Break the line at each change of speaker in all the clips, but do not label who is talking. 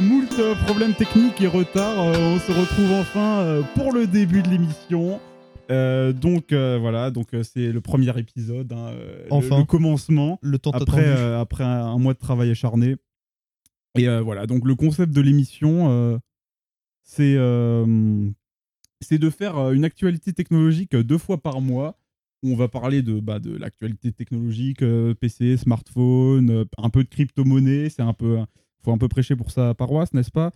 suite, euh, problème technique et retard. euh, on se retrouve enfin euh, pour le début de l'émission. Euh, donc euh, voilà, donc euh, c'est le premier épisode, hein, euh, le-
Enfin.
le commencement.
Le temps
après,
attendu.
euh, après un, un mois de travail acharné. Et euh, voilà, donc le concept de l'émission, euh, c'est euh, c'est de faire euh, une actualité technologique euh, deux fois par mois. On va parler de, bah, de l'actualité technologique, euh, PC, smartphone, euh, un peu de crypto-monnaie, c'est un peu... Faut un peu prêcher pour sa paroisse, n'est-ce pas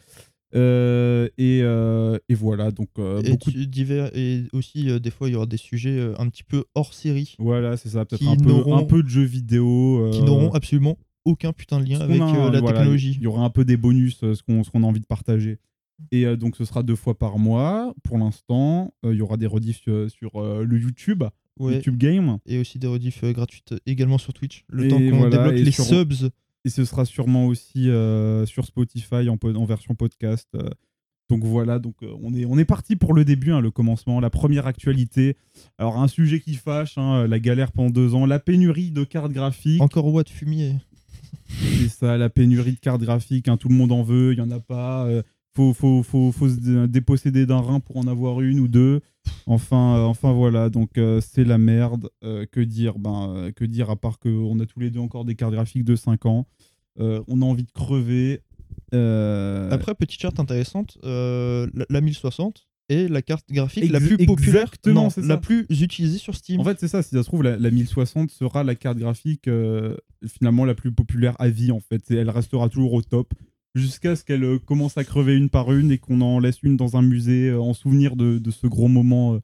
Euh, et, euh, et voilà, donc euh,
et,
beaucoup de...
tu- divers, et aussi, euh, des fois, il y aura des sujets euh, un petit peu hors série
Voilà, c'est ça, peut-être
qui
un peu,
n'auront-
un peu de jeux vidéo.
qui
euh,
n'auront absolument aucun putain de lien
Ce
avec
qu'on a,
euh, la
voilà,
technologie. Mm.
Il y aura un peu des bonus, euh, ce qu'on ce qu'on a envie de partager. Et euh, donc, ce sera deux fois par mois. Pour l'instant, euh, il y aura des rediffs euh, sur euh, le YouTube,
Ouais.
YouTube Game.
Et aussi des rediffs euh, gratuites euh, également sur Twitch. Le
Et
temps qu'on
voilà,
débloque
et
les
sur-
subs.
Et ce sera sûrement aussi euh, sur Spotify en, po- en version podcast. euh. donc voilà, donc euh, on, est, on est parti pour le début, hein, le commencement, la première actualité. Alors un sujet qui fâche, hein, la galère pendant deux ans, la pénurie de cartes graphiques.
Encore Watt fumier.
C'est ça, la pénurie de cartes graphiques, hein, tout le monde en veut, il n'y en a pas. euh, faut, faut, faut, faut se dé- déposséder d'un rein pour en avoir une ou deux. Enfin, euh, enfin voilà, donc euh, c'est la merde. Euh, que dire ben, euh, Que dire à part qu'on a tous les deux encore des cartes graphiques de 5 ans. Euh, on a envie de crever. Euh,
Après, petite charte intéressante, euh, la, la 1060 est la carte graphique la
Ex-
plus populaire,
exactement,
non,
c'est ça.
la plus utilisée sur Steam.
en fait, c'est ça, si ça se trouve, la, la 1060 sera la carte graphique euh, finalement la plus populaire à vie en fait. Et elle restera toujours au top jusqu'à ce qu'elle euh, commence à crever une par une et qu'on en laisse une dans un musée euh, en souvenir de, de ce gros moment euh,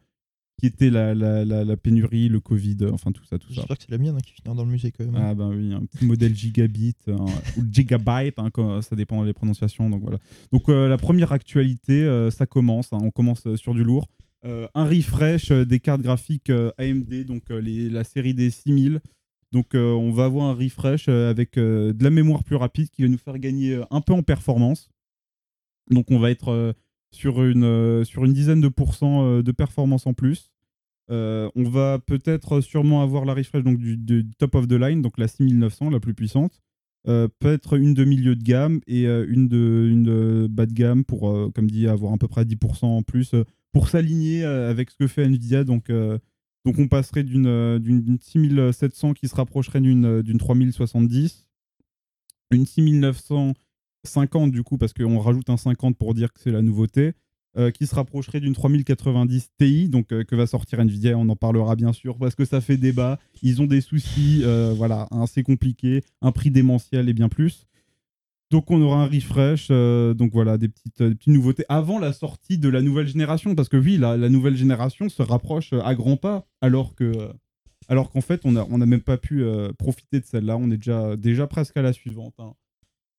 qui était la, la- la- la pénurie, le Covid, euh, enfin tout ça, tout ça.
J'espère que c'est la mienne hein, qui finira dans le musée quand même.
Ah ben oui, un petit modèle gigabit hein, ou gigabyte, hein, comme- ça dépend des prononciations. Donc voilà. Donc euh, la première actualité, euh, ça commence. hein, on commence euh, sur du lourd. Euh, un refresh euh, des cartes graphiques euh, AMD, donc euh, les- la série des 6000. Donc euh, on va avoir un refresh euh, avec euh, de la mémoire plus rapide qui va nous faire gagner euh, un peu en performance. Donc on va être euh, sur, une, euh, sur une dizaine de pourcents euh, de performance en plus. Euh, on va peut-être sûrement avoir la refresh donc, du, du top of the line, donc la 6900, la plus puissante. Euh, peut-être une de milieu de gamme et euh, une, de, une de bas de gamme pour, euh, comme dit, avoir à peu près 10% en plus euh, pour s'aligner euh, avec ce que fait Nvidia. Donc, euh, donc on passerait d'une, euh, d'une d'une 6700 qui se rapprocherait d'une, euh, d'une 3070, une 6950 du coup, parce qu'on rajoute un 50 pour dire que c'est la nouveauté euh, qui se rapprocherait d'une 3090 Ti, donc euh, que va sortir Nvidia, on en parlera bien sûr, parce que ça fait débat, ils ont des soucis, euh, voilà, hein, c'est compliqué, un prix démentiel et bien plus. Donc on aura un refresh, euh, donc voilà, des petites, euh, des petites nouveautés avant la sortie de la nouvelle génération, parce que oui, la, la nouvelle génération se rapproche euh, à grands pas, alors que... euh, alors qu'en fait, on n'a on a même pas pu euh, profiter de celle-là. On est déjà, déjà presque à la suivante. hein.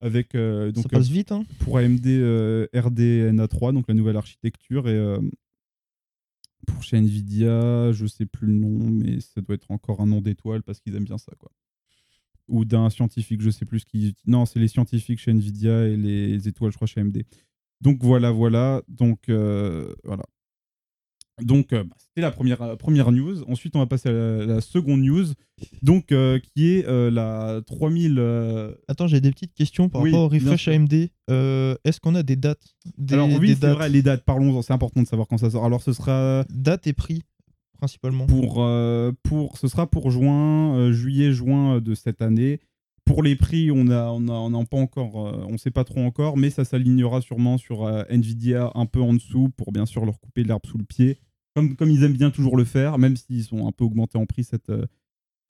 Avec, euh, donc,
ça
euh,
passe vite, hein.
pour AMD euh, RDNA3, donc la nouvelle architecture, et euh, pour chez Nvidia, je sais plus le nom, mais ça doit être encore un nom d'étoile parce qu'ils aiment bien ça, quoi. Ou d'un scientifique, je sais plus ce qu'ils utilisent. Non, c'est les scientifiques chez Nvidia et les étoiles, je crois, chez AMD. Donc voilà, voilà. Donc euh, voilà. Donc euh, bah, c'était la première, euh, première news. Ensuite, on va passer à la, la seconde news, donc euh, qui est euh, la 3000. euh,
Attends, j'ai des petites questions par
Oui,
rapport au
bien
refresh
sûr.
AMD. Euh, Est-ce qu'on a des dates des,
Alors oui,
des
c'est
dates,
vrai, les dates, parlons-en, c'est important de savoir quand ça sort. Alors ce sera
dates et prix, principalement.
pour, euh, pour, ce sera pour juin, euh, juillet, juin de cette année. Pour les prix, on a, on a, on a pas encore, euh, on sait pas trop encore, mais ça s'alignera sûrement sur euh, Nvidia un peu en dessous pour bien sûr leur couper l'herbe sous le pied, comme, comme ils aiment bien toujours le faire, même s'ils sont un peu augmentés en prix cette, euh,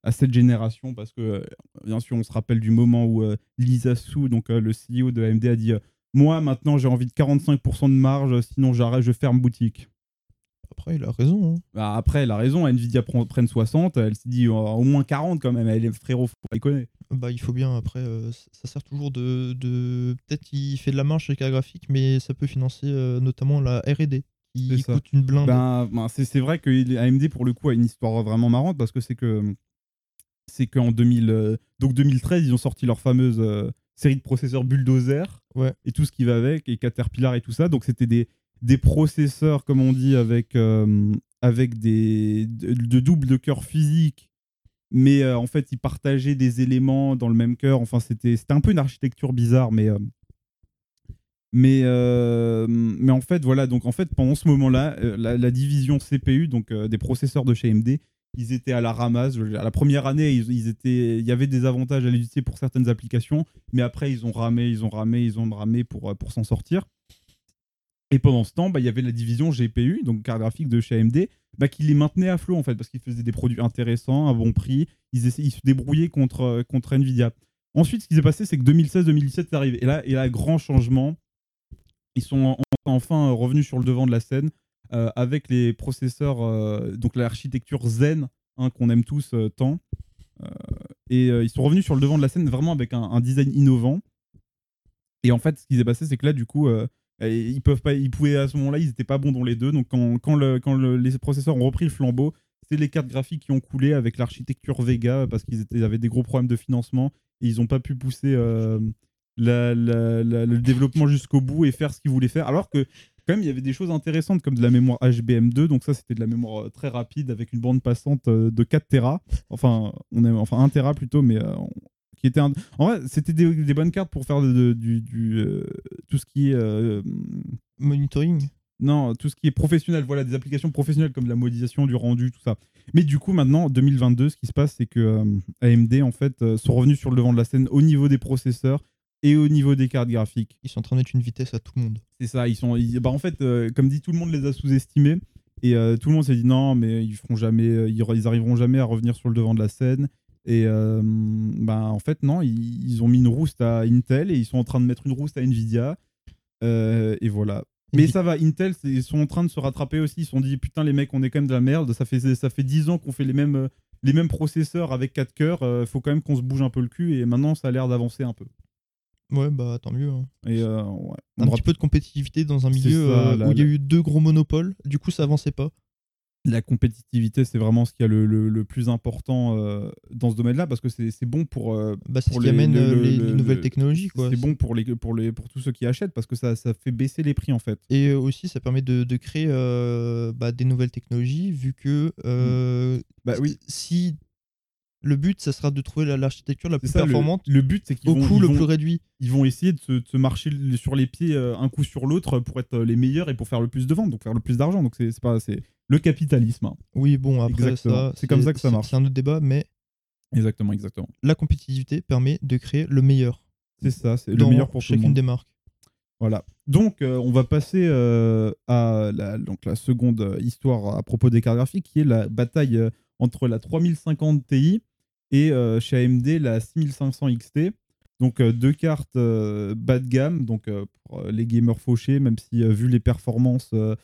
à cette génération, parce que euh, bien sûr on se rappelle du moment où euh, Lisa Su, donc euh, le CEO de AMD, a dit euh, moi maintenant j'ai envie de 45% de marge, sinon j'arrête, je ferme boutique.
Après, il a raison. hein.
Bah, après, elle a raison, Nvidia prend, prenne 60, elle s'est dit euh, au moins 40 quand même, elle est frérot, faut pas déconner.
Bah, il faut bien, après, euh, c- ça sert toujours de. de... Peut-être qu'il fait de la marge avec la graphique, mais ça peut financer euh, notamment la RD,
C'est
qui
ça.
coûte une blinde.
Ben, ben, c'est c'est vrai que il- AMD pour le coup a une histoire vraiment marrante parce que c'est que c'est qu'en 2000 euh, donc 2013 ils ont sorti leur fameuse euh, série de processeurs bulldozer
Ouais.
et tout ce qui va avec et Caterpillar et tout ça donc c'était des des processeurs comme on dit avec euh, avec des de, de double de cœur physique mais euh, en fait ils partageaient des éléments dans le même cœur enfin c'était c'était un peu une architecture bizarre mais euh, Mais, euh, mais en fait, voilà, donc en fait, pendant ce moment-là, euh, la, la division CPU, donc euh, des processeurs de chez AMD, ils étaient à la ramasse. Je- À la première année, ils, ils étaient, il y avait des avantages à l'utiliser pour certaines applications, mais après, ils ont ramé, ils ont ramé, ils ont ramé pour, euh, pour s'en sortir. Et pendant ce temps, bah, il y avait la division GPU, donc carte graphique de chez AMD, bah, qui les maintenait à flot en fait, parce qu'ils faisaient des produits intéressants, à bon prix, ils, essayaient- ils se débrouillaient contre, euh, contre Nvidia. Ensuite, ce qui s'est passé, c'est que 2016-2017 est arrivé. Et là, et là, grand changement. Ils sont en- enfin revenus sur le devant de la scène euh, avec les processeurs, euh, donc l'architecture Zen hein, qu'on aime tous euh, tant. Euh, et euh, ils sont revenus sur le devant de la scène vraiment avec un, un design innovant. Et en fait, ce qui s'est passé, c'est que là, du coup, euh, et ils peuvent pas, ils pouvaient à ce moment-là, ils étaient pas bons dans les deux. Donc quand, quand, le- quand le- les processeurs ont repris le flambeau, c'est les cartes graphiques qui ont coulé avec l'architecture Vega parce qu'ils étaient- ils avaient des gros problèmes de financement et ils n'ont pas pu pousser euh, la- la- la- le développement jusqu'au bout et faire ce qu'ils voulaient faire. Alors que quand même, il y avait des choses intéressantes comme de la mémoire HBM2, donc ça c'était de la mémoire euh, très rapide avec une bande passante euh, de 4 Tera, enfin, on est, enfin 1 Tera plutôt, mais euh, on- qui était un- en vrai c'était des, des bonnes cartes pour faire de- de- du, du, euh, tout ce qui est euh,
Monitoring.
non, tout ce qui est professionnel, voilà, des applications professionnelles comme de la modélisation, du rendu, tout ça. Mais du coup, maintenant, en 2022, ce qui se passe, c'est que euh, AMD, en fait, euh, sont revenus sur le devant de la scène au niveau des processeurs et au niveau des cartes graphiques.
Ils sont en train de mettre une vitesse à tout le monde.
C'est ça, ils sont. ils- bah, en fait, euh, comme dit, tout le monde les a sous-estimés. Et euh, tout le monde s'est dit non, mais ils feront jamais, euh, ils, ils arriveront jamais à revenir sur le devant de la scène. Et euh, bah, en fait, non, ils, ils ont mis une rouste à Intel et ils sont en train de mettre une rouste à Nvidia. Euh, et voilà. Mais
Nvi-
ça va, Intel, c'est- ils sont en train de se rattraper aussi. Ils se sont dit, putain, les mecs, on est quand même de la merde. Ça fait, ça fait 10 ans qu'on fait les mêmes, euh, les mêmes processeurs avec 4 cœurs. euh, faut quand même qu'on se bouge un peu le cul. Et maintenant, ça a l'air d'avancer un peu.
Ouais, bah tant mieux. hein.
Et euh, ouais. On
Un
aura
petit peu de compétitivité dans un
C'est
milieu
ça,
euh,
là,
où il y a
là.
eu deux gros monopoles, du coup ça avançait pas.
la compétitivité, c'est vraiment ce qui a le, le- le plus important euh, dans ce domaine-là, parce que c'est c'est bon pour, euh,
Bah, c'est ce
Pour
qui
les-
amène
le-
euh,
le-
les,
le-
les nouvelles
le-
technologies. quoi.
c'est bon pour les pour les pour tous ceux qui achètent, parce que ça, ça fait baisser les prix en fait.
Et euh, aussi ça permet de, de créer euh, bah, des nouvelles technologies vu que
Mmh.
euh,
Bah oui,
si le but ça sera de trouver la- l'architecture la
c'est
plus
ça. Le,
performante
le but, c'est qu'ils
au
vont,
coût
ils
le
vont-
plus réduit.
ils vont essayer de se, de se marcher le- sur les pieds euh, un coup sur l'autre pour être euh, les meilleurs et pour faire le plus de ventes, donc faire le plus d'argent. Donc c'est c'est pas c'est le capitalisme. hein.
Oui, bon, après
Exactement.
ça,
C'est comme ça que ça
c'est-
marche.
C'est un autre débat, mais
Exactement, exactement.
la compétitivité permet de créer le meilleur.
C'est ça, c'est le
dans
meilleur pour tout le
chacune
monde.
des marques.
Voilà. Donc, euh, on va passer euh, à la, donc, la seconde euh, histoire à propos des cartes graphiques, qui est la bataille euh, entre la 3050 Ti et euh, chez AMD la 6500 XT. Donc, euh, deux cartes euh, bas de gamme, donc euh, pour euh, les gamers fauchés, même si, euh, vu les performances, euh,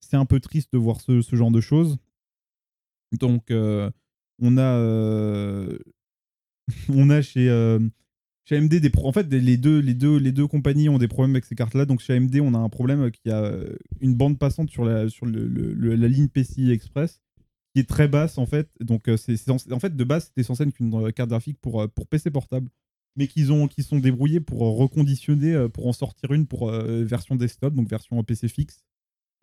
c'est un peu triste de voir ce, ce genre de choses. Donc, euh, on a, euh, on a chez. euh, chez AMD, des pro- en fait, des- les deux, les, deux, les deux compagnies ont des problèmes avec ces cartes-là. Donc chez AMD, on a un problème euh, qui a euh, une bande passante sur la, sur le- le- le- la ligne PCI Express qui est très basse en fait. Donc euh, c'est c'est censé- en fait de base, c'était censé être une euh, carte graphique pour, euh, pour PC portable, mais qu'ils ont qu'ils sont débrouillés pour euh, reconditionner euh, pour en sortir une pour euh, version desktop, donc version PC fixe,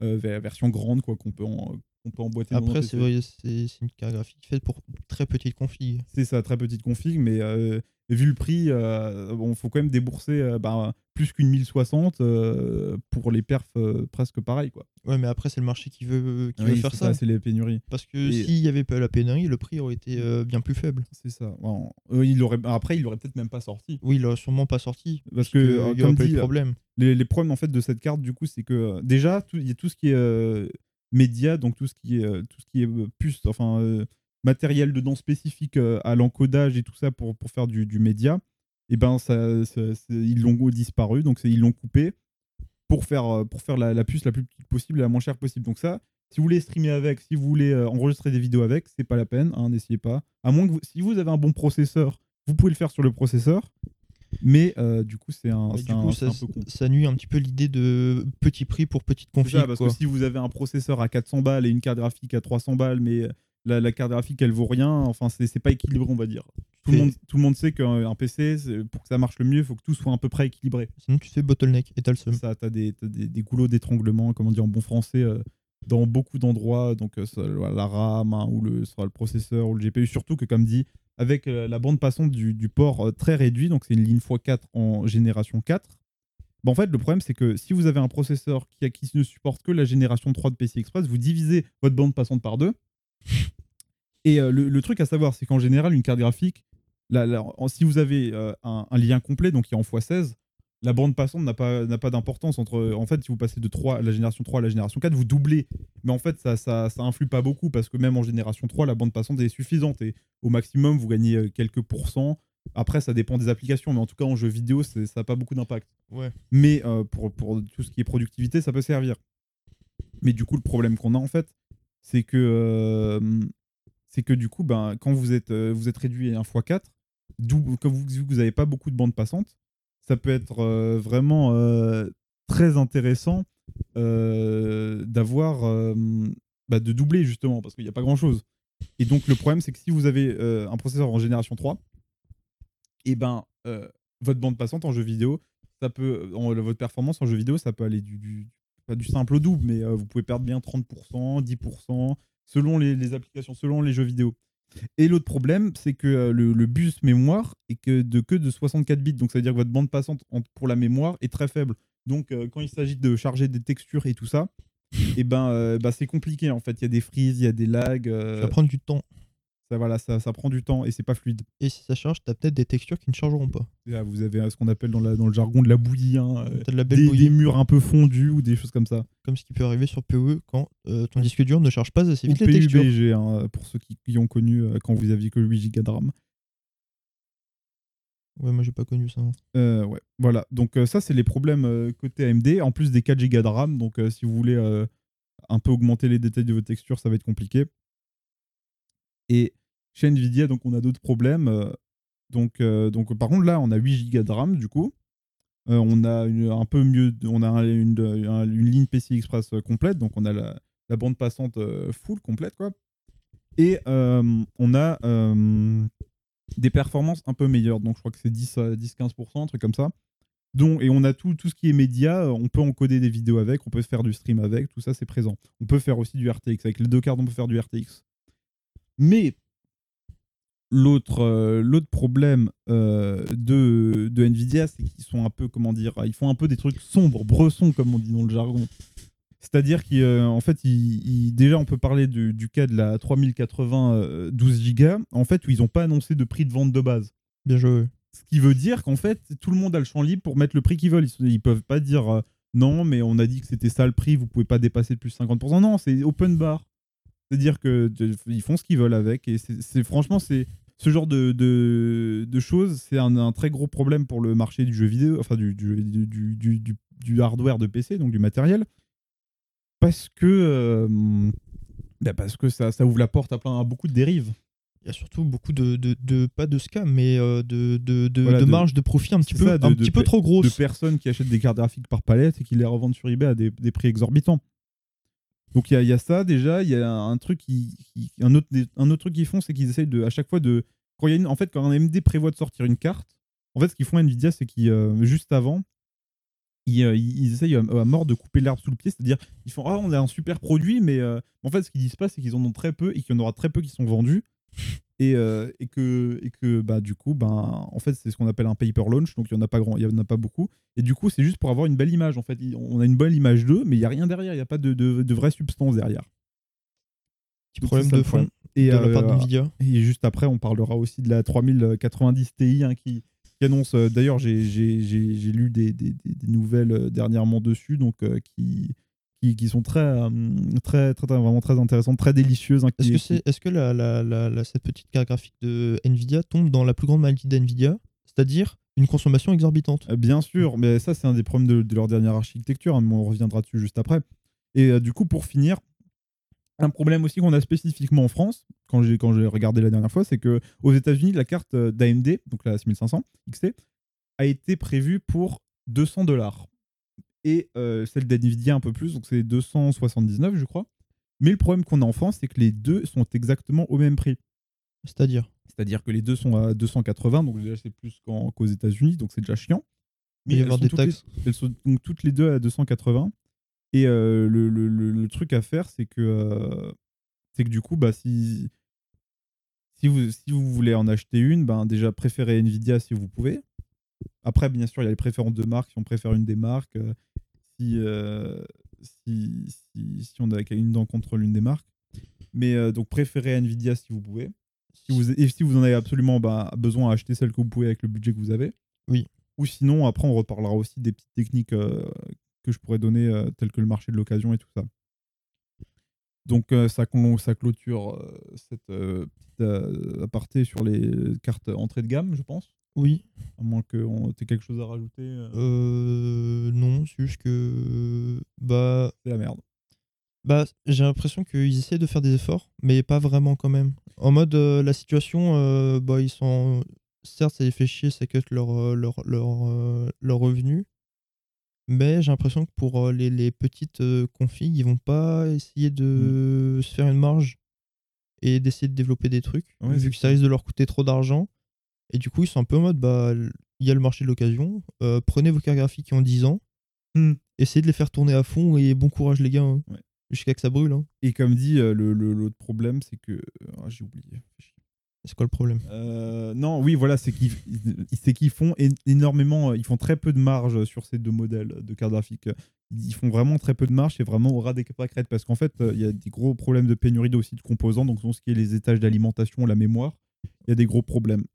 euh, ver- version grande quoi qu'on peut en- qu'on peut emboîter. dans un
Après,
PC.
c'est vrai, c'est c'est une carte graphique faite pour très petite config.
C'est ça, très petite config, mais euh, vu le prix, euh, bon, faut quand même débourser euh, bah, plus qu'une 1060 euh, pour les perfs euh, presque pareil. Quoi.
Ouais, mais après, c'est le marché qui veut, qui veut
Oui,
faire
c'est
ça.
C'est les pénuries.
Parce que
Et-
s'il n'y avait pas la pénurie, le prix aurait été euh, bien plus faible.
C'est ça. Bon, euh, il aurait, après, il aurait peut-être même pas sorti.
Oui, il n'aurait sûrement pas sorti.
Parce que,
qu'il
euh,
n'y
comme
aurait pas eu
dit,
de problème.
les, les problèmes en fait de cette carte du coup c'est que euh, déjà tout- il y a tout ce qui est euh, média donc tout ce qui est euh, tout ce qui est euh, puce enfin euh, matériel dedans spécifique euh, à l'encodage et tout ça pour, pour faire du, du média et ben ça, ça- c'est- ils l'ont disparu donc c'est- ils l'ont coupé pour faire euh, pour faire la, la puce la plus petite possible et la moins chère possible donc ça si vous voulez streamer avec si vous voulez euh, enregistrer des vidéos avec c'est pas la peine hein, n'essayez pas à moins que vous- si vous avez un bon processeur vous pouvez le faire sur le processeur mais euh, du coup c'est un,
Mais
c'est
du
un-
coup,
c'est
ça,
un peu con.
ça nuit un petit peu l'idée de petit prix pour petite
C'est
config.
ça, parce
quoi.
que si vous avez un processeur à 400 balles et une carte graphique à 300 balles, mais la, la carte graphique elle vaut rien, enfin c'est c'est pas équilibré on va dire. Tout le
C'est-
monde, tout le monde sait qu'un un PC, c'est- pour que ça marche le mieux, il faut que tout soit à peu près équilibré.
Sinon, tu fais bottleneck et t'as le seum.
Ça, t'as des, t'as des, des goulots d'étranglement, comme on dit en bon français, euh, dans beaucoup d'endroits, donc euh, ça, la la RAM hein, ou le, soit le processeur ou le GPU, surtout que comme dit, avec euh, la bande passante du, du port euh, très réduit, donc c'est une ligne x4 en génération 4, Bah, en fait, le problème, c'est que si vous avez un processeur qui, qui ne supporte que la génération 3 de PCI Express, vous divisez votre bande passante par deux. Et euh, le, le truc à savoir, c'est qu'en général, une carte graphique, la- la- en- si vous avez euh, un, un lien complet, donc qui est en x16, la bande passante n'a pas, n'a pas d'importance. entre En fait, si vous passez de 3, la génération 3 à la génération 4, vous doublez. Mais en fait, ça, ça, ça influe pas beaucoup parce que même en génération 3, la bande passante est suffisante. Et au maximum, vous gagnez euh, quelques pourcents. Après, ça dépend des applications, mais en tout cas, en jeu vidéo, c'est- ça n'a pas beaucoup d'impact.
Ouais.
Mais euh, pour, pour tout ce qui est productivité, ça peut servir. Mais du coup, le problème qu'on a, en fait, c'est que, euh, c'est que du coup, ben, quand vous êtes, euh, vous êtes réduit à 1 x 4, d'où, comme vous vous n'avez pas beaucoup de bandes passantes, ça peut être euh, vraiment euh, très intéressant euh, d'avoir, euh, bah, de doubler justement, parce qu'il n'y a pas grand-chose. Et donc, le problème, c'est que si vous avez euh, un processeur en génération 3, et ben, euh, votre bande passante en jeu vidéo, ça peut, euh, en- votre performance en jeu vidéo, ça peut aller du, du- pas du simple au double, mais euh, vous pouvez perdre bien 30%, 10%, selon les, les applications, selon les jeux vidéo. Et l'autre problème, c'est que euh, le, le bus mémoire est que de, que de 64 bits, donc ça veut dire que votre bande passante en- pour la mémoire est très faible. Donc euh, quand il s'agit de charger des textures et tout ça, et ben, euh, bah, c'est compliqué en fait. Il y a des freezes, il y a des lags. euh,
Ça va prendre du temps.
ça, voilà, ça, ça prend du temps et c'est pas fluide.
Et si ça charge, t'as peut-être des textures qui ne chargeront pas.
Et Là, vous avez euh, ce qu'on appelle dans, la- dans le jargon de la bouillie, hein, euh,
T'as de la belle
des,
bouillie,
des murs un peu fondus ou des choses comme ça.
comme ce qui peut arriver sur PE quand euh, ton disque dur ne charge pas assez
Ou
vite les textures.
PUBG, hein, pour ceux qui, qui ont connu euh, quand vous aviez que 8 Go de RAM.
Ouais, moi j'ai pas connu ça.
Euh, ouais, voilà. Donc euh, ça, c'est les problèmes euh, côté AMD, en plus des 4 Go de RAM. Donc euh, si vous voulez euh, un peu augmenter les détails de vos textures, ça va être compliqué. Et chez Nvidia, donc on a d'autres problèmes. euh, donc, euh, donc par contre, là, on a 8 Go de RAM, du coup. Euh, on a une- un peu mieux, de- on a un- une, un- une ligne PCI Express euh, complète, donc on a la, la bande passante euh, full complète, quoi. Et euh, on a euh, des performances un peu meilleures. Donc je crois que c'est euh, 10 à 10-15%, un truc comme ça. Donc, et on a tout, tout ce qui est média, euh, on peut encoder des vidéos avec, on peut faire du stream avec, tout ça c'est présent. On peut faire aussi du RTX, avec les deux cartes on peut faire du RTX. Mais l'autre euh, l'autre problème euh, de, de Nvidia, c'est qu'ils sont un peu, comment dire, ils font un peu des trucs sombres, bressons comme on dit dans le jargon. C'est-à-dire qu'en fait, ils- ils- déjà, on peut parler du, du cas de la 3080 euh, 12 Go, en fait, où ils n'ont pas annoncé de prix de vente de base.
Bien joué.
Ce qui veut dire qu'en fait, tout le monde a le champ libre pour mettre le prix qu'ils veulent. Ils ne peuvent pas dire euh, non, mais on a dit que c'était ça le prix, vous pouvez pas dépasser de plus 50%. Non, c'est open bar. C'est-à-dire que de- ils font ce qu'ils veulent avec. Et c'est c'est- franchement, c'est ce genre de, de, de choses, c'est un, un très gros problème pour le marché du jeu vidéo, enfin du, du, du, du- du- du- du hardware de PC, donc du matériel. Parce que, euh, bah parce que ça, ça ouvre la porte à, plein, à beaucoup de dérives.
Il y a surtout beaucoup de, de, de- pas de scam, mais euh, de, de, de,
Voilà,
de
de-
marge de profit un petit
c'est
peu,
ça, de-
un
de
petit peu
pa-
trop
de
grosse.
personnes qui achètent des cartes graphiques par palette et qui les revendent sur eBay à des, des prix exorbitants. Donc il y a- il y, a ça déjà, il y a un truc qui, qui- un autre des- un autre truc qu'ils font c'est qu'ils essayent de à chaque fois de quand il y a une- en fait quand un AMD prévoit de sortir une carte, en fait ce qu'ils font à Nvidia c'est qu'ils euh, juste avant ils, euh, ils- ils essayent à, à mort de couper l'arbre sous le pied, c'est-à-dire ils font ah on a un super produit mais euh, en fait ce qu'ils disent pas c'est qu'ils en ont très peu et qu'il y en aura très peu qui sont vendus et, euh, et que et que bah du coup ben en fait c'est ce qu'on appelle un paper launch donc il y en a pas grand il y en a pas beaucoup et du coup c'est juste pour avoir une belle image en fait Il- on a une belle image d'eux mais il y a rien derrière il y a pas de, de, de vraie substance derrière
Petit problème de fond
et,
de la
euh,
part d'NVIDIA.
et juste après on parlera aussi de la 3090 Ti hein, qui, qui annonce euh, d'ailleurs j'ai- j'ai j'ai- j'ai lu des, des- des- des nouvelles euh, dernièrement dessus donc euh, qui qui, qui sont très, euh, très, très, très- vraiment très intéressantes, très délicieuses. hein, qui-
Est-ce que,
qui-
c'est, est-ce que la, la, la- la- cette petite carte graphique de NVIDIA tombe dans la plus grande maladie d'NVIDIA, c'est-à-dire une consommation exorbitante
Euh, Bien sûr, mais ça, c'est un des problèmes de, de leur dernière architecture, hein, mais on reviendra dessus juste après. Et euh, du coup, pour finir, un problème aussi qu'on a spécifiquement en France, quand j'ai quand j'ai regardé la dernière fois, c'est que aux États-Unis, la carte euh, d'AMD, donc la 6500 XT, a été prévue pour 200 dollars. Et euh, celle d'NVIDIA un peu plus, donc c'est 279, je crois. Mais le problème qu'on a en France, c'est que les deux sont exactement au même prix.
C'est-à-dire
C'est-à-dire que les deux sont à 280, donc déjà c'est plus qu'en- qu'aux États-Unis, donc c'est déjà chiant.
Il va y
elles
avoir
sont
des
toutes les-
taxes.
elles sont donc toutes les deux à 280. Et euh, le, le- le- le truc à faire, c'est que, euh, c'est que du coup, bah, si, si, vous, si vous voulez en acheter une, ben déjà préférez Nvidia si vous pouvez. Après, bien sûr, il y a les préférences de marque. Si on préfère une des marques, euh, si, euh, si, si, si on a une dent contre l'une des marques. Mais euh, donc, préférez Nvidia si vous pouvez. Si vous, et si vous en avez absolument bah, besoin, achetez celle que vous pouvez avec le budget que vous avez.
Oui.
Ou sinon, après, on reparlera aussi des petites techniques euh, que je pourrais donner, euh, telles que le marché de l'occasion et tout ça. Donc, euh, ça, clon- ça clôture euh, cette euh, petite euh, aparté sur les cartes entrée de gamme, je pense.
Oui.
À moins que on- t'aies quelque chose à rajouter. euh,
Euh, non, c'est juste que. Bah,
C'est la merde.
bah j'ai l'impression qu'ils essaient de faire des efforts, mais pas vraiment quand même. En mode, euh, la situation, euh, bah, ils sont. Certes, ça les fait chier, ça cut leur, euh, leur, leur, euh, leur revenu. Mais j'ai l'impression que pour euh, les, les petites euh, configs, ils vont pas essayer de se faire une marge et d'essayer de développer des trucs,
Ouais, c'est
vu que ça risque de leur coûter trop d'argent. Et du coup, ils sont un peu en mode, bah, il y a le marché de l'occasion, euh, prenez vos cartes graphiques qui ont 10 ans,
Hmm.
essayez de les faire tourner à fond et bon courage les gars, hein.
Ouais.
jusqu'à que ça brûle. hein.
Et comme dit, euh, le- le- l'autre problème, c'est que. ah, J'ai oublié.
C'est quoi le problème
Euh, non, oui, voilà, c'est qu'ils c'est qu'ils font é- énormément, euh, ils font très peu de marge sur ces deux modèles de cartes graphiques. Ils font vraiment très peu de marge, c'est vraiment au ras des pâquerettes parce qu'en fait, euh, il y a des gros problèmes de pénurie de- aussi de composants, donc dans ce qui est les étages d'alimentation, la mémoire, il y a des gros problèmes.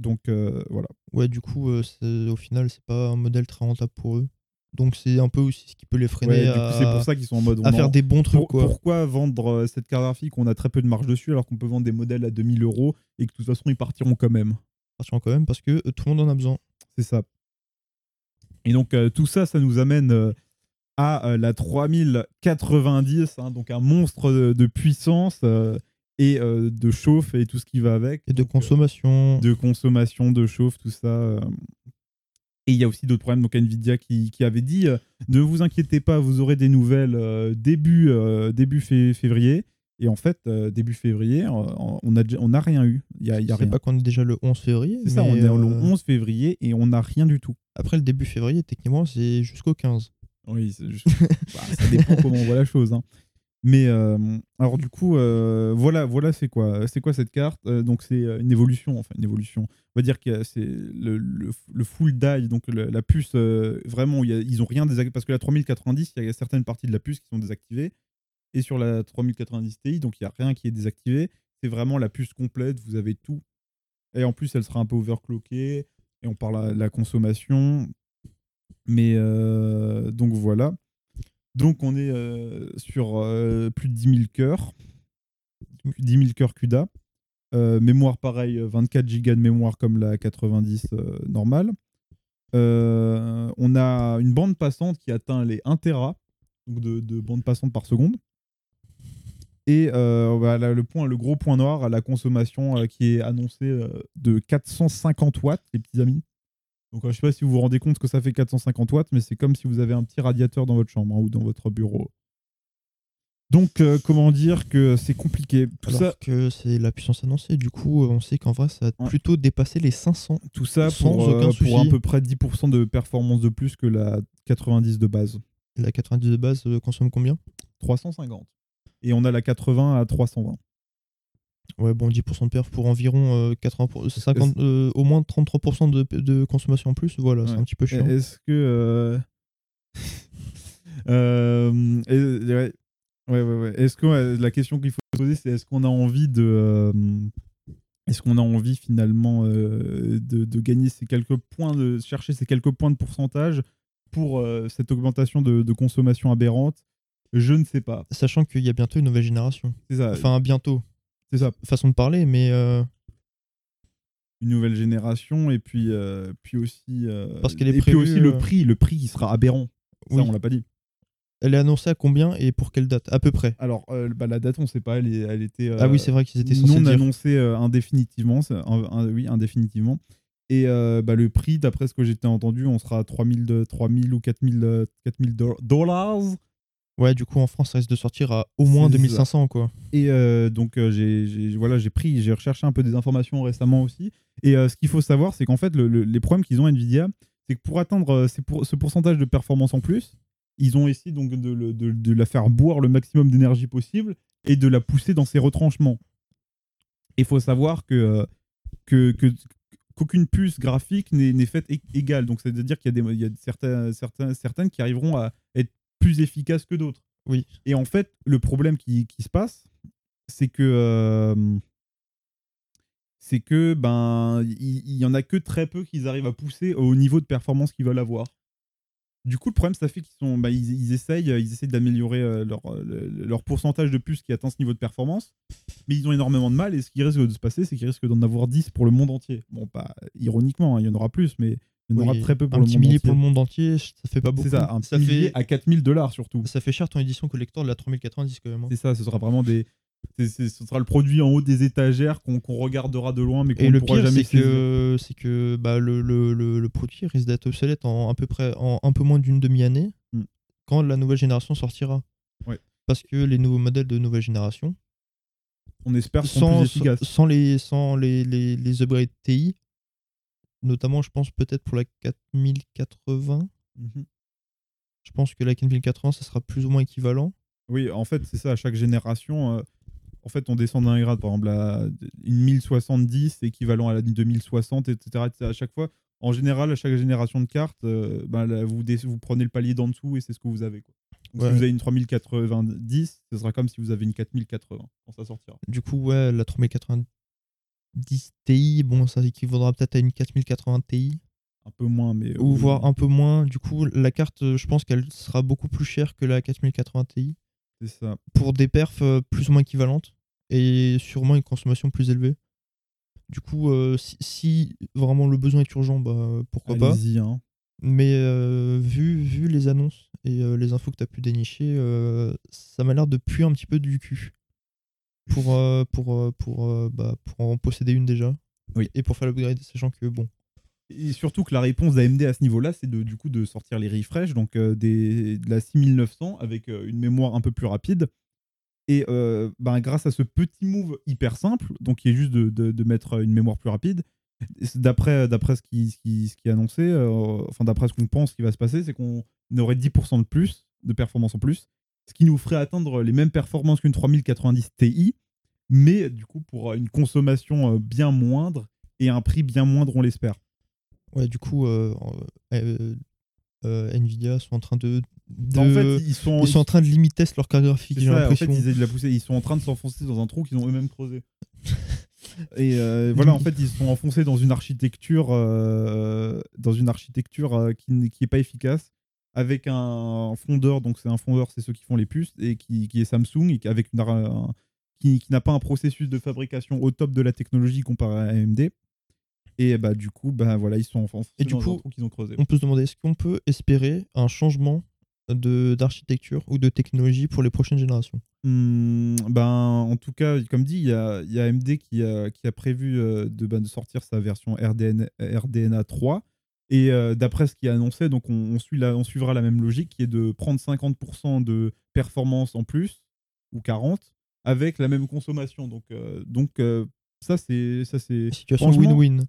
Donc euh, voilà.
Ouais, du coup, euh, c'est- au final, c'est pas un modèle très rentable pour eux. Donc c'est un peu aussi ce qui peut les freiner
Ouais, du coup,
à,
c'est pour ça qu'ils sont en mode. on
euh, à
en-
faire des bons trucs.
pour-
quoi.
pourquoi vendre euh, cette carte graphique On a très peu de marge dessus alors qu'on peut vendre des modèles à 2000 euros et que de toute façon ils partiront quand même.
Attention quand même, parce que euh, tout le monde en a besoin.
C'est ça. Et donc, euh, tout ça, ça nous amène euh, à euh, la 3090, hein, donc un monstre de, de puissance euh, et euh, de chauffe et tout ce qui va avec,
Et de consommation.
euh, de consommation, de chauffe, tout ça. euh. Et il y a aussi d'autres problèmes. Donc, Nvidia qui, qui avait dit euh, ne vous inquiétez pas, vous aurez des nouvelles euh, début, euh, début fé- février. Et en fait, euh, début février, euh, on n'a on a rien eu. Il y a, il y a
Je sais
rien.
pas qu'on est déjà le 11 février.
C'est ça,
mais,
on est le
euh,
11 février et on n'a rien du tout.
Après le début février, techniquement, c'est jusqu'au 15.
Oui, c'est juste- bah, ça dépend comment on voit la chose. hein. Mais euh, alors du coup, euh, voilà, voilà, c'est quoi, c'est quoi cette carte Euh, Donc c'est euh, une évolution, enfin une évolution. On va dire que euh, c'est le, le, le full die, donc le- la puce euh, vraiment, où il y a- ils ont rien désactivé parce que la 3090, il y a certaines parties de la puce qui sont désactivées, et sur la 3090 Ti, donc il y a rien qui est désactivé. C'est vraiment la puce complète, vous avez tout. Et en plus, elle sera un peu overclockée. Et on parle à la consommation, mais euh, donc voilà. Donc on est euh, sur euh, plus de 10 000 cœurs. Plus de 10 000 cœurs CUDA. Euh, mémoire pareil, euh, 24 gigas de mémoire comme la 90 euh, normale. Euh, on a une bande passante qui atteint les 1 Tera, donc de, de bande passante par seconde. Et euh, voilà, le, point, le gros point noir, la consommation euh, qui est annoncée euh, de 450 watts, les petits amis. Donc, euh, je sais pas si vous vous rendez compte que ça fait 450 watts, mais c'est comme si vous avez un petit radiateur dans votre chambre hein, ou dans votre bureau. Donc, euh, comment dire que c'est compliqué. Tout
Alors
ça,
que c'est la puissance annoncée. Du coup, euh, on sait qu'en vrai, ça a
Ouais.
plutôt dépassé les 500.
tout ça
Sans
pour, euh,
aucun
pour à
souci.
peu près 10% de performance de plus que la 90 de base.
La 90 de base euh, consomme combien
350. Et on a la 80 à 320.
Ouais, bon, 10% de perf pour environ euh, 80 pour- 50, euh, au moins 33% de, de consommation en plus. Voilà, c'est
Ouais.
un petit peu
Et
chiant.
Est-ce que. euh, euh, et- ouais. Ouais, ouais, ouais. Est-ce que ouais, la question qu'il faut se poser, c'est est-ce qu'on a envie de. euh, est-ce qu'on a envie finalement euh, de, de gagner ces quelques points, de chercher ces quelques points de pourcentage pour euh, cette augmentation de, de consommation aberrante Je ne sais pas.
Sachant qu'il y a bientôt une nouvelle génération.
C'est ça.
Enfin, bientôt.
c'est ça.
Façon de parler, mais euh,
une nouvelle génération et puis euh, puis aussi euh,
Parce qu'elle est
et puis
prévue,
aussi le
euh,
prix le prix qui sera aberrant ça
oui.
on l'a pas dit
elle est annoncée à combien et pour quelle date À peu près.
alors euh, bah, la date on sait pas elle, est- elle était euh,
ah oui, c'est vrai qu'ils étaient censés
non
dire.
annoncée euh, indéfinitivement c'est- un- un- oui indéfinitivement et euh, bah, le prix d'après ce que j'étais entendu on sera à 3000 de 3000 ou 4000 euh, 4000 do- dollars
Ouais, du coup, en France, ça risque de sortir à au moins
C'est ça.
2500, quoi.
Et euh, donc euh, j'ai j'ai- voilà j'ai pris j'ai recherché un peu des informations récemment aussi. Et euh, ce qu'il faut savoir c'est qu'en fait le- le- les problèmes qu'ils ont Nvidia c'est que pour atteindre euh, ces pour- ce pourcentage de performance en plus ils ont essayé donc de, le- de- de la faire boire le maximum d'énergie possible et de la pousser dans ses retranchements. Il faut savoir que euh, que, que- qu'aucune puce graphique n'est n'est faite ég- égale. Donc, c'est-à-dire qu'il y a, des, il y a certains, certains, certaines qui arriveront à être plus efficaces que d'autres.
Oui.
Et en fait, le problème qui, qui se passe, c'est que. euh, c'est que ben il il y, en a que très peu qu'ils arrivent à pousser au niveau de performance qu'ils veulent avoir. Du coup, le problème, ça fait qu'ils sont, bah, ils, ils essayent, ils essayent d'améliorer euh, leur, euh, le- leur pourcentage de puces qui atteint ce niveau de performance, mais ils ont énormément de mal. Et ce qui risque de se passer, c'est qu'ils risquent d'en avoir 10 pour le monde entier. Bon, pas ironiquement, hein, il y en aura plus, mais il y en aura
Oui,
très peu pour
un
le
petit
monde
millier
entier.
pour le monde entier, ça fait pas beaucoup.
C'est ça, un petit millier
fait,
à 4000 dollars surtout.
ça fait cher ton édition collector de la 3090 quand même. hein.
C'est ça, ce sera vraiment des. c'est- c'est- ce sera le produit en haut des étagères qu'on qu'on regardera de loin, mais qu'on
Et
ne
le
pourra
pire,
jamais
c'est
saisir.
que, c'est que bah, le, le, le, le produit risque d'être obsolète en, à peu près, en un peu moins d'une demi-année
Hmm.
quand la nouvelle génération sortira.
Ouais.
Parce que les nouveaux modèles de nouvelle génération,
On espère qu'on
sans,
plus efficace.
sans les, sans les, les, les upgrades TI, notamment, je pense peut-être pour la 4080,
Mhm.
je pense que la 4080, ça sera plus ou moins équivalent.
Oui, en fait, c'est ça. À chaque génération, euh, en fait, on descend d'un grade. Par exemple, la, une 1070 c'est équivalent à la 2060, etc., etc. À chaque fois, en général, à chaque génération de cartes, euh, ben, là, vous, dé- vous prenez le palier d'en dessous et c'est ce que vous avez. quoi. Donc,
Ouais.
Si vous avez une 3090, ce sera comme si vous avez une 4080 quand ça sortira.
Du coup, ouais, la 3090 Ti, bon, ça équivaudra peut-être à une 4080 Ti.
Un peu moins, mais.
ou
euh,
voire un peu moins. Du coup, la carte, euh, je pense qu'elle sera beaucoup plus chère que la 4080 Ti
C'est ça.
pour des perfs euh, plus ou moins équivalentes et sûrement une consommation plus élevée. Du coup, euh, si, si vraiment le besoin est urgent, bah, euh, pourquoi pas.
Allez-y, hein.
Mais euh, vu, vu les annonces et euh, les infos que tu as pu dénicher, euh, ça m'a l'air de puer un petit peu du cul pour, euh, pour, euh, pour, euh, bah, pour en posséder une déjà.
Oui.
Et pour faire l'upgrade, sachant que bon.
Et surtout que la réponse d'AMD à ce niveau-là, c'est de, du coup de sortir les refresh, donc euh, des, de la 6900 avec euh, une mémoire un peu plus rapide. Et euh, ben, grâce à ce petit move hyper simple, donc qui est juste de, de- de mettre euh, une mémoire plus rapide, d'après euh, d'après ce qui, ce, qui, ce qui est annoncé, euh, enfin d'après ce qu'on pense qui va se passer, c'est qu'on aurait 10% de plus, de performance en plus, ce qui nous ferait atteindre les mêmes performances qu'une 3090 Ti, mais du coup pour une consommation euh, bien moindre et un prix bien moindre, on l'espère.
Ouais, du coup, euh, euh, euh, Nvidia sont en train de. de-
Bah, En fait, ils sont,
ils sont en train de limiter leur carte graphique,
c'est
j'ai
ça, en fait,
l'impression.
ils, essaient de la pousser. ils sont en train de s'enfoncer dans un trou qu'ils ont eux-mêmes creusé. Et euh, voilà, en fait, ils sont enfoncés dans une architecture, euh, dans une architecture euh, qui n'est qui est pas efficace, avec un fondeur. Donc, c'est un fondeur, c'est ceux qui font les puces et qui, qui est Samsung, et qui- avec une, ar- un- qui, qui n'a pas un processus de fabrication au top de la technologie comparé à AMD. Et bah du coup, bah voilà, ils sont enfoncés
Et du
dans un
coup,
trou qu'ils ont creusé.
On peut se demander est-ce qu'on peut espérer un changement de- d'architecture ou de technologie pour les prochaines générations
Hmm, ben, en tout cas, comme dit, il y a, il y a AMD qui a, qui a prévu euh, de, ben, de sortir sa version RDN, RDNA 3. Et euh, d'après ce qui est annoncé, donc on, on suit la- on suivra la même logique qui est de prendre 50% de performance en plus, ou 40%, avec la même consommation. Donc, euh, donc euh, ça, c'est. ça, c'est-
Situation
franchement,
win-win.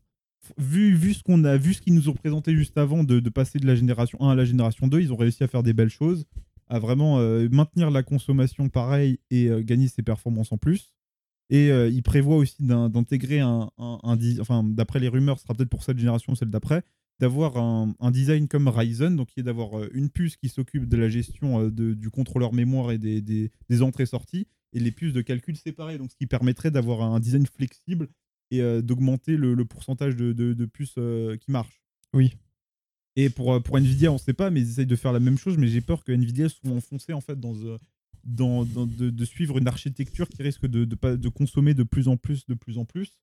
Vu, vu ce qu'on a vu ce qu'ils nous ont présenté juste avant de, de passer de la génération 1 à la génération 2, ils ont réussi à faire des belles choses, à vraiment euh, maintenir la consommation pareille et euh, gagner ses performances en plus. Et euh, ils prévoient aussi d'un- d'intégrer un, un- un di- enfin d'après les rumeurs, ce sera peut-être pour cette génération ou celle d'après, d'avoir un, un design comme Ryzen, donc qui est d'avoir euh, une puce qui s'occupe de la gestion euh, de- du contrôleur mémoire et des, des- des entrées-sorties, et les puces de calcul séparées, donc ce qui permettrait d'avoir un design flexible et euh, d'augmenter le, le pourcentage de, de- de puces euh, qui marchent.
Oui.
Et pour, euh, pour Nvidia, on ne sait pas, mais ils essayent de faire la même chose, mais j'ai peur que Nvidia soit enfoncé en fait dans, euh, dans, dans- de, de suivre une architecture qui risque de, de, pas- de consommer de plus en plus, de plus en plus,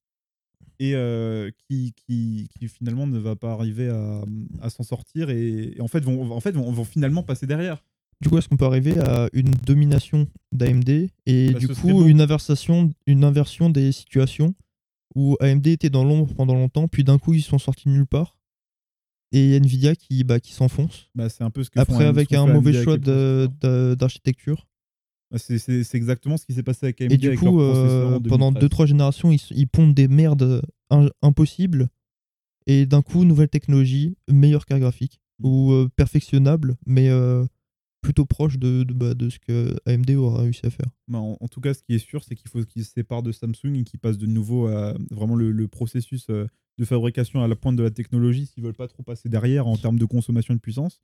et euh, qui, qui, qui finalement ne va pas arriver à, à s'en sortir, et, et en fait, vont, en fait vont, vont finalement passer derrière.
Du coup, est-ce qu'on peut arriver à une domination d'AMD et
Bah,
du
ce serait
coup
beau.
une inversation, une inversion des situations où AMD était dans l'ombre pendant longtemps, puis d'un coup ils sont sortis de nulle part et Nvidia qui, bah, qui s'enfonce
Bah, c'est un peu ce que font
Après,
AMD,
avec
ce qu'on
un
fait
mauvais
AMD avec
choix
les processeurs.
de- de- d'architecture.
Bah, C'est c'est- c'est exactement ce qui s'est passé avec AMD.
Et du
avec
coup,
leur processeur en
euh, pendant
2013.
2-3 générations, ils, s- ils pondent des merdes in- impossibles. Et
Mm.
d'un coup, nouvelle technologie, meilleure carte graphique. Ou euh, perfectionnable, mais euh, plutôt proche de, de, bah, de ce que AMD aura réussi à faire.
Bah, en, en tout cas, ce qui est sûr, c'est qu'il faut qu'ils se séparent de Samsung et qu'ils passent de nouveau à vraiment le, le processus euh, de fabrication à la pointe de la technologie s'ils veulent pas trop passer derrière en termes de consommation et de puissance.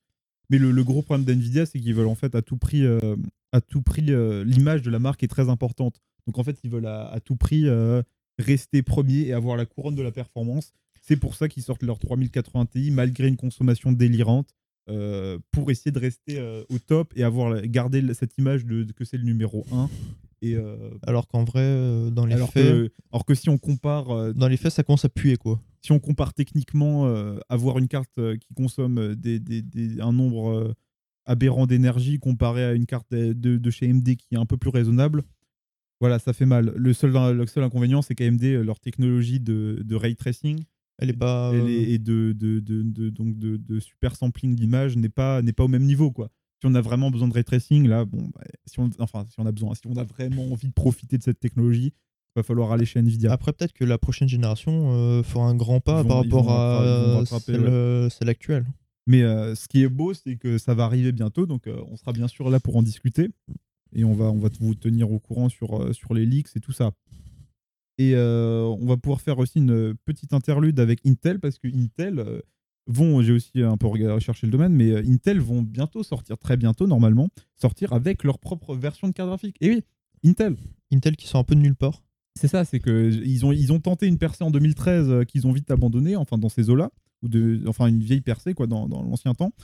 Mais le, le gros problème d'NVIDIA, c'est qu'ils veulent en fait à tout prix, euh, à tout prix euh, l'image de la marque est très importante. Donc en fait, ils veulent à, à tout prix euh, rester premier et avoir la couronne de la performance. C'est pour ça qu'ils sortent leur 3080 Ti malgré une consommation délirante euh, pour essayer de rester euh, au top et avoir la- garder la- cette image de, de- que c'est le numéro 1. Et, euh,
Alors qu'en vrai, euh, dans les
alors,
faits,
que, alors que si on compare euh,
dans les faits, ça commence à puer quoi.
si on compare techniquement, euh, avoir une carte euh, qui consomme euh, des, des- des- un nombre euh, aberrant d'énergie comparé à une carte euh, de, de chez AMD qui est un peu plus raisonnable, voilà, ça fait mal. Le seul, le seul inconvénient, c'est qu'AMD, euh, leur technologie de, de ray tracing
Elle est pas.
elle
euh,
est- et de, de, de- de- donc de, de super sampling d'image n'est pas, n'est pas au même niveau. Quoi. Si on a vraiment besoin de ray tracing, là, bon, bah, si on, enfin, si on a besoin, si on a vraiment envie de profiter de cette technologie, il va falloir aller chez Nvidia.
Après, peut-être que la prochaine génération euh, fera un grand pas
Ils
par
vont- ils vont
rapport à
rattra- ils vont
euh,
rattraper,
celle,
ouais.
euh, celle actuelle.
Mais euh, ce qui est beau, c'est que ça va arriver bientôt, donc euh, on sera bien sûr là pour en discuter. Et on va, on va vous tenir au courant sur, euh, sur les leaks et tout ça. Et euh, on va pouvoir faire aussi une petite interlude avec Intel, parce que Intel euh, vont, j'ai aussi un peu regardé- recherché le domaine, mais euh, Intel vont bientôt sortir, très bientôt normalement, sortir avec leur propre version de carte graphique. Et oui, Intel,
Intel qui sort un peu de nulle part.
c'est ça, c'est que j- ils ont, ils ont tenté une percée en 2013 euh, qu'ils ont vite abandonnée, enfin dans ces eaux-là, ou de, enfin une vieille percée quoi, dans, dans l'ancien temps.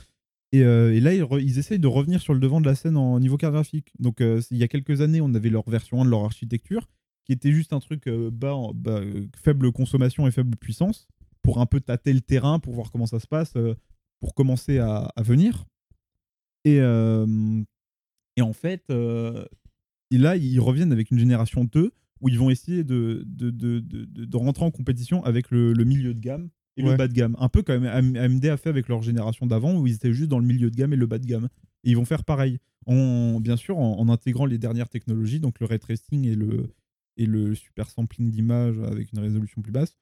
Et, euh, et là, ils, re- ils essayent de revenir sur le devant de la scène en niveau carte graphique. Donc euh, c'est- il y a quelques années, on avait leur version 1 de leur architecture, qui était juste un truc euh, bas, en- bas, euh, faible consommation et faible puissance, pour un peu tâter le terrain, pour voir comment ça se passe, euh, pour commencer à, à venir. Et, euh, et en fait, euh, et là, ils reviennent avec une génération 2 où ils vont essayer de, de, de, de, de- de rentrer en compétition avec le, le milieu de gamme et
Ouais.
le bas de gamme. Un peu comme AM- AMD a fait avec leur génération d'avant, où ils étaient juste dans le milieu de gamme et le bas de gamme. Et ils vont faire pareil, en, bien sûr, en, en intégrant les dernières technologies, donc le ray tracing et le, et le super sampling d'image avec une résolution plus basse.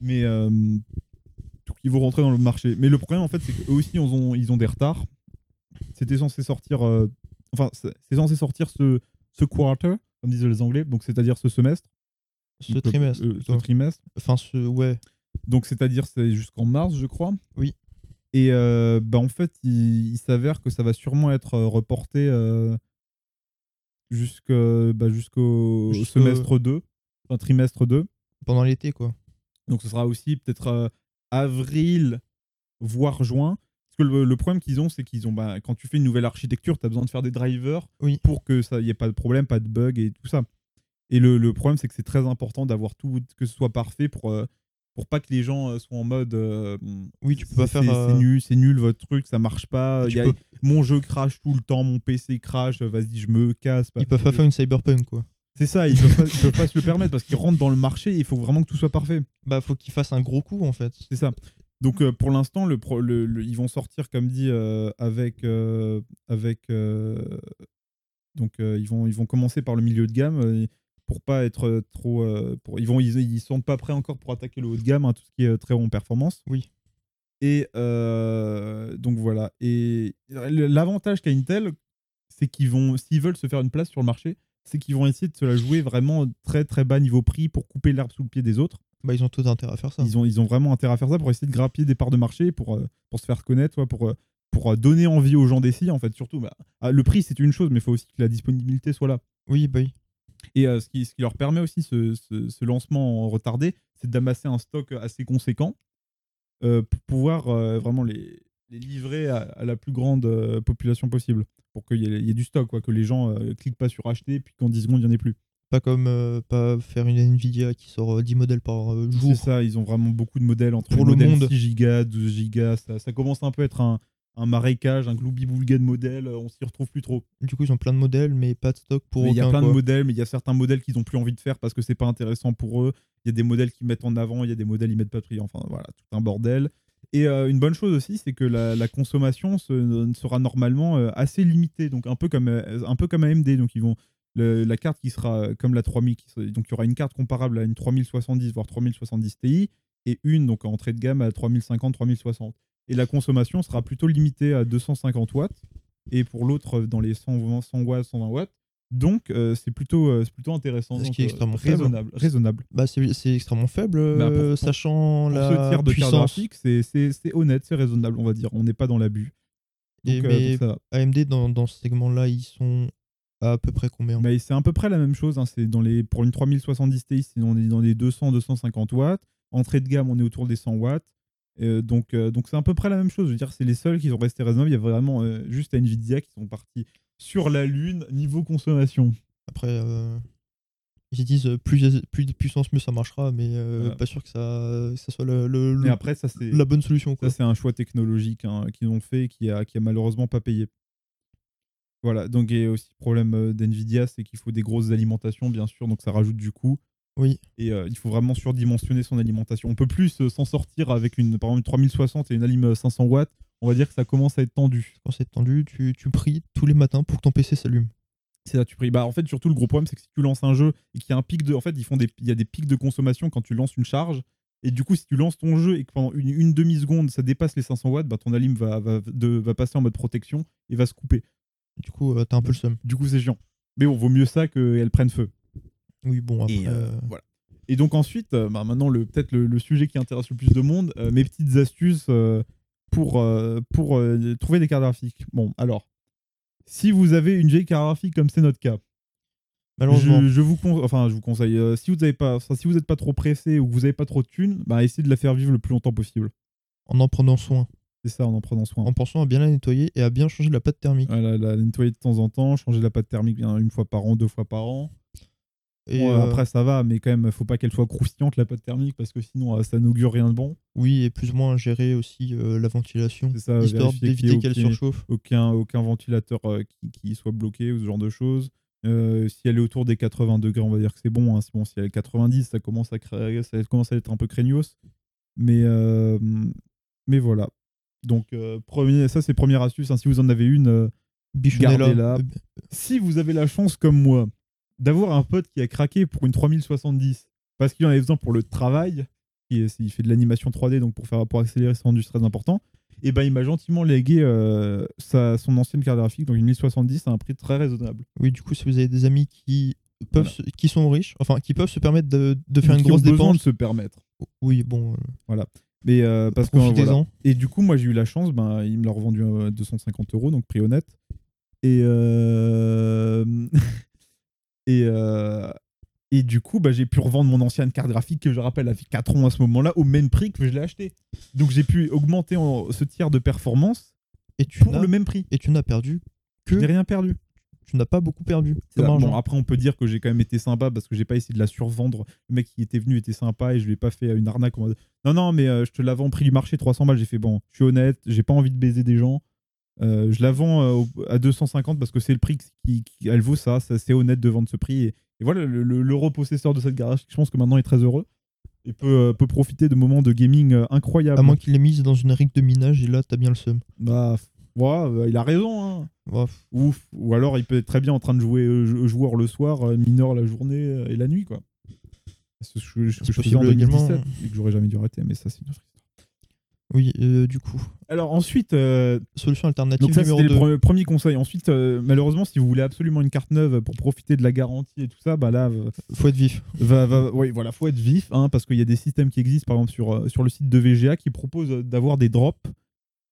Mais euh, donc ils vont rentrer dans le marché. Mais le problème, en fait, c'est qu'eux aussi, ils ont, ils ont des retards. C'était censé sortir. euh, enfin, c'est c'est censé sortir ce, ce quarter, comme disent les Anglais, donc c'est-à-dire ce semestre.
Ce
Donc, euh,
trimestre.
euh, ce
plutôt.
trimestre.
Enfin, ce. Ouais.
Donc, c'est-à-dire, c'est jusqu'en mars, je crois.
Oui.
Et euh, bah, en fait, il, il s'avère que ça va sûrement être euh, reporté euh, jusque- bah, jusqu'au
Jusqu'au-
semestre 2, enfin trimestre 2.
Pendant l'été quoi.
Donc ce sera aussi peut-être euh, avril, voire juin. Parce que le, le problème qu'ils ont, c'est qu'ils ont, bah, quand tu fais une nouvelle architecture, tu as besoin de faire des drivers
Oui.
pour que ça y ait pas de problème, pas de bug et tout ça. Et le, le problème, c'est que c'est très important d'avoir tout, que ce soit parfait pour, euh, pour pas que les gens euh, soient en mode. euh,
Oui, tu peux pas
c'est-
faire,
C'est
euh,
c'est nul, c'est nul votre truc, ça marche pas.
Tu
y a-
peux-
Mon jeu crash tout le temps, mon PC crash, euh, vas-y, je me casse.
Ils peuvent pas faire une cyberpunk quoi.
C'est ça, ils peuvent, pas, ils peuvent pas se le permettre parce qu'ils rentrent dans le marché et il faut vraiment que tout soit parfait.
Bah, faut qu'ils fassent un gros coup en fait.
C'est ça. Donc euh, pour l'instant, le pro- le- le- ils vont sortir comme dit euh, avec euh, avec euh, donc euh, ils vont ils vont commencer par le milieu de gamme euh, pour pas être euh, trop euh, pour, ils vont ils, ils sont pas prêts encore pour attaquer le haut de gamme hein, tout ce qui est euh, très haut en performance.
Oui.
Et euh, donc voilà et le- l'avantage qu'a Intel c'est qu'ils vont s'ils veulent se faire une place sur le marché c'est qu'ils vont essayer de se la jouer vraiment très très bas niveau prix pour couper l'herbe sous le pied des autres.
Bah, ils ont tout intérêt à faire ça.
Ils ont, ils ont vraiment intérêt à faire ça pour essayer de grappiller des parts de marché, pour, euh, pour se faire connaître, ouais, pour, euh, pour euh, donner envie aux gens d'essayer, en fait, surtout. bah, ah, le prix, c'est une chose, mais il faut aussi que la disponibilité soit là.
Oui, bah oui.
Et euh, ce, qui, ce qui leur permet aussi, ce, ce- ce lancement en retardé, c'est d'amasser un stock assez conséquent euh, pour pouvoir euh, vraiment les, les livrer à, à la plus grande euh, population possible, pour qu'il y, ait- il y ait du stock, quoi, que les gens euh, cliquent pas sur acheter, puis qu'en 10 secondes, il n'y en ait plus.
Pas comme euh, pas faire une Nvidia qui sort euh, 10 modèles par euh, jour.
C'est ça, ils ont vraiment beaucoup de modèles entre
Pour
les
le
modèles
monde.
6 gigas, 12 gigas, ça, ça commence un peu à être un, un marécage, un gloubi-boulga de modèles, euh, on s'y retrouve plus trop.
Du coup, ils ont plein de modèles, mais pas de stock pour
Mais Il y a
aucun,
plein de
quoi.
modèles, mais il y a certains modèles qu'ils n'ont plus envie de faire parce que c'est pas intéressant pour eux. Il y a des modèles qu'ils mettent en avant, il y a des modèles ils mettent pas de prix, enfin voilà, tout un bordel. Et euh, une bonne chose aussi, c'est que la, la consommation se- sera normalement euh, assez limitée, donc un peu comme, euh, un peu comme AMD, donc ils vont le- la carte qui sera euh, comme la 3000, qui sera- donc il y aura une carte comparable à une 3070 voire 3070 Ti et une donc en entrée de gamme à 3050, 3060. Et la consommation sera plutôt limitée à 250 watts et pour l'autre euh, dans les 100, 100 watts, 120 watts. Donc euh, c'est plutôt, euh, c'est plutôt intéressant.
Ce
donc,
qui est
euh,
extrêmement faible.
raisonnable. raisonnable.
Bah, c'est c'est extrêmement faible,
Bah, pour-
euh,
pour-
sachant
Pour ce
la
tiers de carte
puissance.
graphique, c'est- c'est c'est honnête, c'est raisonnable, on va dire. On n'est pas dans l'abus. Donc,
Et
euh,
mais
donc ça va.
AMD, dans, dans ce segment-là, ils sont à, peu près combien
Mais c'est à peu près la même chose. hein. C'est dans les, pour une 3070 Ti, c'est dans des, dans des 200-250 watts. Entrée de gamme, on est autour des 100 watts. Euh, donc, euh, donc c'est à peu près la même chose. Je veux dire, c'est les seuls qui sont restés raisonnables. Il y a vraiment euh, juste Nvidia qui sont partis sur la lune niveau consommation.
Après, euh, ils disent euh, plus, plus de puissance, mieux ça marchera, mais euh,
Voilà.
pas sûr que ça, que ça soit le, le- le-
Mais après, ça c'est
la bonne solution.
ça
Quoi.
c'est un choix technologique hein, qu'ils ont fait et qui a, qui a malheureusement pas payé. Voilà. Donc il y a aussi le problème euh, d'Nvidia, c'est qu'il faut des grosses alimentations, bien sûr. Donc ça rajoute du coût.
Oui,
Et euh, il faut vraiment surdimensionner son alimentation. On peut plus euh, s'en sortir avec une, par exemple, une 3060 et une alim euh, 500 watts. On va dire que ça commence à être tendu.
quand c'est tendu, tu, tu pries tous les matins pour que ton PC s'allume.
C'est là tu pries. Bah, en fait, surtout, le gros problème, c'est que si tu lances un jeu et qu'il y a un pic de. En fait, ils font des, il y a des pics de consommation quand tu lances une charge. Et du coup, si tu lances ton jeu et que pendant une, une demi-seconde, ça dépasse les 500 watts, bah, ton alim va, va, de- va passer en mode protection et va se couper.
Du coup, euh, t'as un peu le seum.
Du coup, c'est chiant. Mais bon, vaut mieux ça qu'elle prenne feu.
Oui, bon, après.
Et, euh,
euh,
voilà. Et donc ensuite, euh, bah, maintenant le peut-être le, le sujet qui intéresse le plus de monde, euh, mes petites astuces euh, pour euh, pour euh, trouver des cartes graphiques. Bon, alors si vous avez une vieille carte graphique comme c'est notre cas,
malheureusement,
je, je vous con- enfin je vous conseille euh, si vous n'avez pas enfin, si vous n'êtes pas trop pressé ou que vous n'avez pas trop de thunes, bah essayez de la faire vivre le plus longtemps possible.
en en prenant soin,
C'est ça en en prenant soin.
en pensant à bien la nettoyer et à bien changer la pâte thermique.
Voilà, la nettoyer de temps en temps, changer la pâte thermique bien une fois par an, deux fois par an.
Et,
Bon,
euh,
Après ça va, mais quand même faut pas qu'elle soit croustillante la pâte thermique parce que sinon euh, ça n'augure rien de bon.
Oui, et plus ou moins gérer aussi euh, la ventilation,
C'est ça,
histoire
vérifier qu'il y ait
d'éviter qu'elle
aucun-
surchauffe.
aucun, aucun ventilateur euh, qui, qui soit bloqué ou ce genre de choses. Euh, si elle est autour des 80 degrés, on va dire que c'est bon, hein. C'est bon, si elle est 90, ça commence à, créer, ça commence à être un peu craignos. Mais, euh, mais voilà. Donc, euh, premier, ça, c'est première astuce. hein. Si vous en avez une, euh, Gardez-la.
Bichonnez-la. Euh,
si vous avez la chance, comme moi, d'avoir un pote qui a craqué pour une 3070 parce qu'il en avait besoin pour le travail, il, il fait de l'animation 3D, donc pour, faire, pour accélérer, c'est rendu très important, et ben il m'a gentiment légué euh, sa, son ancienne carte graphique, donc une 1070 à un prix très raisonnable.
Oui, du coup, si vous avez des amis qui peuvent
Voilà.
se- qui sont riches, enfin qui peuvent se permettre de, de faire une
Qui
grosse
ont besoin
dépense.
de se permettre.
Oui, bon, euh,
Mais euh, parce que voilà.
profitez-en.
Et du coup, moi, j'ai eu la chance, ben, il me l'a revendu à 250 euros, donc prix honnête. Et, euh, et, euh, et du coup, bah, j'ai pu revendre mon ancienne carte graphique, que je rappelle, avait 4 ans à ce moment-là, au même prix que je l'ai acheté. Donc j'ai pu augmenter en- ce tiers de performance
Et tu
pour
n'as
le même prix.
et tu n'as perdu que
Je n'ai rien perdu.
tu n'as pas beaucoup perdu.
C'est
comme
ça.
argent.
Bon, après, on peut dire que j'ai quand même été sympa parce que j'ai pas essayé de la survendre. Le mec qui était venu était sympa et je lui ai pas fait euh, une arnaque. en mode, Non, non, mais euh, je te la vends au prix du marché 300 balles. J'ai fait bon, je suis honnête, j'ai pas envie de baiser des gens. Euh, je la vends euh, au- à 250 parce que c'est le prix qui, qui- elle vaut ça. ça c'est honnête de vendre ce prix. Et, et voilà, le- le- l'euro-possesseur de cette garage, je pense que maintenant est très heureux et peut, euh, peut profiter de moments de gaming euh, incroyables.
à moins qu'il l'ait mise dans une rigue de minage et là t'as bien le seum.
Bah, f- ouais, euh, il a raison. hein.
Ouais, f-
Ouf. Ou alors il peut être très bien en train de jouer euh, jou- joueur le soir, euh, mineur la journée euh, et la nuit, quoi. C'est ce que, ce que
C'est
je faisais en
possible également.
2017 et que j'aurais jamais dû arrêter, mais ça c'est une autre histoire.
Oui, euh, du coup.
Alors ensuite, euh,
Solution
donc
alternative
ça
numéro
c'était
2.
le pre- premier conseil. Ensuite, euh, malheureusement, si vous voulez absolument une carte neuve pour profiter de la garantie et tout ça, bah là, euh,
Faut être vif.
va, va- ouais, voilà, faut être vif, hein, parce qu'il y a des systèmes qui existent, par exemple sur, euh, sur le site de VGA, qui proposent euh, d'avoir des drops.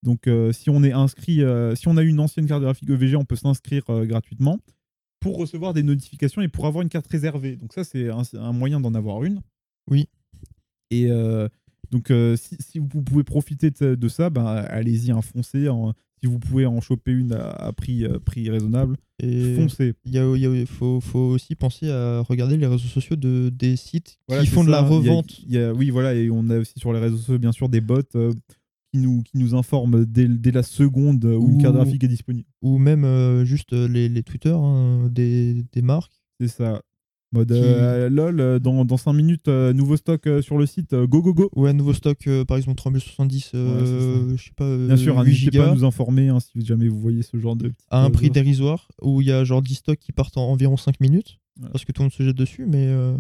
Donc euh, si on est inscrit, euh, si on a une ancienne carte graphique EVGA, on peut s'inscrire euh, gratuitement pour recevoir des notifications et pour avoir une carte réservée. Donc ça, c'est un, c'est un moyen d'en avoir une.
Oui.
Et euh, donc euh, si, si vous pouvez profiter de, de ça, ben, allez-y, hein, foncez. hein. si vous pouvez en choper une à, à prix, euh, prix raisonnable,
Et
foncez.
il y a, il y a- faut, faut aussi penser à regarder les réseaux sociaux de, des sites
Voilà,
qui
c'est
font de
ça,
la
hein. Il y a-
revente.
il y a- oui, voilà, et on a aussi sur les réseaux sociaux, bien sûr, des bots euh, qui, nous, qui nous informent dès, dès la seconde où une carte
Ouh.
graphique est disponible.
ou même euh, juste euh, les, les Twitter hein, des, des marques.
C'est ça. Mode
Qui-
euh, LOL, euh, dans, dans 5 minutes, euh, nouveau stock euh, sur le site, euh, go go go.
Ou un nouveau stock, euh, par exemple 3070, euh, je sais pas, euh,
Bien sûr, hein,
8
n'hésitez pas à
gigas,
nous informer hein, si jamais vous voyez ce genre de. petites,
à un prix
euh,
dérisoire, où il y a genre 10 stocks qui partent en environ 5 minutes,
Voilà.
parce que tout le monde se jette dessus, mais euh,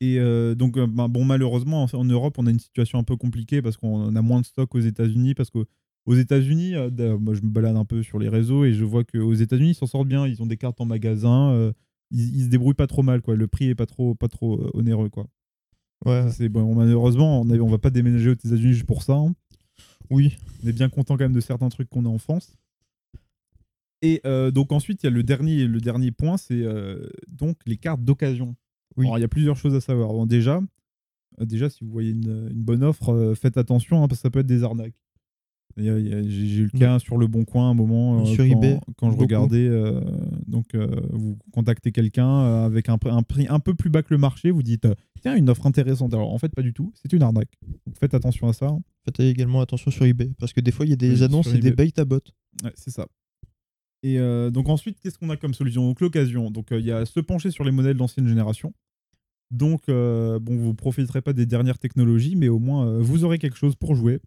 Et euh, donc, euh, ben, bon, malheureusement, en, en Europe, on a une situation un peu compliquée parce qu'on a moins de stock aux États-Unis, parce que aux États-Unis, euh, d'ailleurs, moi je me balade un peu sur les réseaux et je vois qu'aux États-Unis, ils s'en sortent bien. Ils ont des cartes en magasin. euh, ils, ils se débrouillent pas trop mal, quoi. Le prix est pas trop, pas trop euh, onéreux, quoi.
Ouais,
C'est bon, malheureusement, on, a- on va pas déménager aux États-Unis juste pour ça. hein.
oui.
On est bien content quand même de certains trucs qu'on a en France. Et euh, donc ensuite, il y a le dernier, le dernier point, c'est euh, donc les cartes d'occasion.
Oui.
Alors, il y a plusieurs choses à savoir. Bon, déjà, euh, déjà, si vous voyez une, une bonne offre, euh, faites attention, hein, parce que ça peut être des arnaques. Il y a- il y a- J'ai j'ai eu le cas sur Le Bon Coin un moment,
Sur
quand,
eBay,
quand je
beaucoup.
regardais, euh, donc euh, vous contactez quelqu'un euh, avec un, pr- un prix un peu plus bas que le marché, vous dites, euh, tiens, une offre intéressante. Alors en fait, pas du tout, c'est une arnaque. Donc faites attention à ça. hein.
Faites également attention sur eBay, parce que des fois, il y a
Oui,
des
sur
annonces et des
eBay.
baits à bot.
Ouais, c'est ça. Et euh, donc ensuite, qu'est-ce qu'on a comme solution Donc l'occasion. Donc euh, il y a se pencher sur les modèles d'ancienne génération. Donc euh, bon, vous profiterez pas des dernières technologies, mais au moins euh, vous aurez quelque chose pour jouer.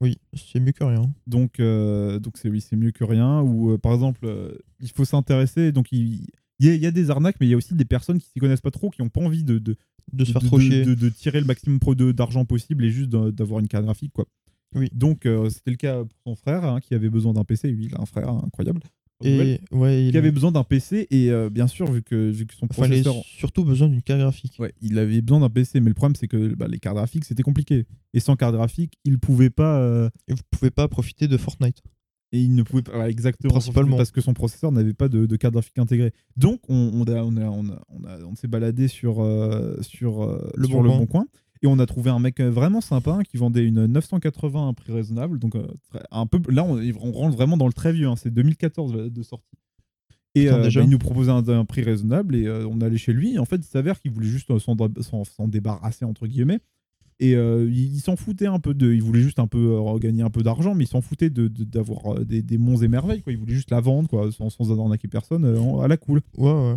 Oui, c'est mieux que rien.
Donc euh, donc c'est oui, c'est mieux que rien. Ou euh, par exemple, euh, il faut s'intéresser. Donc il il y, a- il y a des arnaques, mais il y a aussi des personnes qui s'y connaissent pas trop, qui n'ont pas envie de, de,
De se faire
de-
trop
de-
chier.
de- de tirer le maximum pro- de- d'argent possible et juste d'a- d'avoir une carte graphique. Quoi.
Oui.
Donc, euh, c'était le cas pour son frère hein, qui avait besoin d'un PC. Lui, il a un frère hein, incroyable. Nouvelle.
Et ouais, il
Il avait besoin d'un PC et euh, bien sûr, vu que, vu que son
fallait
processeur.
surtout besoin d'une carte graphique.
Ouais, il avait besoin d'un PC, mais le problème, c'est que bah, les cartes graphiques, c'était compliqué. Et sans carte graphique, il pouvait pas. euh,
Et vous pouvez pas profiter de Fortnite.
et il ne pouvait pas. ouais, exactement.
Principalement.
Parce que son processeur n'avait pas de, de carte graphique intégrée. Donc, on, on, a- on, a- on, a- on, a- on s'est baladé sur, euh, sur, euh,
Le
sur
Bon
le
Coin.
bon coin. Et on a trouvé un mec euh, vraiment sympa hein, qui vendait une 980 à un prix raisonnable. Donc, euh, très- un peu, là, on, on rentre vraiment dans le très vieux. hein, c'est 2014 là, de sortie. Et
Putain,
euh,
déjà.
bah, il nous proposait un, un prix raisonnable et euh, on allait chez lui. Et en fait, il s'avère qu'il voulait juste euh, s'en s'en- s'en débarrasser, entre guillemets. Et euh, il, il s'en foutait un peu de. Il voulait juste un peu euh, gagner un peu d'argent, mais il s'en foutait de- de- d'avoir euh, des, des monts et merveilles. Quoi. Il voulait juste la vendre, quoi, sans, sans arnaquer personne, euh, en- à la cool.
Ouais, ouais.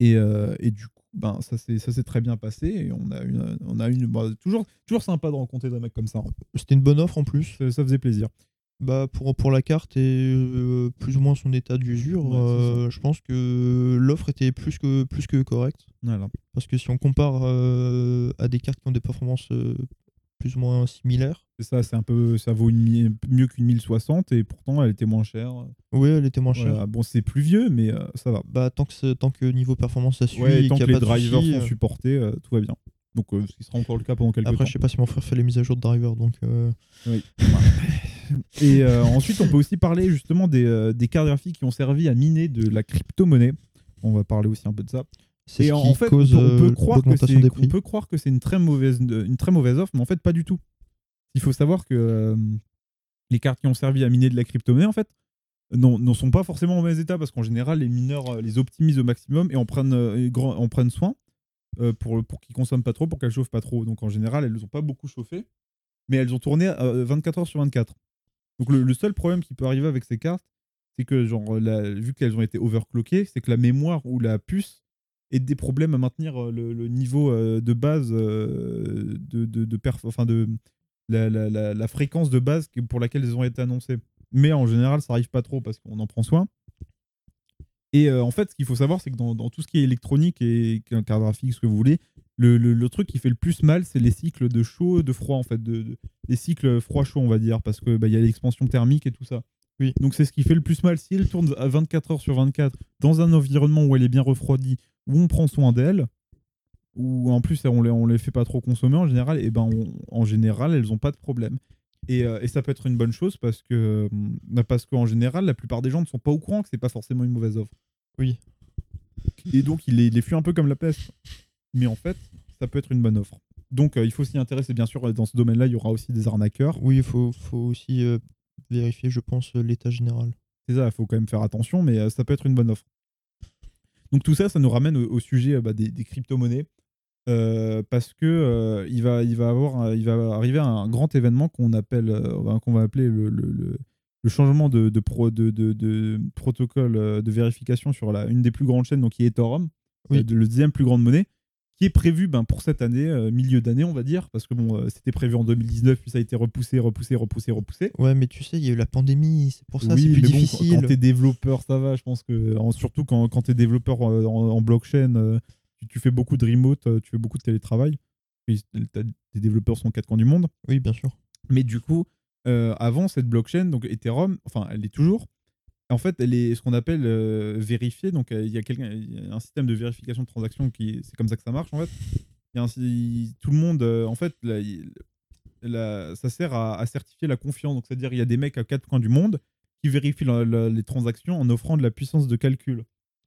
Et, euh, et du coup, ben, ça s'est ça s'est très bien passé. Et on a une. On a une bah, toujours, toujours sympa de rencontrer des mecs comme ça. hein.
C'était une bonne offre en plus.
Ça, ça faisait plaisir.
Bah pour, pour la carte et euh, plus ou moins son état d'usure,
Ouais, c'est
euh, je pense que l'offre était plus que, plus que correcte.
Voilà.
Parce que si on compare euh, à des cartes qui ont des performances euh, plus ou moins similaires,
C'est ça, c'est un peu. Ça vaut une, mi- mieux qu'une 1060 et pourtant, elle était moins chère.
oui, elle était moins chère.
Voilà. Euh, Bon, c'est plus vieux, mais euh, ça va.
Bah tant que, ce- tant que niveau performance ça suit
Ouais,
et
et tant
qu'il
que
n'y a
les
pas de
drivers
soucis,
sont
euh,
supportés, euh, tout va bien. Donc, euh, ce qui sera encore le cas pendant quelques temps.
Après, je sais pas si mon frère fait les mises à jour de driver, donc euh,
Et euh, ensuite, on peut aussi parler justement des, euh, des cartes graphiques qui ont servi à miner de la crypto-monnaie. On va parler aussi un peu de ça.
c'est
Et
ce
en,
qui
en fait,
cause
on peut- on peut,
euh,
croire que
l'augmentation
c'est-
des prix.
on peut croire que c'est une très mauvaise une très mauvaise offre, mais en fait, pas du tout. Il faut savoir que euh, les cartes qui ont servi à miner de la crypto-monnaie, en fait, n'en n'en sont pas forcément en mauvais état parce qu'en général, les mineurs euh, les optimisent au maximum et en prennent, euh, et grand- en prennent soin euh, pour, pour qu'ils consomment pas trop, pour qu'elles chauffent pas trop. Donc en général, elles ne ont pas beaucoup chauffé, mais elles ont tourné euh, 24 heures sur 24. Donc le, le seul problème qui peut arriver avec ces cartes, c'est que genre, la- vu qu'elles ont été overclockées, c'est que la mémoire ou la puce ait des problèmes à maintenir euh, le, le niveau euh, de base euh, de, de, de perf- enfin de la, la- la- la fréquence de base que- pour laquelle elles ont été annoncées. Mais en général, ça arrive pas trop parce qu'on en prend soin. Et euh, en fait, ce qu'il faut savoir, c'est que dans, dans tout ce qui est électronique et carte graphique, ce que vous voulez, le, le- le truc qui fait le plus mal, c'est les cycles de chaud, de froid, en fait, de, de- les cycles froid-chaud, on va dire, parce que bah, il y a l'expansion thermique et tout ça.
Oui.
Donc c'est ce qui fait le plus mal. Si elle tourne à 24 heures sur 24 dans un environnement où elle est bien refroidie, où on prend soin d'elle, où en plus on les, on les fait pas trop consommer en général, et ben on- en général elles ont pas de problème. Et, euh, et ça peut être une bonne chose parce que bah, parce qu'en général la plupart des gens ne sont pas au courant que c'est pas forcément une mauvaise offre.
Oui.
Et donc il les, il les fuit un peu comme la peste. Mais en fait ça peut être une bonne offre. Donc euh, il faut s'y intéresser bien sûr. Dans ce domaine-là il y aura aussi des arnaqueurs.
Oui, il faut, faut aussi euh, vérifier, je pense, euh, l'état général.
C'est ça, il faut quand même faire attention, mais euh, ça peut être une bonne offre. Donc tout ça, ça nous ramène au, au sujet euh, bah, des, des crypto-monnaies, euh, parce que euh, il, va, il, va avoir, euh, il va arriver un grand événement qu'on appelle, euh, bah, qu'on va appeler le, le- le- le changement de, de, pro- de- de- de protocole euh, de vérification sur la, une des plus grandes chaînes, donc qui est Ethereum,
Oui.
euh, de- le deuxième plus grande monnaie, qui est prévu ben, pour cette année, euh, milieu d'année, on va dire, parce que bon, euh, c'était prévu en 2019, puis ça a été repoussé, repoussé, repoussé, repoussé.
Ouais, mais tu sais, il y a eu la pandémie, c'est pour ça,
Oui,
c'est plus
mais bon,
difficile.
quand- Quand t'es développeur, ça va. Je pense que en- surtout quand, quand t'es développeur euh, en, en blockchain, euh, tu, tu fais beaucoup de remote, euh, tu fais beaucoup de télétravail. Et t'as- Tes développeurs sont aux quatre coins du monde.
Oui, bien sûr.
Mais du coup, euh, avant cette blockchain, donc Ethereum, enfin elle est toujours, en fait elle est ce qu'on appelle euh, vérifiée, donc euh, il y a quelqu'un, il y a un système de vérification de transactions qui, c'est comme ça que ça marche en fait. Il y a un- il- tout le monde, euh, en fait, là, il- la- ça sert à, à certifier la confiance, donc c'est-à-dire il y a des mecs à quatre coins du monde qui vérifient la- la- les transactions en offrant de la puissance de calcul.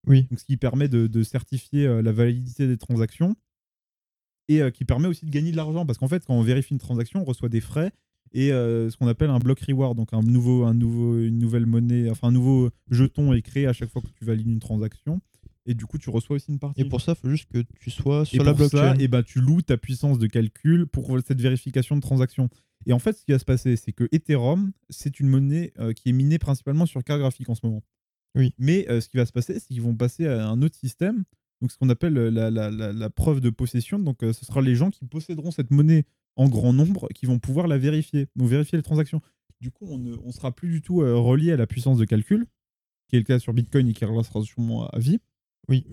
Oui.
Donc, ce qui permet de, de certifier euh, la validité des transactions et euh, qui permet aussi de gagner de l'argent. Parce qu'en fait, quand on vérifie une transaction, on reçoit des frais et euh, ce qu'on appelle un block reward. Donc, un nouveau, un nouveau, une nouvelle monnaie, enfin, un nouveau jeton est créé à chaque fois que tu valides une transaction. Et du coup, tu reçois aussi une partie.
Et pour ça, il faut juste que tu sois
Et
sur la
pour ça,
blockchain.
eh ben, tu loues ta puissance de calcul pour cette vérification de transaction. Et en fait, ce qui va se passer, c'est que Ethereum, c'est une monnaie euh, qui est minée principalement sur carte graphique en ce moment.
Oui.
Mais euh, ce qui va se passer, c'est qu'ils vont passer à un autre système, donc ce qu'on appelle euh, la, la- la- la preuve de possession. Donc, euh, ce sera les gens qui posséderont cette monnaie en grand nombre qui vont pouvoir la vérifier, donc vérifier les transactions. Du coup, on ne on sera plus du tout euh, relié à la puissance de calcul, qui est le cas sur Bitcoin et qui restera sûrement à vie.
Oui.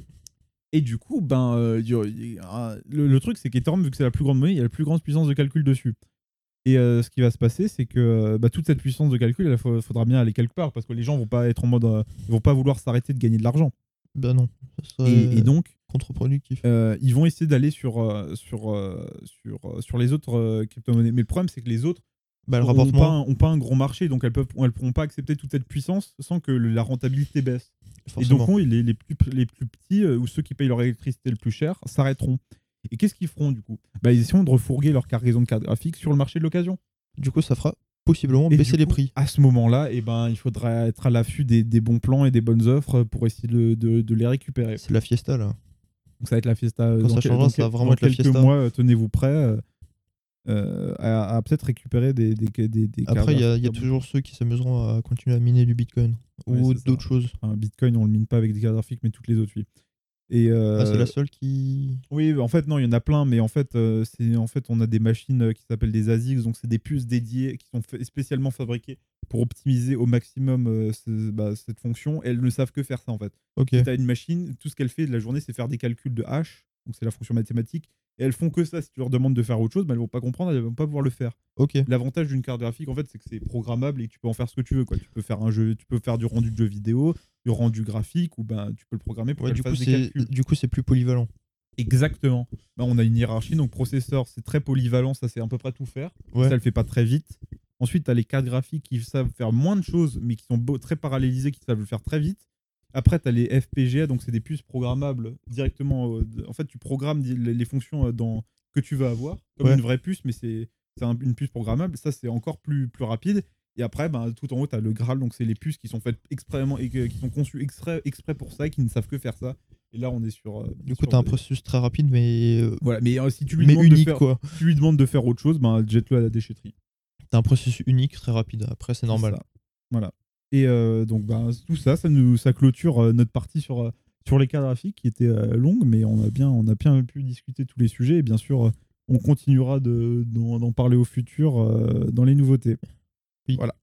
Et du coup, ben, euh, il y a- il y a- le, le truc, c'est qu'Ethereum, vu que c'est la plus grande monnaie, il y a la plus grande puissance de calcul dessus. Et euh, ce qui va se passer, c'est que euh, bah, toute cette puissance de calcul, il fa- faudra bien aller quelque part, parce que les gens vont pas être en mode, euh, ils vont pas vouloir s'arrêter de gagner de l'argent.
Ben non, ça serait
Et- et donc,
contre-productif.
euh, ils vont essayer d'aller sur, euh, sur, euh, sur, euh, sur les autres euh, crypto-monnaies. Mais le problème, c'est que les autres
Bah, le
n'ont
rapportement.
pas, un- ont pas un gros marché, donc elles ne elles pourront pas accepter toute cette puissance sans que le- la rentabilité baisse.
forcément.
Et donc, oui, les, les plus, les plus petits euh, ou ceux qui payent leur électricité le plus cher s'arrêteront. Et qu'est-ce qu'ils feront du coup bah, Ils essaieront de refourguer leur cargaison de cartes graphiques sur le marché de l'occasion.
Du coup, ça fera possiblement
Et
baisser
du
les
coup,
prix.
À ce moment-là, eh ben, il faudra être à l'affût des, des bons plans et des bonnes offres pour essayer de, de- de les récupérer.
C'est la fiesta là.
Donc ça va être la fiesta. euh,
Quand
dans
ça
quel-
changera,
dans
ça va
quel-
vraiment
dans
être la
quelques
fiesta.
mois, euh, tenez-vous prêts euh, euh, à, à peut-être récupérer des, des, des, des cartes
Après, il y a,
graphiques
il y a
à bon
toujours ceux qui s'amuseront à continuer à miner du bitcoin ou
Oui, c'est ça.
d'autres choses.
prix. Enfin, Bitcoin, on le mine pas avec des cartes graphiques, mais toutes les autres, oui. Et euh,
Ah, c'est la seule qui.
Oui, bah, en fait, non, il y en a plein, mais en fait, euh, c'est en fait on a des machines euh, qui s'appellent des ASICs, donc c'est des puces dédiées qui sont fa- spécialement fabriquées pour optimiser au maximum euh, ce- bah, cette fonction. Elles ne savent que faire ça, en fait.
Ok.
Tu as une machine, tout ce qu'elle fait de la journée, c'est faire des calculs de H, donc c'est la fonction mathématique, et elles font que ça. Si tu leur demandes de faire autre chose, bah, elles vont pas comprendre, elles vont pas pouvoir le faire.
Ok.
L'avantage d'une carte graphique, en fait, c'est que c'est programmable et que tu peux en faire ce que tu veux. Quoi. Tu peux faire un jeu, tu peux faire du rendu de jeu vidéo, du rendu graphique, ou ben tu peux le programmer pour
Ouais,
qu'elle
du, coup,
fasse des
c'est,
calculs.
du coup, c'est plus polyvalent.
Exactement. Bah, on a une hiérarchie, donc processeur, c'est très polyvalent, ça sait à peu près tout faire.
Ouais.
Ça le fait pas très vite. Ensuite, tu as les cartes graphiques qui savent faire moins de choses, mais qui sont beaux- très parallélisées, qui savent le faire très vite. Après, tu as les FPGA, donc c'est des puces programmables directement. euh, de- En fait, tu programmes di- les les fonctions euh, dans... que tu vas avoir, comme
Ouais.
une vraie puce, mais c'est c'est un- une puce programmable. Ça, c'est encore plus, plus rapide. Et après, ben, tout en haut, tu as le Graal, donc c'est les puces qui sont faites exprès, et que- qui sont conçues exprès, exprès pour ça et qui ne savent que faire ça. Et là, on est sur. euh,
Du coup,
sur
t'as un
des-
processus très rapide, mais, euh,
voilà, mais euh, si tu lui,
mais
demandes,
unique
de faire,
quoi.
si tu lui demandes de faire autre chose, ben, jette-le à la déchetterie.
T'as un processus unique très rapide. Après, c'est normal.
C'est ça. Voilà. Et euh, donc, ben, tout ça, ça, nous, ça clôture euh, notre partie sur, euh, sur les cartes graphiques qui était euh, longue, mais on a, bien, on a bien pu discuter tous les sujets. Et bien sûr, euh, on continuera de- d'en d'en parler au futur euh, dans les nouveautés.
Oui.
Voilà.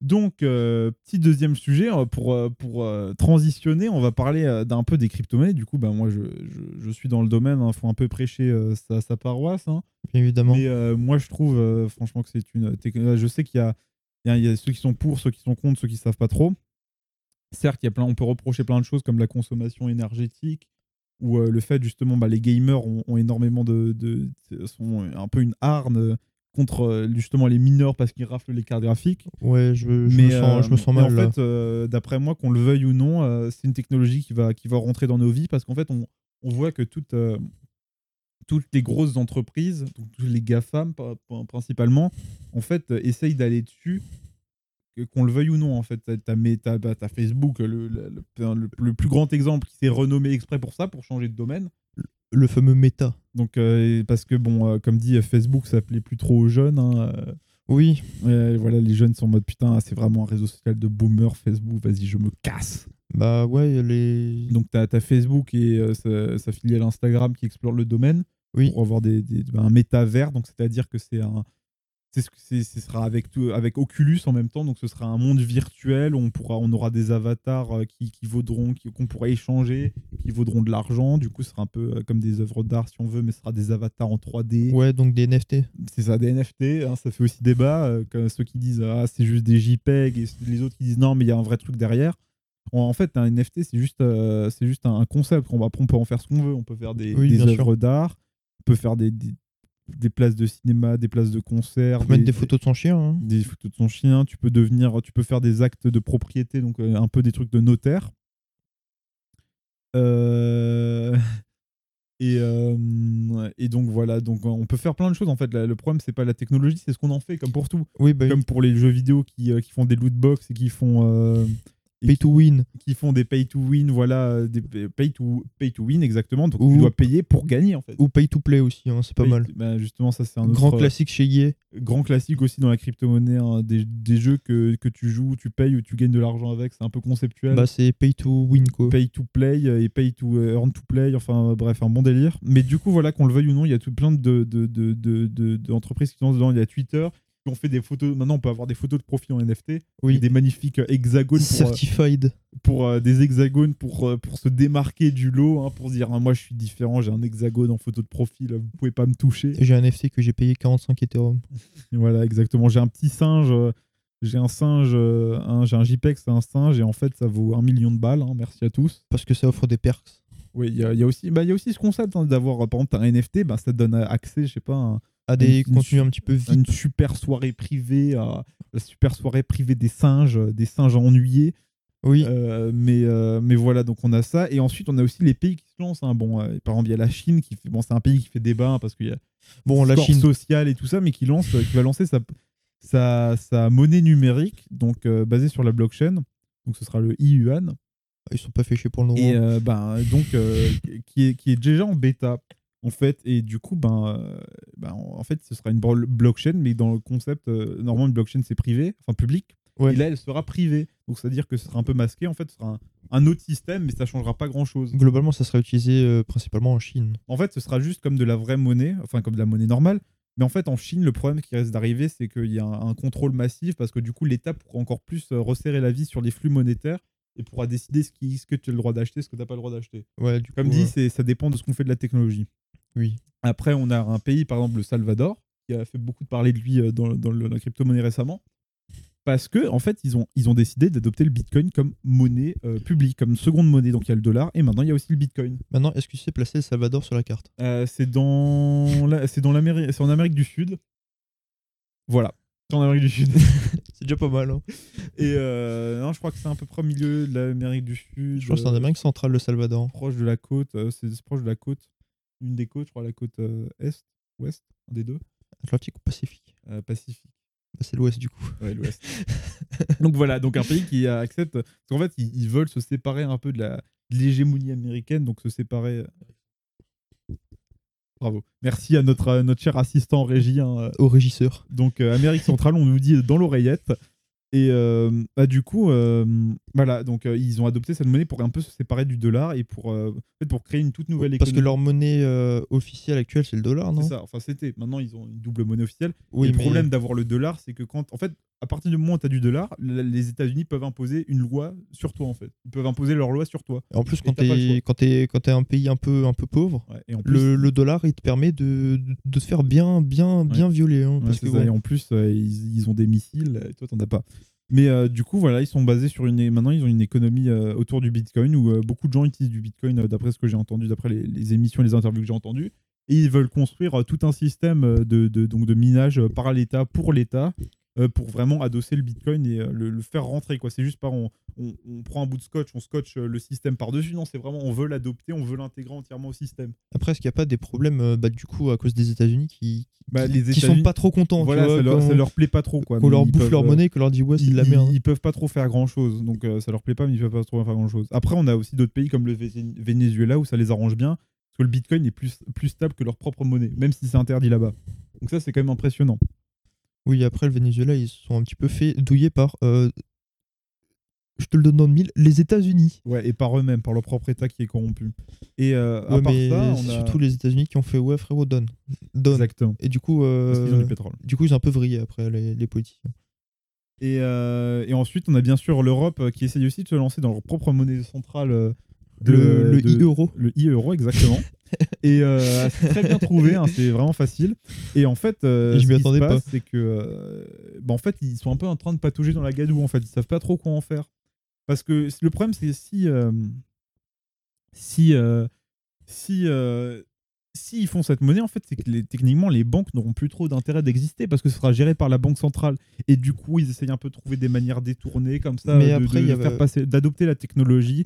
Donc, euh, petit deuxième sujet, euh, pour, euh, pour euh, transitionner, on va parler euh, d'un peu des crypto-monnaies. Du coup, ben, moi, je, je- je suis dans le domaine, il faut un peu prêcher euh, sa, sa paroisse. hein.
Bien évidemment.
Mais euh, moi, je trouve, euh, franchement, que c'est une. techno- Je sais qu'il y a, il y a- il y a ceux qui sont pour, ceux qui sont contre, ceux qui savent pas trop. Certes, il y a plein, on peut reprocher plein de choses comme la consommation énergétique ou euh, le fait justement, bah, les gamers ont, ont énormément de, de- de- sont un peu une arme contre euh, justement les mineurs parce qu'ils raflent les cartes graphiques.
Ouais, je, je me sens,
euh,
je me sens
mais
mal. là.
En fait, euh, d'après moi, qu'on le veuille ou non, euh, c'est une technologie qui va, qui va rentrer dans nos vies parce qu'en fait, on, on voit que toutes, euh, toutes les grosses entreprises, donc tous les GAFAM par- par- principalement, en fait, euh, essayent d'aller dessus. que- Qu'on le veuille ou non, en fait, t'as t'as mes- t'as- bah, t'as Facebook, le, le- le- le- le plus grand exemple qui s'est renommé exprès pour ça, pour changer de domaine.
Le fameux méta.
Donc, euh, parce que, bon, euh, comme dit, euh, Facebook, ça plaît plus trop aux jeunes. hein, euh,
Oui,
euh, voilà, les jeunes sont en mode putain, c'est vraiment un réseau social de boomer, Facebook, vas-y, je me casse.
bah ouais, les.
Donc, t'as as Facebook et euh, sa, sa filiale Instagram qui explore le domaine
Oui.
pour avoir des, des- ben, un métavers, donc c'est-à-dire que c'est un, c'est ce que- c'est- ce sera avec tout- avec Oculus en même temps donc ce sera un monde virtuel où on pourra on aura des avatars euh, qui, qui vaudront qui- qu'on pourra échanger qui vaudront de l'argent du coup ce sera un peu euh, comme des œuvres d'art si on veut mais ce sera des avatars en 3D
Ouais, donc des NFT.
c'est ça des NFT hein, ça fait aussi débat euh, comme ceux qui disent ah c'est juste des JPEG et les autres qui disent non mais il y a un vrai truc derrière en, en fait un NFT c'est juste euh, c'est juste un, un concept qu'on va on peut en faire ce qu'on veut on peut faire des,
Oui,
des
bien sûr.
œuvres d'art on peut faire des, des des places de cinéma, des places de concert,
Faut mettre des photos de son chien. hein.
des photos de son chien, tu peux devenir, tu peux faire des actes de propriété, donc euh, un peu des trucs de notaire. Euh, Et, euh, et donc voilà, donc on peut faire plein de choses en fait. Là, le problème c'est pas la technologie, c'est ce qu'on en fait, comme pour tout,
Oui, bah,
comme pour les jeux vidéo qui, euh, qui font des loot box et qui font euh, et
pay
qui-
to win.
qui font des pay to win, voilà, euh, des pay to pay to win exactement. Donc
Ou-
tu dois payer pour gagner en fait.
Ou pay to play aussi, hein, c'est pas
Pay-
mal.
bah, justement, ça c'est un autre
Grand classique chez E EA.
grand classique aussi dans la crypto-monnaie, hein, des, des jeux que, que tu joues, tu payes ou tu gagnes de l'argent avec, c'est un peu conceptuel.
Bah, c'est pay to win, quoi.
euh, pay to play euh, et pay to euh, earn to play, enfin euh, bref, un bon délire. Mais du coup, voilà, qu'on le veuille ou non, il y a tout plein de, de, de, de- de- d'entreprises qui sont dedans. Il y a Twitter qui ont fait des photos. Maintenant, on peut avoir des photos de profil en NFT,
Oui.
des magnifiques euh, hexagones pour, euh,
Certified.
pour, euh, des hexagones pour, euh, pour se démarquer du lot, hein, pour dire hein, moi je suis différent, j'ai un hexagone en photo de profil, vous pouvez pas me toucher.
J'ai un NFT que j'ai payé 45 Ethereum.
Voilà, exactement. J'ai un petit singe, euh, j'ai un singe, euh, un- j'ai un JPEG, c'est un singe, et en fait, ça vaut un million de balles. hein, merci à tous.
Parce que ça offre des perks.
Oui, il y, a- il y a aussi bah, il y a aussi ce concept hein, d'avoir, euh, par exemple, un NFT, bah, ça te donne euh, accès, je sais pas, à
À des
Une- une
contenus un petit peu
à
vides.
une super soirée privée, à la super soirée privée des singes, euh, des singes ennuyés.
Oui.
Euh, mais, euh, mais voilà, donc on a ça. Et ensuite, on a aussi les pays qui se lancent. hein. Bon, euh, par exemple, il y a la Chine, qui fait, bon, c'est un pays qui fait débat hein, parce qu'il y a
bon, la
score
Chine.
sociale et tout ça, mais qui lance, euh, qui va lancer sa, sa, sa monnaie numérique, donc euh, basée sur la blockchain. Donc ce sera le yuan
Ils sont pas fêchés pour le moment.
et euh, ben donc euh, qui est qui est déjà en bêta en fait et du coup ben, euh, ben, en fait ce sera une bro- blockchain mais dans le concept euh, normalement une blockchain c'est privé enfin public
Ouais.
et là elle sera privée donc c'est à dire que ce sera un peu masqué en fait ce sera un, un autre système mais ça changera pas grand chose
Globalement, ça sera utilisé euh, principalement en Chine.
en fait, ce sera juste comme de la vraie monnaie, enfin comme de la monnaie normale. Mais en fait, en Chine, le problème qui reste d'arriver, c'est qu'il y a un, un contrôle massif parce que du coup, l'État pourra encore plus euh, resserrer la vie sur les flux monétaires et pourra décider ce, qui, ce que tu as le droit d'acheter, ce que tu n'as pas le droit d'acheter.
Ouais, du
Comme
coup,
dit,
euh,
c'est- ça dépend de ce qu'on fait de la technologie.
oui.
Après, on a un pays, par exemple le Salvador, qui a fait beaucoup de parler de lui euh, dans, dans le- la crypto-monnaie récemment, parce que en fait, ils ont, ils ont décidé d'adopter le Bitcoin comme monnaie euh, publique, comme seconde monnaie. Donc il y a le dollar et maintenant il y a aussi le Bitcoin.
Maintenant, est-ce que tu sais placer le Salvador sur la carte
Euh, c'est dans la- c'est dans l'Amérique, c'est en Amérique du Sud. Voilà, c'est en Amérique du Sud.
C'est déjà pas mal. hein.
Et euh, non, je crois que c'est à peu près au milieu de l'Amérique du Sud.
Je crois que c'est en
euh,
Amérique centrale, le Salvador.
proche de la côte, euh, c'est c'est proche de la côte, une des côtes, je crois la côte euh, est, ouest, un des deux,
Atlantique ou Pacifique
euh, Pacifique.
Bah, C'est l'Ouest, du coup.
Ouais, l'Ouest. donc voilà, donc un pays qui accepte. Parce qu'en fait, ils, ils veulent se séparer un peu de la de l'hégémonie américaine, donc se séparer. euh. Bravo. Merci à notre, à notre cher assistant en régie. hein.
Au régisseur.
Donc euh, Amérique centrale, on nous dit dans l'oreillette. Et euh, bah, du coup, euh, voilà, donc euh, ils ont adopté cette monnaie pour un peu se séparer du dollar et pour, euh, en fait, pour créer une toute nouvelle
Parce que
économie.
leur monnaie euh, officielle actuelle, c'est le dollar, non
C'est ça, enfin c'était. Maintenant, ils ont une double monnaie officielle.
Oui,
Et le
mais-
problème d'avoir le dollar, c'est que quand, en fait, à partir du moment où tu as du dollar, l- les États-Unis peuvent imposer une loi sur toi, en fait. Ils peuvent imposer leur loi sur toi.
En plus,
Et
quand
t'as pas le choix.
t'es quand t'es- quand t'es un pays un peu un peu pauvre,
Ouais, et en plus,
le, le dollar il te permet de, de- de te faire bien bien bien violer. hein,
ouais,
parce
c'est
que
ça. Et
bon,
en plus, euh, ils, ils ont des missiles, et toi, t'en as pas. Mais euh, du coup, voilà, ils sont basés sur une. Maintenant, ils ont une économie euh, autour du Bitcoin où euh, beaucoup de gens utilisent du Bitcoin, euh, d'après ce que j'ai entendu, d'après les, les émissions et les interviews que j'ai entendues. Et ils veulent construire euh, tout un système euh, de, de- donc de minage euh, par l'État, pour l'État, euh, pour vraiment adosser le Bitcoin et euh, le, le faire rentrer. quoi. C'est juste pas on, on- on prend un bout de scotch, on scotche euh, le système par-dessus. Non, c'est vraiment on veut l'adopter, on veut l'intégrer entièrement au système.
après, est-ce qu'il n'y a pas des problèmes euh, bah, du coup à cause des États-Unis qui
Bah,
qui,
les
qui sont
États-Unis-
pas trop contents, tu
Voilà,
vois,
ça, leur,
qu'on-
ça leur plaît pas trop. quoi.
qu'on
Mais
leur
ils
bouffe
peuvent,
leur
euh,
monnaie, qu'on leur dit ouais c'est de la hein.
ils-
merde.
Ils, peuvent pas trop faire grand chose, donc euh, ça leur plaît pas, mais ils peuvent pas trop faire grand chose. Après, on a aussi d'autres pays comme le Vén- Venezuela où ça les arrange bien, parce que le Bitcoin est plus, plus stable que leur propre monnaie, même si c'est interdit là-bas. Donc ça, c'est quand même impressionnant.
Oui, après le Venezuela ils se sont un petit peu fait douiller par euh, je te le donne dans le mille, les États-Unis.
Ouais, et par eux-mêmes, par leur propre État qui est corrompu. Et euh, à
Ouais,
part
mais
ça, on
c'est
a...
surtout les États-Unis qui ont fait ouais frérot donne, donne.
Exactement.
Et du coup, euh,
Parce qu'ils ont du pétrole.
du coup ils ont un peu vrillé après les, les politiciens.
Et, euh, et ensuite, on a bien sûr l'Europe euh, qui essaye aussi de se lancer dans leur propre monnaie centrale. euh, de-
le le
de-
euro.
Le i-euro, exactement. et euh, c'est très bien trouvé, hein, c'est vraiment facile. Et en fait, euh,
Je
ce
m'y
qui se
attendais
passe, c'est que, euh, bah, en fait, ils sont un peu en train de patauger dans la gadoue. En fait, ils savent pas trop quoi en faire. Parce que c- le problème, c'est si, euh, si, euh, si, euh, si ils font cette monnaie, en fait, c'est que les- techniquement, les banques n'auront plus trop d'intérêt d'exister parce que ce sera géré par la banque centrale. Et du coup, ils essayent un peu de trouver des manières détournées comme ça,
Mais
de-
après,
de
il y
faire
avait-
passer- d'adopter la technologie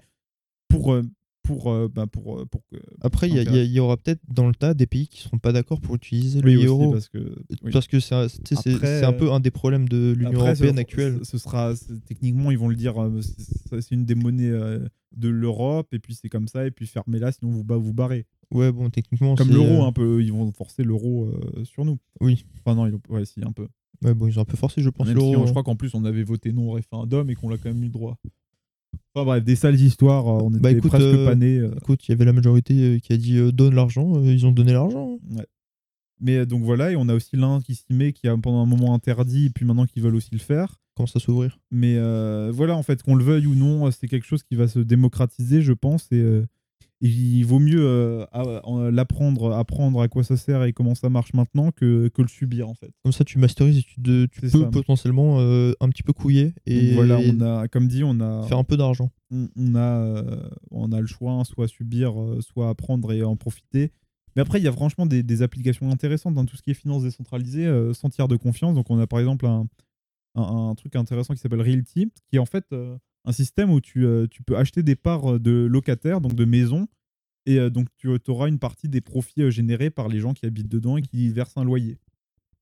pour euh, pour euh, bah, pour euh, pour que
Après, il y, a- il y a- il y aura peut-être dans le tas des pays qui seront pas d'accord pour utiliser
Oui,
le
aussi,
euro.
parce que oui.
Parce que c'est un- tu sais, c'est-
Après,
c'est un peu un des problèmes de l'Union
Après,
européenne
ce-
actuelle.
ce sera c'est- techniquement ils vont le dire euh, c'est- c'est c'est une des monnaies euh, de l'Europe et puis c'est comme ça et puis fermez-la sinon vous ba- vous barrez
Ouais, bon, techniquement.
comme
c'est,
l'euro
euh,
un peu ils vont forcer l'euro euh, sur nous
Oui.
enfin non ils l'ont- ouais si un peu
ouais, bon, ils ont un peu forcé, je pense.
hein. Même si,
l'euro. hein. euh.
on- je crois qu'en plus on avait voté non au référendum et qu'on l'a quand même eu le droit enfin bref des sales histoires euh, on était
Bah, écoute,
presque
euh,
pas nés, euh,
Écoute, il y avait la majorité euh, qui a dit euh, donne l'argent, euh, ils ont donné l'argent.
mais euh, donc voilà et on a aussi l'Inde qui s'y met qui a pendant un moment interdit et puis maintenant qu'ils veulent aussi le faire
Commence à s'ouvrir.
Mais euh, voilà, en fait, qu'on le veuille ou non, euh, c'est quelque chose qui va se démocratiser, je pense. Et euh, il vaut mieux euh, à- en- l'apprendre, apprendre à quoi ça sert et comment ça marche maintenant que, que le subir, en fait.
Comme ça, tu masterises et tu, de- tu peux
C'est ça.
potentiellement euh, un petit peu couiller et
Donc voilà, on a, comme dit, on a,
faire un peu d'argent.
on, on a, euh, on a le choix, hein, soit subir, euh, soit apprendre et en profiter. Mais après, il y a franchement des, des applications intéressantes dans tout ce qui est finance décentralisée, euh, sans tiers de confiance. Donc, on a par exemple un, un- un truc intéressant qui s'appelle Realty, qui est en fait euh, un système où tu, euh, tu peux acheter des parts euh, de locataires, donc de maisons, et euh, donc tu auras une partie des profits euh, générés par les gens qui habitent dedans et qui versent un loyer.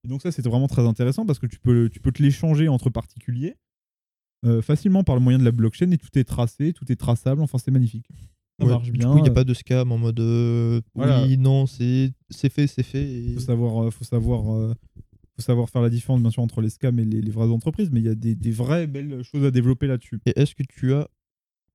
Et donc ça, c'est vraiment très intéressant parce que tu peux, tu peux te l'échanger entre particuliers euh, facilement par le moyen de la blockchain et tout est tracé, tout est traçable, enfin c'est magnifique. Ça
Ouais,
marche
du
bien.
coup, il n'y a pas de scam en mode euh,
Voilà.
oui, non, c'est c'est fait, c'est fait. et-
faut savoir, euh, faut savoir, euh, faut savoir faire la différence bien sûr entre les scams et les, les vraies entreprises, mais il y a des, des vraies belles choses à développer là-dessus.
Et est-ce que tu as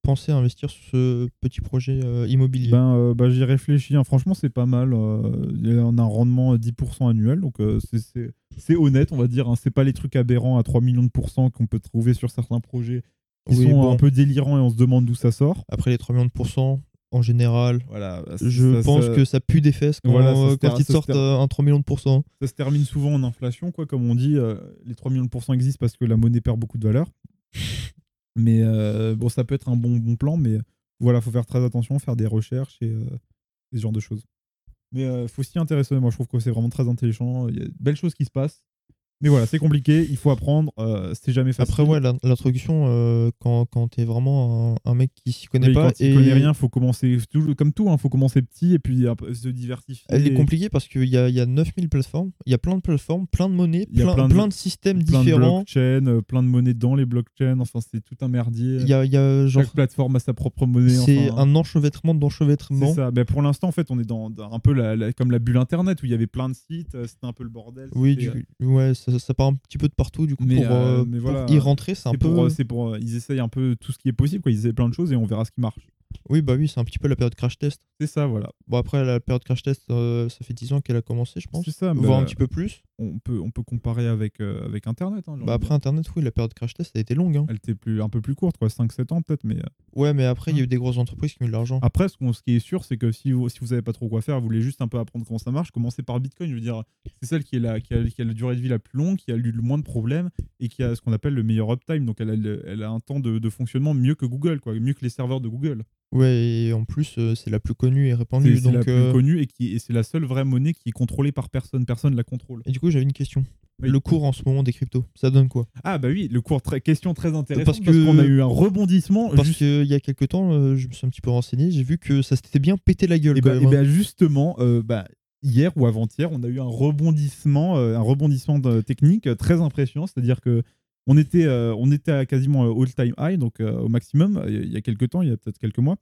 pensé à investir sur ce petit projet euh, immobilier
Ben, euh, bah, j'y réfléchis. hein. Franchement, c'est pas mal. euh, il y a- on a un rendement à 10% annuel, donc euh, c'est- c'est c'est honnête, on va dire. hein. C'est pas les trucs aberrants à 3 millions de pourcents qu'on peut trouver sur certains projets qui
Oui,
sont
bon.
un peu délirants et on se demande d'où ça sort.
Après les 3 millions de pourcents, en général,
Voilà. bah, ça-
je
ça-
pense
ça-
que ça pue des fesses quand,
Voilà, ça se
euh, quand
ter- ça
ils
se
te sortent
ter-
euh, un 3 millions de pourcents.
ça se termine souvent en inflation, quoi. Comme on dit, euh, les 3 millions de pourcents existent parce que la monnaie perd beaucoup de valeur. Mais euh, bon, ça peut être un bon, bon plan, mais voilà, faut faire très attention, faire des recherches et euh, ce genre de choses. Mais euh, faut s'y intéresser. Moi, je trouve que c'est vraiment très intelligent. Il y a de belles choses qui se passent. Mais voilà, c'est compliqué, il faut apprendre, euh, c'est jamais facile.
Après, ouais, l'in- l'introduction, euh, quand, quand t'es vraiment un, un mec qui s'y connaît
Mais
pas,
quand il
et
connaît rien, faut commencer tout- comme tout, hein, faut commencer petit et puis après, se diversifier.
elle est
et-
compliquée parce qu'il y a, il y a 9000 plateformes, il y a plein de plateformes, plein de monnaies,
Il y a
plein,
plein
plein,
de-
de, systèmes
plein de
différents.
blockchains, euh, plein de monnaies dans les blockchains, enfin c'est tout un merdier.
Il y a, il y a genre.
Chaque plateforme a sa propre monnaie.
C'est
enfin,
un enchevêtrement
c'est
d'enchevêtrement.
ça. Ben, pour l'instant, en fait, on est dans, dans un peu la, la- comme la bulle internet où il y avait plein de sites, euh, c'était un peu le bordel.
Oui,
c'était, euh,
du- ouais, ça, ça part un petit peu de partout, du coup,
Mais,
pour,
euh,
euh,
mais
pour
voilà,
y rentrer, c'est un
c'est
peu.
pour, euh, c'est pour, euh, ils essayent un peu tout ce qui est possible, quoi. Ils essayent plein de choses et on verra ce qui marche.
Oui, bah oui, c'est un petit peu la période crash test.
C'est ça, voilà.
Bon, après, la période crash test, euh, ça fait 10 ans qu'elle a commencé, je pense.
C'est ça.
Voire
ben,
un petit peu plus.
On peut, on peut comparer avec, euh, avec internet. hein, j'ai
Bah,
envie de
après Internet, oui, la période crash test, elle a été longue. hein.
dire. Elle était plus, un peu plus courte, quoi, 5-7 ans peut-être. Mais euh,
Ouais, mais après, il y a eu des grosses entreprises qui ont eu de l'argent.
après, ce, qu'on- ce qui est sûr, c'est que si vous, si vous savez pas trop quoi faire, vous voulez juste un peu apprendre comment ça marche, commencez par le Bitcoin. Je veux dire, c'est celle qui, est la, qui, a, qui a la durée de vie la plus longue, qui a eu le moins de problèmes et qui a ce qu'on appelle le meilleur uptime. Donc elle a, le- elle a un temps de, de fonctionnement mieux que Google, quoi, mieux que les serveurs de Google.
Ouais, et en plus, euh, c'est la plus connue et
C'est
répandue.
c'est
Donc,
la plus
euh,
connue et, qui- et c'est la seule vraie monnaie qui est contrôlée par personne. Personne la contrôle.
Et du coup, j'avais une question.
Oui.
Le cours en ce moment des cryptos, ça donne quoi
Ah bah oui, le cours très, question très intéressante parce
Parce
qu'on
que-
a eu un rebondissement.
Parce
Oh, juste-
qu'il y a quelques temps, euh, je me suis un petit peu renseigné, j'ai vu que ça s'était bien pété la gueule.
Et
quand
bah,
même, hein.
justement, euh, bah, hier ou avant-hier, on a eu un rebondissement, euh, un rebondissement de- technique euh, très impressionnant. C'est-à-dire que on était, euh, on était à quasiment euh, all-time high, donc euh, au maximum, euh, il y a quelques temps, il y a peut-être quelques mois.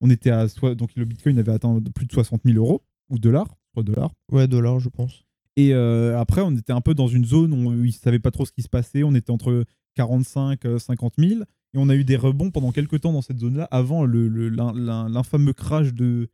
On était à soi- donc le Bitcoin avait atteint de plus de 60 000 euros ou dollars, je crois, dollars.
hein. Ouais, dollars, je pense.
Et euh, après, on était un peu dans une zone où ils ne savaient pas trop ce qui se passait. On était entre 45 000 euh, et 50 000. Et Et on a eu des rebonds pendant quelques temps dans cette zone-là, avant le- le- l'in- l'in- l'infameux crash de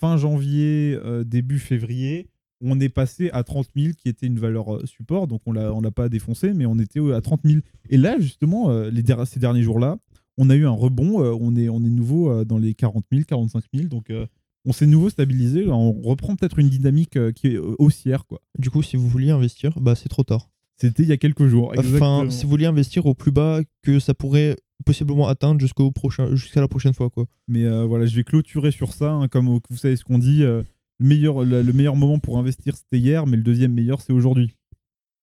fin janvier, euh, début février. On est passé à 30 000, qui était une valeur euh, support, donc on l'a- on l'a pas défoncé, mais on était euh, à 30 000. Et là, justement, euh, les der- ces derniers jours-là, on a eu un rebond, euh, on, est, on est nouveau euh, dans les 40 000, 45 000, donc euh, on s'est nouveau stabilisé, là, on reprend peut-être une dynamique euh, qui est euh, haussière, quoi.
Du coup, si vous vouliez investir, bah, c'est trop tard.
C'était il y a quelques jours.
Enfin,
exactement.
si vous vouliez investir au plus bas que ça pourrait possiblement atteindre jusqu'au prochain, jusqu'à la prochaine fois, quoi.
Mais euh, voilà, je vais clôturer sur ça. hein, comme au- vous savez ce qu'on dit, euh, le, meilleur, le, le meilleur moment pour investir, c'était hier, mais le deuxième meilleur, c'est aujourd'hui.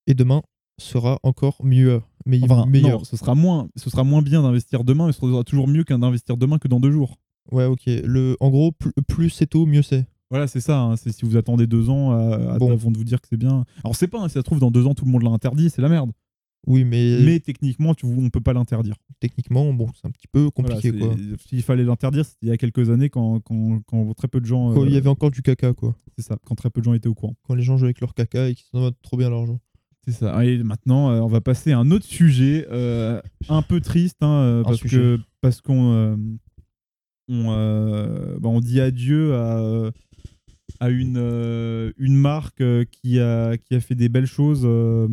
Et demain sera encore mieux, mais
Enfin, non,
meilleur.
ce sera moins, ce sera moins bien d'investir demain, mais ce sera toujours mieux qu'un d'investir demain que dans deux jours.
Ouais, ok. Le, en gros, plus, plus c'est tôt, mieux c'est.
Voilà, c'est ça. hein, c'est si vous attendez deux ans euh, à- à-
Bon.
avant de vous dire que c'est bien. Alors c'est pas, hein, si ça se trouve dans deux ans tout le monde l'a interdit, c'est la merde.
Oui, mais,
Mais techniquement, tu, on peut pas l'interdire.
techniquement, bon, c'est un petit peu compliqué,
Voilà,
quoi.
c'est- S'il fallait l'interdire, c'était il y a quelques années quand, quand, quand très peu de gens,
Quand il y
euh,
avait encore du caca, quoi.
c'est ça, quand très peu de gens étaient au courant.
Quand les gens jouaient avec leur caca et qu'ils s'en mettent trop bien l'argent.
C'est ça. Et maintenant, euh, on va passer à un autre sujet, euh, un peu triste, hein, euh,
Un
parce
sujet.
que parce qu'on euh, on, euh, bah, on dit adieu à, à une euh, une marque euh, qui a qui a fait des belles choses euh,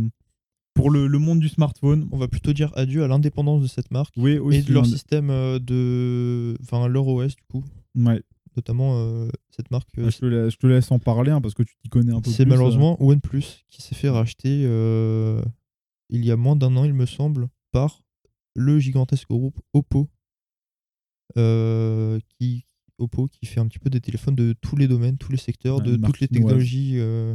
pour le, le monde du smartphone.
On va plutôt dire adieu à l'indépendance de cette marque
Oui, aussi.
et de leur
hein,
système euh, de. Enfin, leur OS, du coup.
ouais. bah,
Notamment, euh, cette marque. euh,
Ah, je, te la- je te laisse en parler hein, parce que tu t'y connais un peu.
c'est
plus,
malheureusement OnePlus qui s'est fait racheter euh, il y a moins d'un an, il me semble, par le gigantesque groupe Oppo. Euh, qui, Oppo qui fait un petit peu des téléphones de tous les domaines, tous les secteurs,
Ouais,
de
une marque
toutes les
chinoise.
technologies. euh,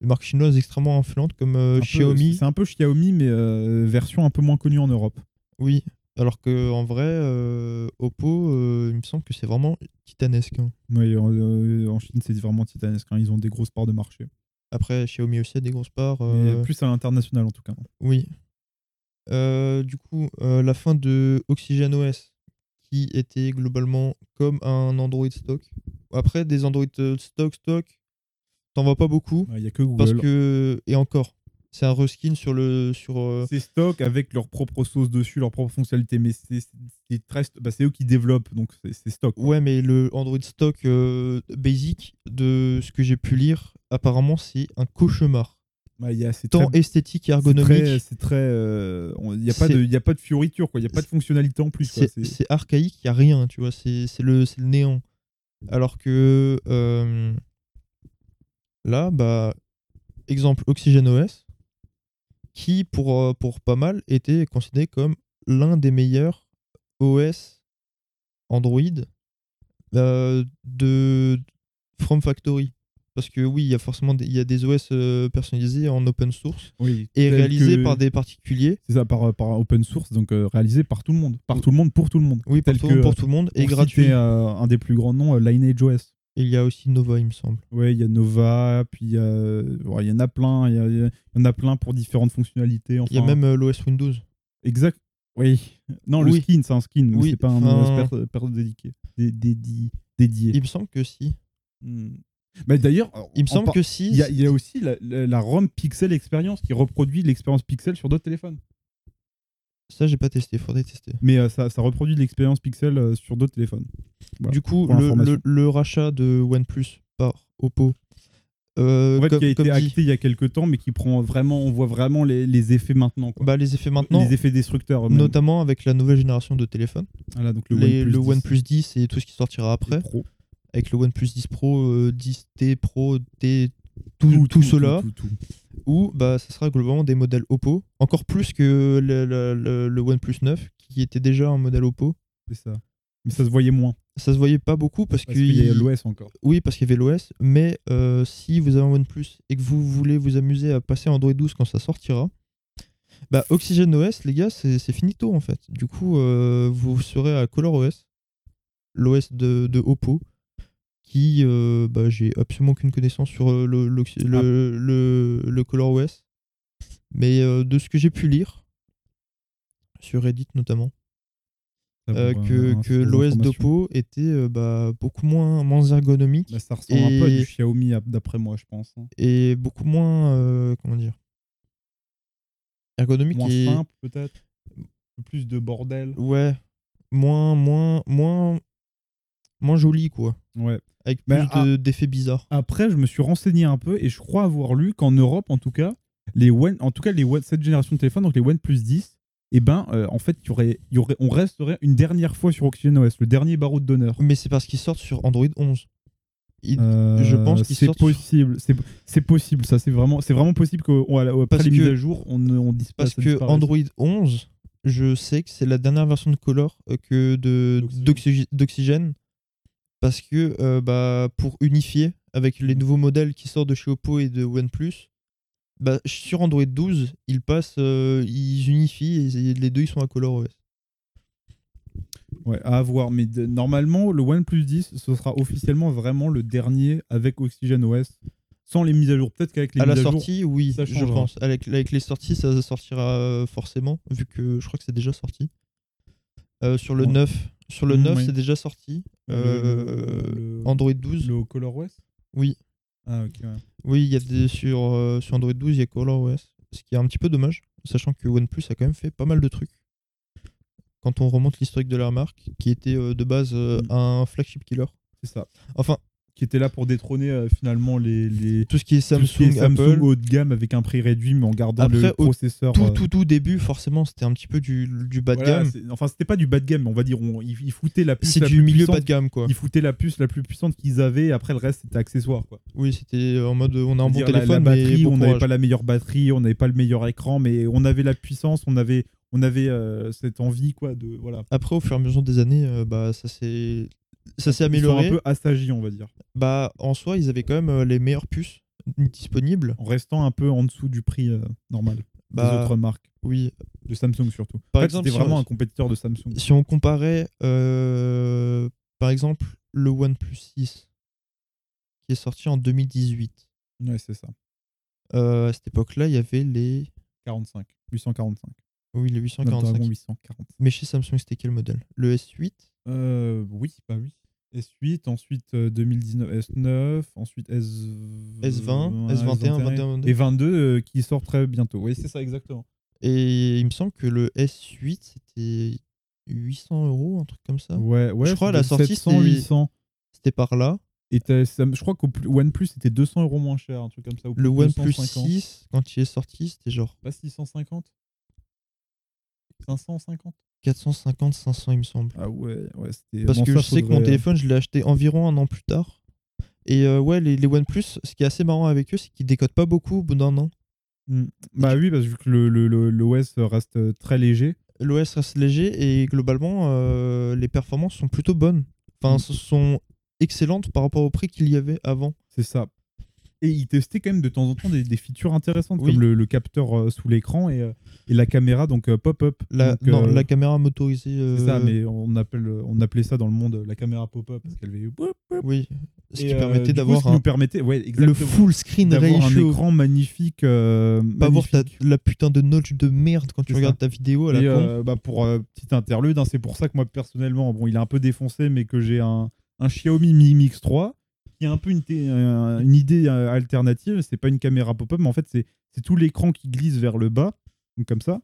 une marque chinoise extrêmement influente comme euh,
euh, un peu-
Xiaomi.
C'est un peu Xiaomi, mais euh, version un peu moins connue en Europe.
Oui, alors que en vrai, euh, Oppo, euh, il me semble que c'est vraiment titanesque. hein.
Oui, en, euh, en Chine, c'est vraiment titanesque. hein, ils ont des grosses parts de marché.
Après, Xiaomi aussi a des grosses parts.
Mais
euh,
plus à l'international en tout cas.
Oui. Euh, du coup, euh, la fin de OxygenOS, qui était globalement comme un Android stock. Après, des Android euh, stock stock, t'en vois pas beaucoup
Il n'y a que Google.
parce que et encore, c'est un reskin sur le sur. euh,
C'est stock avec leur propre sauce dessus, leur propre fonctionnalité, mais c'est c'est très st- bah, c'est eux qui développent, donc c'est- c'est stock.
Ouais, mais le Android stock euh, basic de ce que j'ai pu lire, apparemment, c'est un cauchemar.
Bah, il y a- C'est
Tant
très-
esthétique
c'est
et ergonomique.
très, c'est très, euh, on- il n'y a pas
C'est-
de, il y a pas de fioriture quoi, il n'y a pas de fonctionnalité en plus. quoi, c'est-
c'est c'est archaïque, il n'y a rien, tu vois, c'est c'est le, c'est le néant. Alors que euh, là, bah, exemple OxygenOS, qui pour, euh, pour pas mal était considéré comme l'un des meilleurs OS Android euh, de From Factory. Parce que oui, il y a forcément des, il y a des OS euh, personnalisés en open source
oui,
et
tel
réalisés
que-
par des particuliers.
C'est ça par, par open source, donc euh, réalisé par tout le monde, par tout le monde pour tout le monde.
Oui, pour,
Tel
tout,
que,
pour tout le monde et
Pour
gratuit.
citer, euh, un des plus grands noms, euh, LineageOS.
Il y a aussi Nova, il me semble.
Ouais, il y a Nova, puis il y, a- ouais, il y en a plein, il y, a- il y en a plein pour différentes fonctionnalités.
Il y a
enfin.
même euh, l'OS Windows.
Exact. Oui. Non, le
Oui.
skin, c'est un skin, mais
Oui,
c'est pas un OS
enfin-
per- per- dédié. Dé- dédi- dédié.
Il me semble que si.
Hmm. Mais d'ailleurs,
Il me
en
semble
par-
que si.
il y, a- il y a aussi la, la- la ROM Pixel Experience qui reproduit l'expérience Pixel sur d'autres téléphones.
Ça, j'ai pas testé. Faudrait tester.
Mais euh, ça, ça reproduit l'expérience Pixel euh, sur d'autres téléphones. Voilà,
du coup,
pour
le,
l'information.
le- le rachat de OnePlus par Oppo. euh,
En fait,
comme,
qui a été
comme dit,
acté il y a quelques temps, mais qui prend vraiment, on voit vraiment les, les effets maintenant. quoi.
bah, les effets maintenant,
les effets destructeurs. même.
notamment avec la nouvelle génération de téléphones.
Voilà, donc le
Le, les,
OnePlus 10,
le OnePlus 10 et tout ce qui sortira
les
après.
Pro,
Avec le OnePlus 10 Pro, 10T Pro, T,
tout,
tout, tout,
tout,
cela.
tout, tout, tout.
où bah, ça sera globalement des modèles Oppo. Encore plus que le, le- le- le OnePlus 9, qui était déjà un modèle Oppo.
C'est ça. Mais ça se voyait moins.
Ça se voyait pas beaucoup parce,
Parce qu'il y a
il-
l'OS encore.
Oui, parce qu'il y avait l'OS, mais euh, si vous avez un OnePlus et que vous voulez vous amuser à passer à Android 12 quand ça sortira, bah OxygenOS, les gars, c'est c'est finito en fait. Du coup, euh, vous serez à ColorOS, l'OS de, de Oppo, qui, euh, bah, j'ai absolument aucune connaissance sur euh, le, l'Oxy- le, le- le ColorOS, mais euh, de ce que j'ai pu lire, sur Reddit notamment,
Ça
euh,
pour,
que,
euh,
que
pour
l'OS
information.
d'Oppo était euh, bah, beaucoup moins, moins ergonomique.
Bah, ça ressemble un peu à
Et-
du Xiaomi, à- d'après moi, je pense. hein.
et beaucoup moins euh, comment dire ergonomique
Moins
et
simple, peut-être. peu plus de bordel.
Ouais. Moins, moins, moins, moins joli, quoi.
Ouais.
Avec
Ben,
plus de- d'effets bizarres.
Après, je me suis renseigné un peu et je crois avoir lu qu'en Europe, en tout cas, les One, en tout cas les One- cette génération de téléphone, donc les One Plus 10, eh ben, euh, en fait, il y aurait, il y aurait, on resterait une dernière fois sur OxygenOS, le dernier barreau de donneur.
Mais c'est parce qu'ils sortent sur Android 11. Ils- je
Euh,
pense qu'ils
c'est
sortent sur-
possible, c'est c'est possible, ça, c'est vraiment, c'est vraiment possible qu'après
Parce
les mises
que-
à jour, on ne- on dise pas
Parce
ça
que
disparaisse.
Android 11, je sais que c'est la dernière version de Color euh, que de
D'oxygène.
d'oxyg- d'oxygène. Parce que euh, bah, pour unifier avec les nouveaux modèles qui sortent de chez Oppo et de OnePlus, bah, sur Android 12, ils passent, euh, ils unifient et et les deux ils sont à Color OS.
Ouais, à avoir. Mais de- normalement, le OnePlus 10, ce sera officiellement vraiment le dernier avec OxygenOS, sans les mises à jour. Peut-être qu'avec les
à
mises
la
à jour,
sortie, oui,
ça
je
changera.
pense. Avec, avec les sorties, ça sortira euh, forcément, vu que je crois que c'est déjà sorti. Euh, sur le
Ouais.
9, sur le
Mm,
9
oui.
c'est déjà sorti.
le-
euh,
le-
Android 12,
le ColorOS
oui.
Ah, ok, ouais.
Oui, il y a des, sur, euh, sur Android 12, il y a ColorOS. Ce qui est un petit peu dommage, sachant que OnePlus a quand même fait pas mal de trucs. Quand on remonte l'historique de la marque, qui était euh, de base euh,
Mm.
un flagship killer.
C'est ça.
Enfin,
Qui était là pour détrôner euh, finalement les, les
tout ce qui est Samsung,
tout ce qui est
Apple,
haut de gamme avec un prix réduit, mais en gardant
Après,
le
au
processeur.
tout,
euh,
tout, tout début, forcément, c'était un petit peu du, du bas de
voilà,
gamme.
c'est- Enfin, c'était pas du bas de gamme, mais on va dire, on, ils, ils foutaient la puce
C'est
la
du
plus
milieu
puissante.
bas de gamme, quoi.
Ils foutaient la puce la plus puissante qu'ils avaient, et après le reste c'était accessoire. Quoi.
Oui, c'était en mode euh, on a un bon
Dire la-
téléphone,
la,
mais
batterie,
bon
on n'avait
courage.
pas la meilleure batterie, on n'avait pas le meilleur écran, mais on avait la puissance, on avait, on avait euh, cette envie quoi de voilà.
Après, au fur et à mesure des années, euh, bah, ça s'est ça s'est
Ils sont
amélioré.
un peu assagi, on va dire,
Bah, en soi, ils avaient quand même euh, les meilleures puces disponibles.
en restant un peu en dessous du prix euh, normal des
Bah,
autres marques.
oui,
De Samsung surtout.
Par
En fait,
exemple,
c'était
si
vraiment
on-
un compétiteur de Samsung.
si on comparait, euh, par exemple, le OnePlus 6, qui est sorti en 2018,
Ouais, c'est ça.
euh, à cette époque-là, il y avait les,
45. 845.
oui, les
Snapdragon
845.
840.
Mais chez Samsung, c'était quel modèle Le S8
Euh, oui, bah oui. S8, ensuite euh, 2019 S9, ensuite S...
S20,
ouais,
S21, 21,
et 22 euh, qui sort très bientôt. Oui, c'est ça exactement.
Et il me semble que le S8, c'était 800 euros, un truc comme ça.
Ouais, ouais,
Je crois à la
c'était
sortie,
700,
c'était-
800.
C'était par là.
Et t'as- ça me- je crois qu'au plus- OnePlus c'était 200 euros moins cher, un truc comme ça. ou
Le OnePlus
250.
6, quand il est sorti, c'était genre
Pas 650 550
450, 500, il me semble.
Ah ouais, ouais, c'était.
Parce
bon,
que
ça,
je sais que mon
faudrait- euh,
téléphone, je l'ai acheté environ un an plus tard. Et euh, ouais, les, les OnePlus, ce qui est assez marrant avec eux, c'est qu'ils décodent pas beaucoup au bout d'un an.
Bah oui, parce que vu que le- le- le- l'OS reste euh, très léger.
L'OS reste léger et globalement, euh, les performances sont plutôt bonnes. Enfin,
Mm.
ce sont excellentes par rapport au prix qu'il y avait avant.
C'est ça. Et ils testaient quand même de temps en temps des, des features intéressantes,
Oui.
comme le, le capteur euh, sous l'écran et, euh, et la caméra, donc euh, pop-up.
La,
Donc,
non,
euh,
la caméra motorisée.
c'est ça,
euh,
mais on, appelle, on appelait ça dans le monde euh, la caméra pop-up parce qu'elle avait.
Oui. Ce
Et,
qui
euh, du
permettait
coup,
d'avoir
ce qui
un-
nous permettait, ouais,
le
exactement,
full screen
d'avoir un
ratio.
écran magnifique. euh,
Pas avoir ta-
magnifique.
la putain de notch de merde quand tu
C'est
regardes ta vidéo à la
Et,
con.
euh, bah, pour euh, petit interlude, hein, c'est pour ça que moi personnellement, bon, il est un peu défoncé, mais que j'ai un, un Xiaomi Mi Mix 3 qui a un peu une, thé- euh, une idée euh, alternative. C'est pas une caméra pop-up, mais en fait, c'est c'est tout l'écran qui glisse vers le bas, donc comme ça,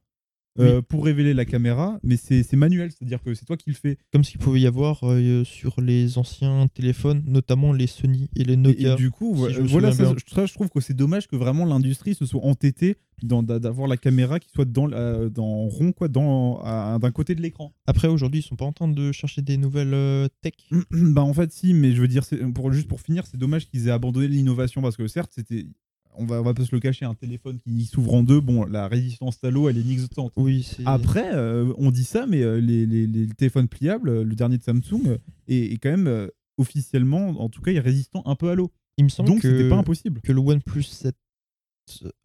euh, pour révéler la caméra. Mais c'est c'est manuel, c'est-à-dire que c'est toi qui le fais.
Comme ce qu'il pouvait y avoir euh, sur les anciens téléphones, notamment les Sony et les
Et,
Nokia.
et du coup,
si
voilà-
je me
voilà,
souviens
ça,
bien.
je, ça, je trouve que c'est dommage que vraiment l'industrie se soit entêtée dans- d'a- d'avoir la caméra qui soit dans, la- dans en rond, quoi, dans à- d'un côté de l'écran.
Après, aujourd'hui, ils sont pas en train de chercher des nouvelles euh, tech.
bah en fait si mais je veux dire c'est- pour juste pour finir c'est dommage qu'ils aient abandonné l'innovation parce que certes c'était on va on va pas se le cacher un téléphone qui s'ouvre en deux bon la résistance à l'eau elle est inexistante
Oui, c'est.
après euh, on dit ça mais euh, les, les- les téléphones pliables euh, le dernier de Samsung euh, est, est quand même euh, officiellement en tout cas il est résistant un peu à l'eau
il me semble
donc
que,
c'était pas impossible
que le OnePlus 7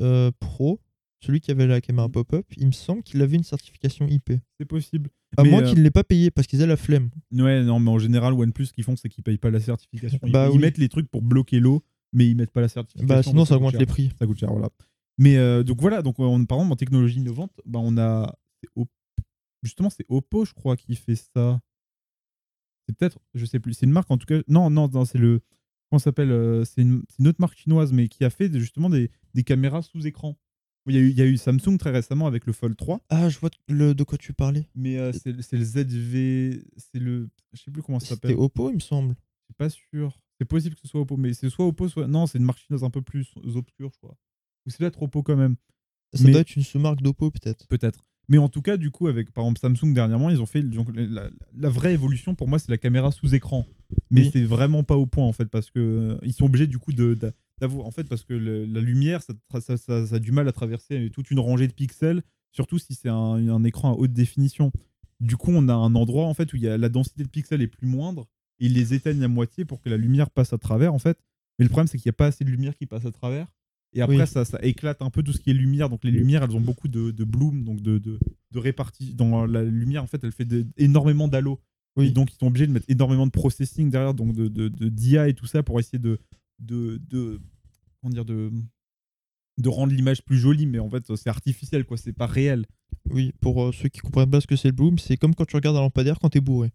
euh, Pro, celui qui avait la caméra
Mm.
pop-up, il me semble qu'il avait une certification IP.
c'est possible
À
Mais,
moins
euh,
qu'il ne l'ait pas payé parce qu'ils aient la flemme.
ouais non mais en général OnePlus ce qu'ils font c'est qu'ils payent pas la certification ils,
Bah
ils
oui.
mettent les trucs pour bloquer l'eau mais ils mettent pas la certification
Bah, sinon,
parce que
ça
coûte
augmente
cher.
les prix.
ça coûte cher, voilà. Mais euh, donc voilà, donc on, par exemple en technologie innovante, bah, on a c'est Op- justement c'est Oppo, je crois, qui fait ça. C'est peut-être, je sais plus, c'est une marque en tout cas. Non, non, non, c'est le comment ça s'appelle euh, C'est une, c'est une autre marque chinoise, mais qui a fait des- justement des, des caméras sous écran. Il y, a eu, il y a eu Samsung très récemment avec le Fold 3,
Ah, je vois le, de quoi tu parlais.
mais euh, c'est c'est le ZV. C'est le. Je sais plus comment ça
C'était
s'appelle.
Oppo, il me semble.
Je suis pas sûr. C'est possible que ce soit Oppo, mais c'est soit Oppo, soit. Non, c'est une marque chinoise un peu plus obscure, je crois. Ou c'est peut-être Oppo quand même.
Ça
Mais-
doit être une sous-marque d'Oppo, peut-être.
Peut-être. Mais en tout cas, du coup, avec par exemple Samsung dernièrement, ils ont fait donc, la, la vraie évolution pour moi, c'est la caméra sous écran. Mais
Oui.
c'est vraiment pas au point en fait, parce que euh, ils sont obligés du coup de d'a- d'avoir en fait parce que le- la lumière, ça, tra- ça- ça- ça a du mal à traverser toute une rangée de pixels, surtout si c'est un, un écran à haute définition. Du coup, on a un endroit en fait où il y a la densité de pixels est plus moindre. Et ils les éteignent à moitié pour que la lumière passe à travers en fait. Mais le problème, c'est qu'il n'y a pas assez de lumière qui passe à travers. Et après,
Oui.
ça, ça éclate un peu tout ce qui est lumière. Donc les lumières, elles ont beaucoup de, de bloom, donc de, de, de réparti. Dans la lumière, en fait, elle fait de- énormément d'halo.
Oui.
Et donc ils sont obligés de mettre énormément de processing derrière, donc de, de, de DI et tout ça pour essayer de, de, de comment dire de de rendre l'image plus jolie. Mais en fait, c'est artificiel, quoi. C'est pas réel.
Oui, pour euh, ceux qui comprennent pas ce que c'est le bloom, c'est comme quand tu regardes un lampadaire quand t'es bourré.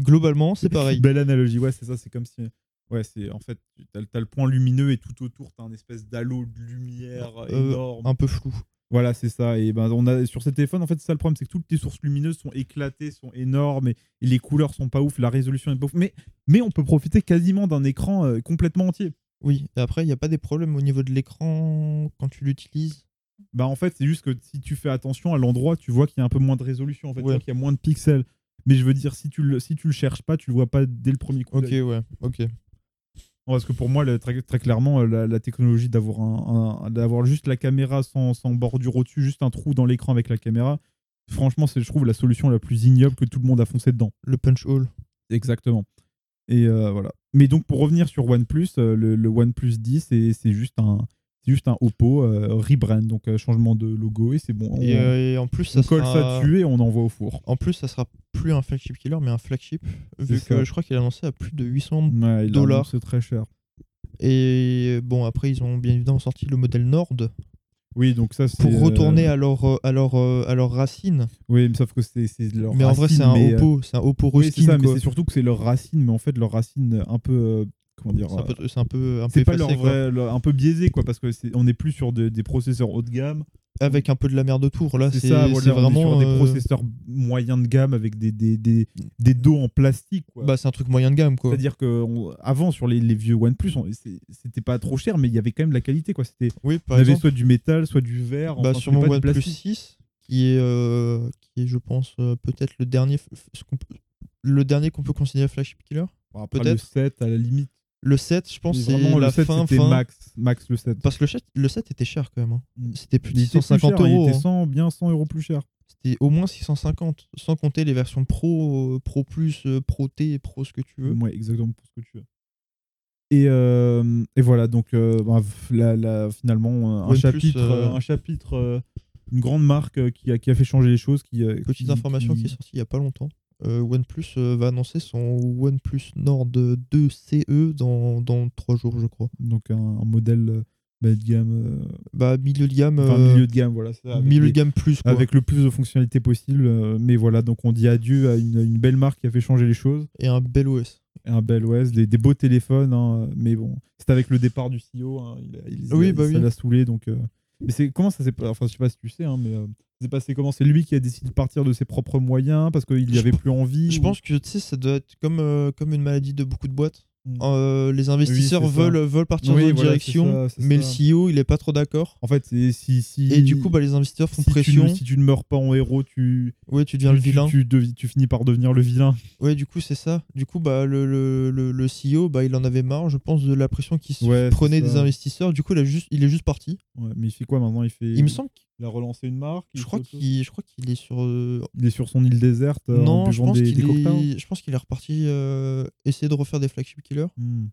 Globalement, c'est pareil.
Belle analogie. Ouais, c'est ça. C'est comme si. Ouais, c'est en fait, t'as, t'as le point lumineux et tout autour, t'as un espèce d'halo de lumière
Euh,
énorme.
un peu flou.
Voilà, c'est ça. Et ben, on a sur ces téléphones, en fait, c'est ça le problème, c'est que toutes les sources lumineuses sont éclatées, sont énormes, et, et les couleurs sont pas ouf, la résolution est pas ouf. Mais, mais on peut profiter quasiment d'un écran euh, complètement entier.
Oui, et après, il n'y a pas des problèmes au niveau de l'écran quand tu l'utilises.
Bah, en fait, c'est juste que si tu fais attention à l'endroit, tu vois qu'il y a un peu moins de résolution, en fait, tu
Ouais.
vois qu'il y a moins de pixels. Mais je veux dire, si tu le, si tu le cherches pas, tu le vois pas dès le premier coup.
Ok,
d'œil.
ouais, ok.
Non, Parce que pour moi, le- très, très clairement, euh, la, la technologie d'avoir un, un- d'avoir juste la caméra sans, sans bordure au-dessus, juste un trou dans l'écran avec la caméra, franchement, c'est, je trouve, la solution la plus ignoble que tout le monde a foncé dedans.
Le punch hole.
Exactement. Et euh, voilà. Mais donc pour revenir sur OnePlus, euh, le, le OnePlus 10, c'est c'est juste un c'est juste un Oppo euh, rebrand, donc euh, changement de logo et c'est bon. On,
Et, euh, et en plus,
on
ça
colle
sera...
ça dessus et on envoie au four.
En plus, ça sera plus un flagship killer, mais un flagship, vu
ça.
que je crois qu'il est annoncé à plus de 800.
Ouais, il a
Dollars.
annoncé très cher.
Et bon, après, ils ont bien évidemment sorti le modèle Nord
Oui, donc ça c'est
pour retourner
euh,
à leur, euh, à leur, euh, à leur racine.
Oui, mais sauf que c'est c'est leur
mais en vrai,
racine,
c'est un
mais, euh,
Oppo, c'est un Oppo
oui, c'est
Ruskin.
ça, mais
quoi.
c'est surtout que c'est leur racine, mais en fait leur racine un peu euh, comment dire.
C'est un
euh,
peu, c'est un peu, un peu
C'est pas leur
effacé, quoi.
vrai, leur- un peu biaisé quoi, parce que c'est- on est plus sur de- des processeurs haut de gamme.
Avec un peu de la merde autour. Là,
C'est
c'est
ça, voilà,
c'est
on est
vraiment.
sur des
euh,
processeurs moyens de gamme avec des, des, des, des dos en plastique. quoi.
Bah, c'est un truc moyen de gamme, quoi.
C'est-à-dire que on- avant sur les, les vieux OnePlus, on- c'est- c'était pas trop cher, mais il y avait quand même de la qualité. Quoi. C'était,
Oui,
on
par
avait
exemple,
soit du métal, soit du verre.
bah,
enfin,
sur
c'était
mon
pas du
OnePlus
plastique.
6, qui est, euh, qui est, je pense, euh, peut-être le dernier, f- f- ce qu'on peut- le dernier qu'on peut considérer flagship killer.
Bon, après, le
peut-être.
7 à la limite.
Le 7, je pense,
Mais
c'est
vraiment,
la
le 7
fin,
c'était
fin.
max, max le 7.
Parce que le 7, le 7 était cher quand même. hein.
Mm.
C'était plus de
Il était plus
650
cher,
euros.
Il était
hein.
100, bien 100 euros plus cher.
C'était au moins 650, sans compter les versions pro, euh, pro plus, euh, pro T, pro ce que tu veux.
Ouais, exactement pour ce que tu veux. Et, euh, et voilà, donc euh, bah, f- la- la- finalement, euh, un
OnePlus,
chapitre,
euh,
euh, un chapitre euh, une grande marque euh, qui, a, qui a fait changer les choses. Qui, euh,
Petite information qui est sortie il n'y a pas longtemps. Euh, OnePlus euh, va annoncer son OnePlus Nord 2 CE dans, dans 3 jours, je crois.
Donc un, un modèle euh, bas de gamme, euh,
Bah, milieu de gamme,
enfin,
euh,
milieu de gamme, voilà. ça, avec
milieu
les-
de gamme plus. Quoi.
avec le plus de fonctionnalités possible. euh, mais voilà, donc on dit adieu à une, une belle marque qui a fait changer les choses.
Et un bel OS.
Et un bel OS, des, des beaux téléphones. hein, mais bon, c'est avec le départ du CEO. hein, il, a- il-
Oui,
il-
bah
ça
oui.
l'a saoulé. Donc, euh, mais c'est comment ça s'est pas- Enfin, je sais pas si tu sais, hein, mais euh, c'est passé comment C'est lui qui a décidé de partir de ses propres moyens parce qu'il n'y
Je
avait
pe-
plus envie.
Je
ou-
pense que tu sais, ça doit être comme, euh, comme une maladie de beaucoup de boîtes.
Mm.
Euh, les investisseurs
Oui, c'est ça.
veulent, veulent partir
Oui,
dans une
voilà, c'est ça,
direction,
c'est
mais
ça.
le CEO, il est pas trop d'accord.
En fait, c'est- si, si
Et du coup, bah, les investisseurs font
si
pression.
Tu, ne- si tu ne meurs pas en héros, tu
Ouais, tu deviens le
tu- tu-
vilain.
Tu, devi- tu finis par devenir le vilain.
Ouais, du coup, c'est ça. Du coup, bah, le, le, le, le CEO, bah, il en avait marre, je pense, de la pression qui se
Ouais, c'est
prenait
ça.
Euh, des investisseurs. Du coup, il, a juste, il est juste parti.
Ouais, mais il fait quoi maintenant Il fait.
Il me semble, qu'-
Il a relancé une marque. il
je crois
fait autre chose.
qu'il je crois qu'il est sur. euh,
Il est sur son île déserte euh, en
Non, je
buvant
pense
des, des
qu'il
cocktails.
est, je pense qu'il est reparti euh, essayer de refaire des flagship killers,
Hmm.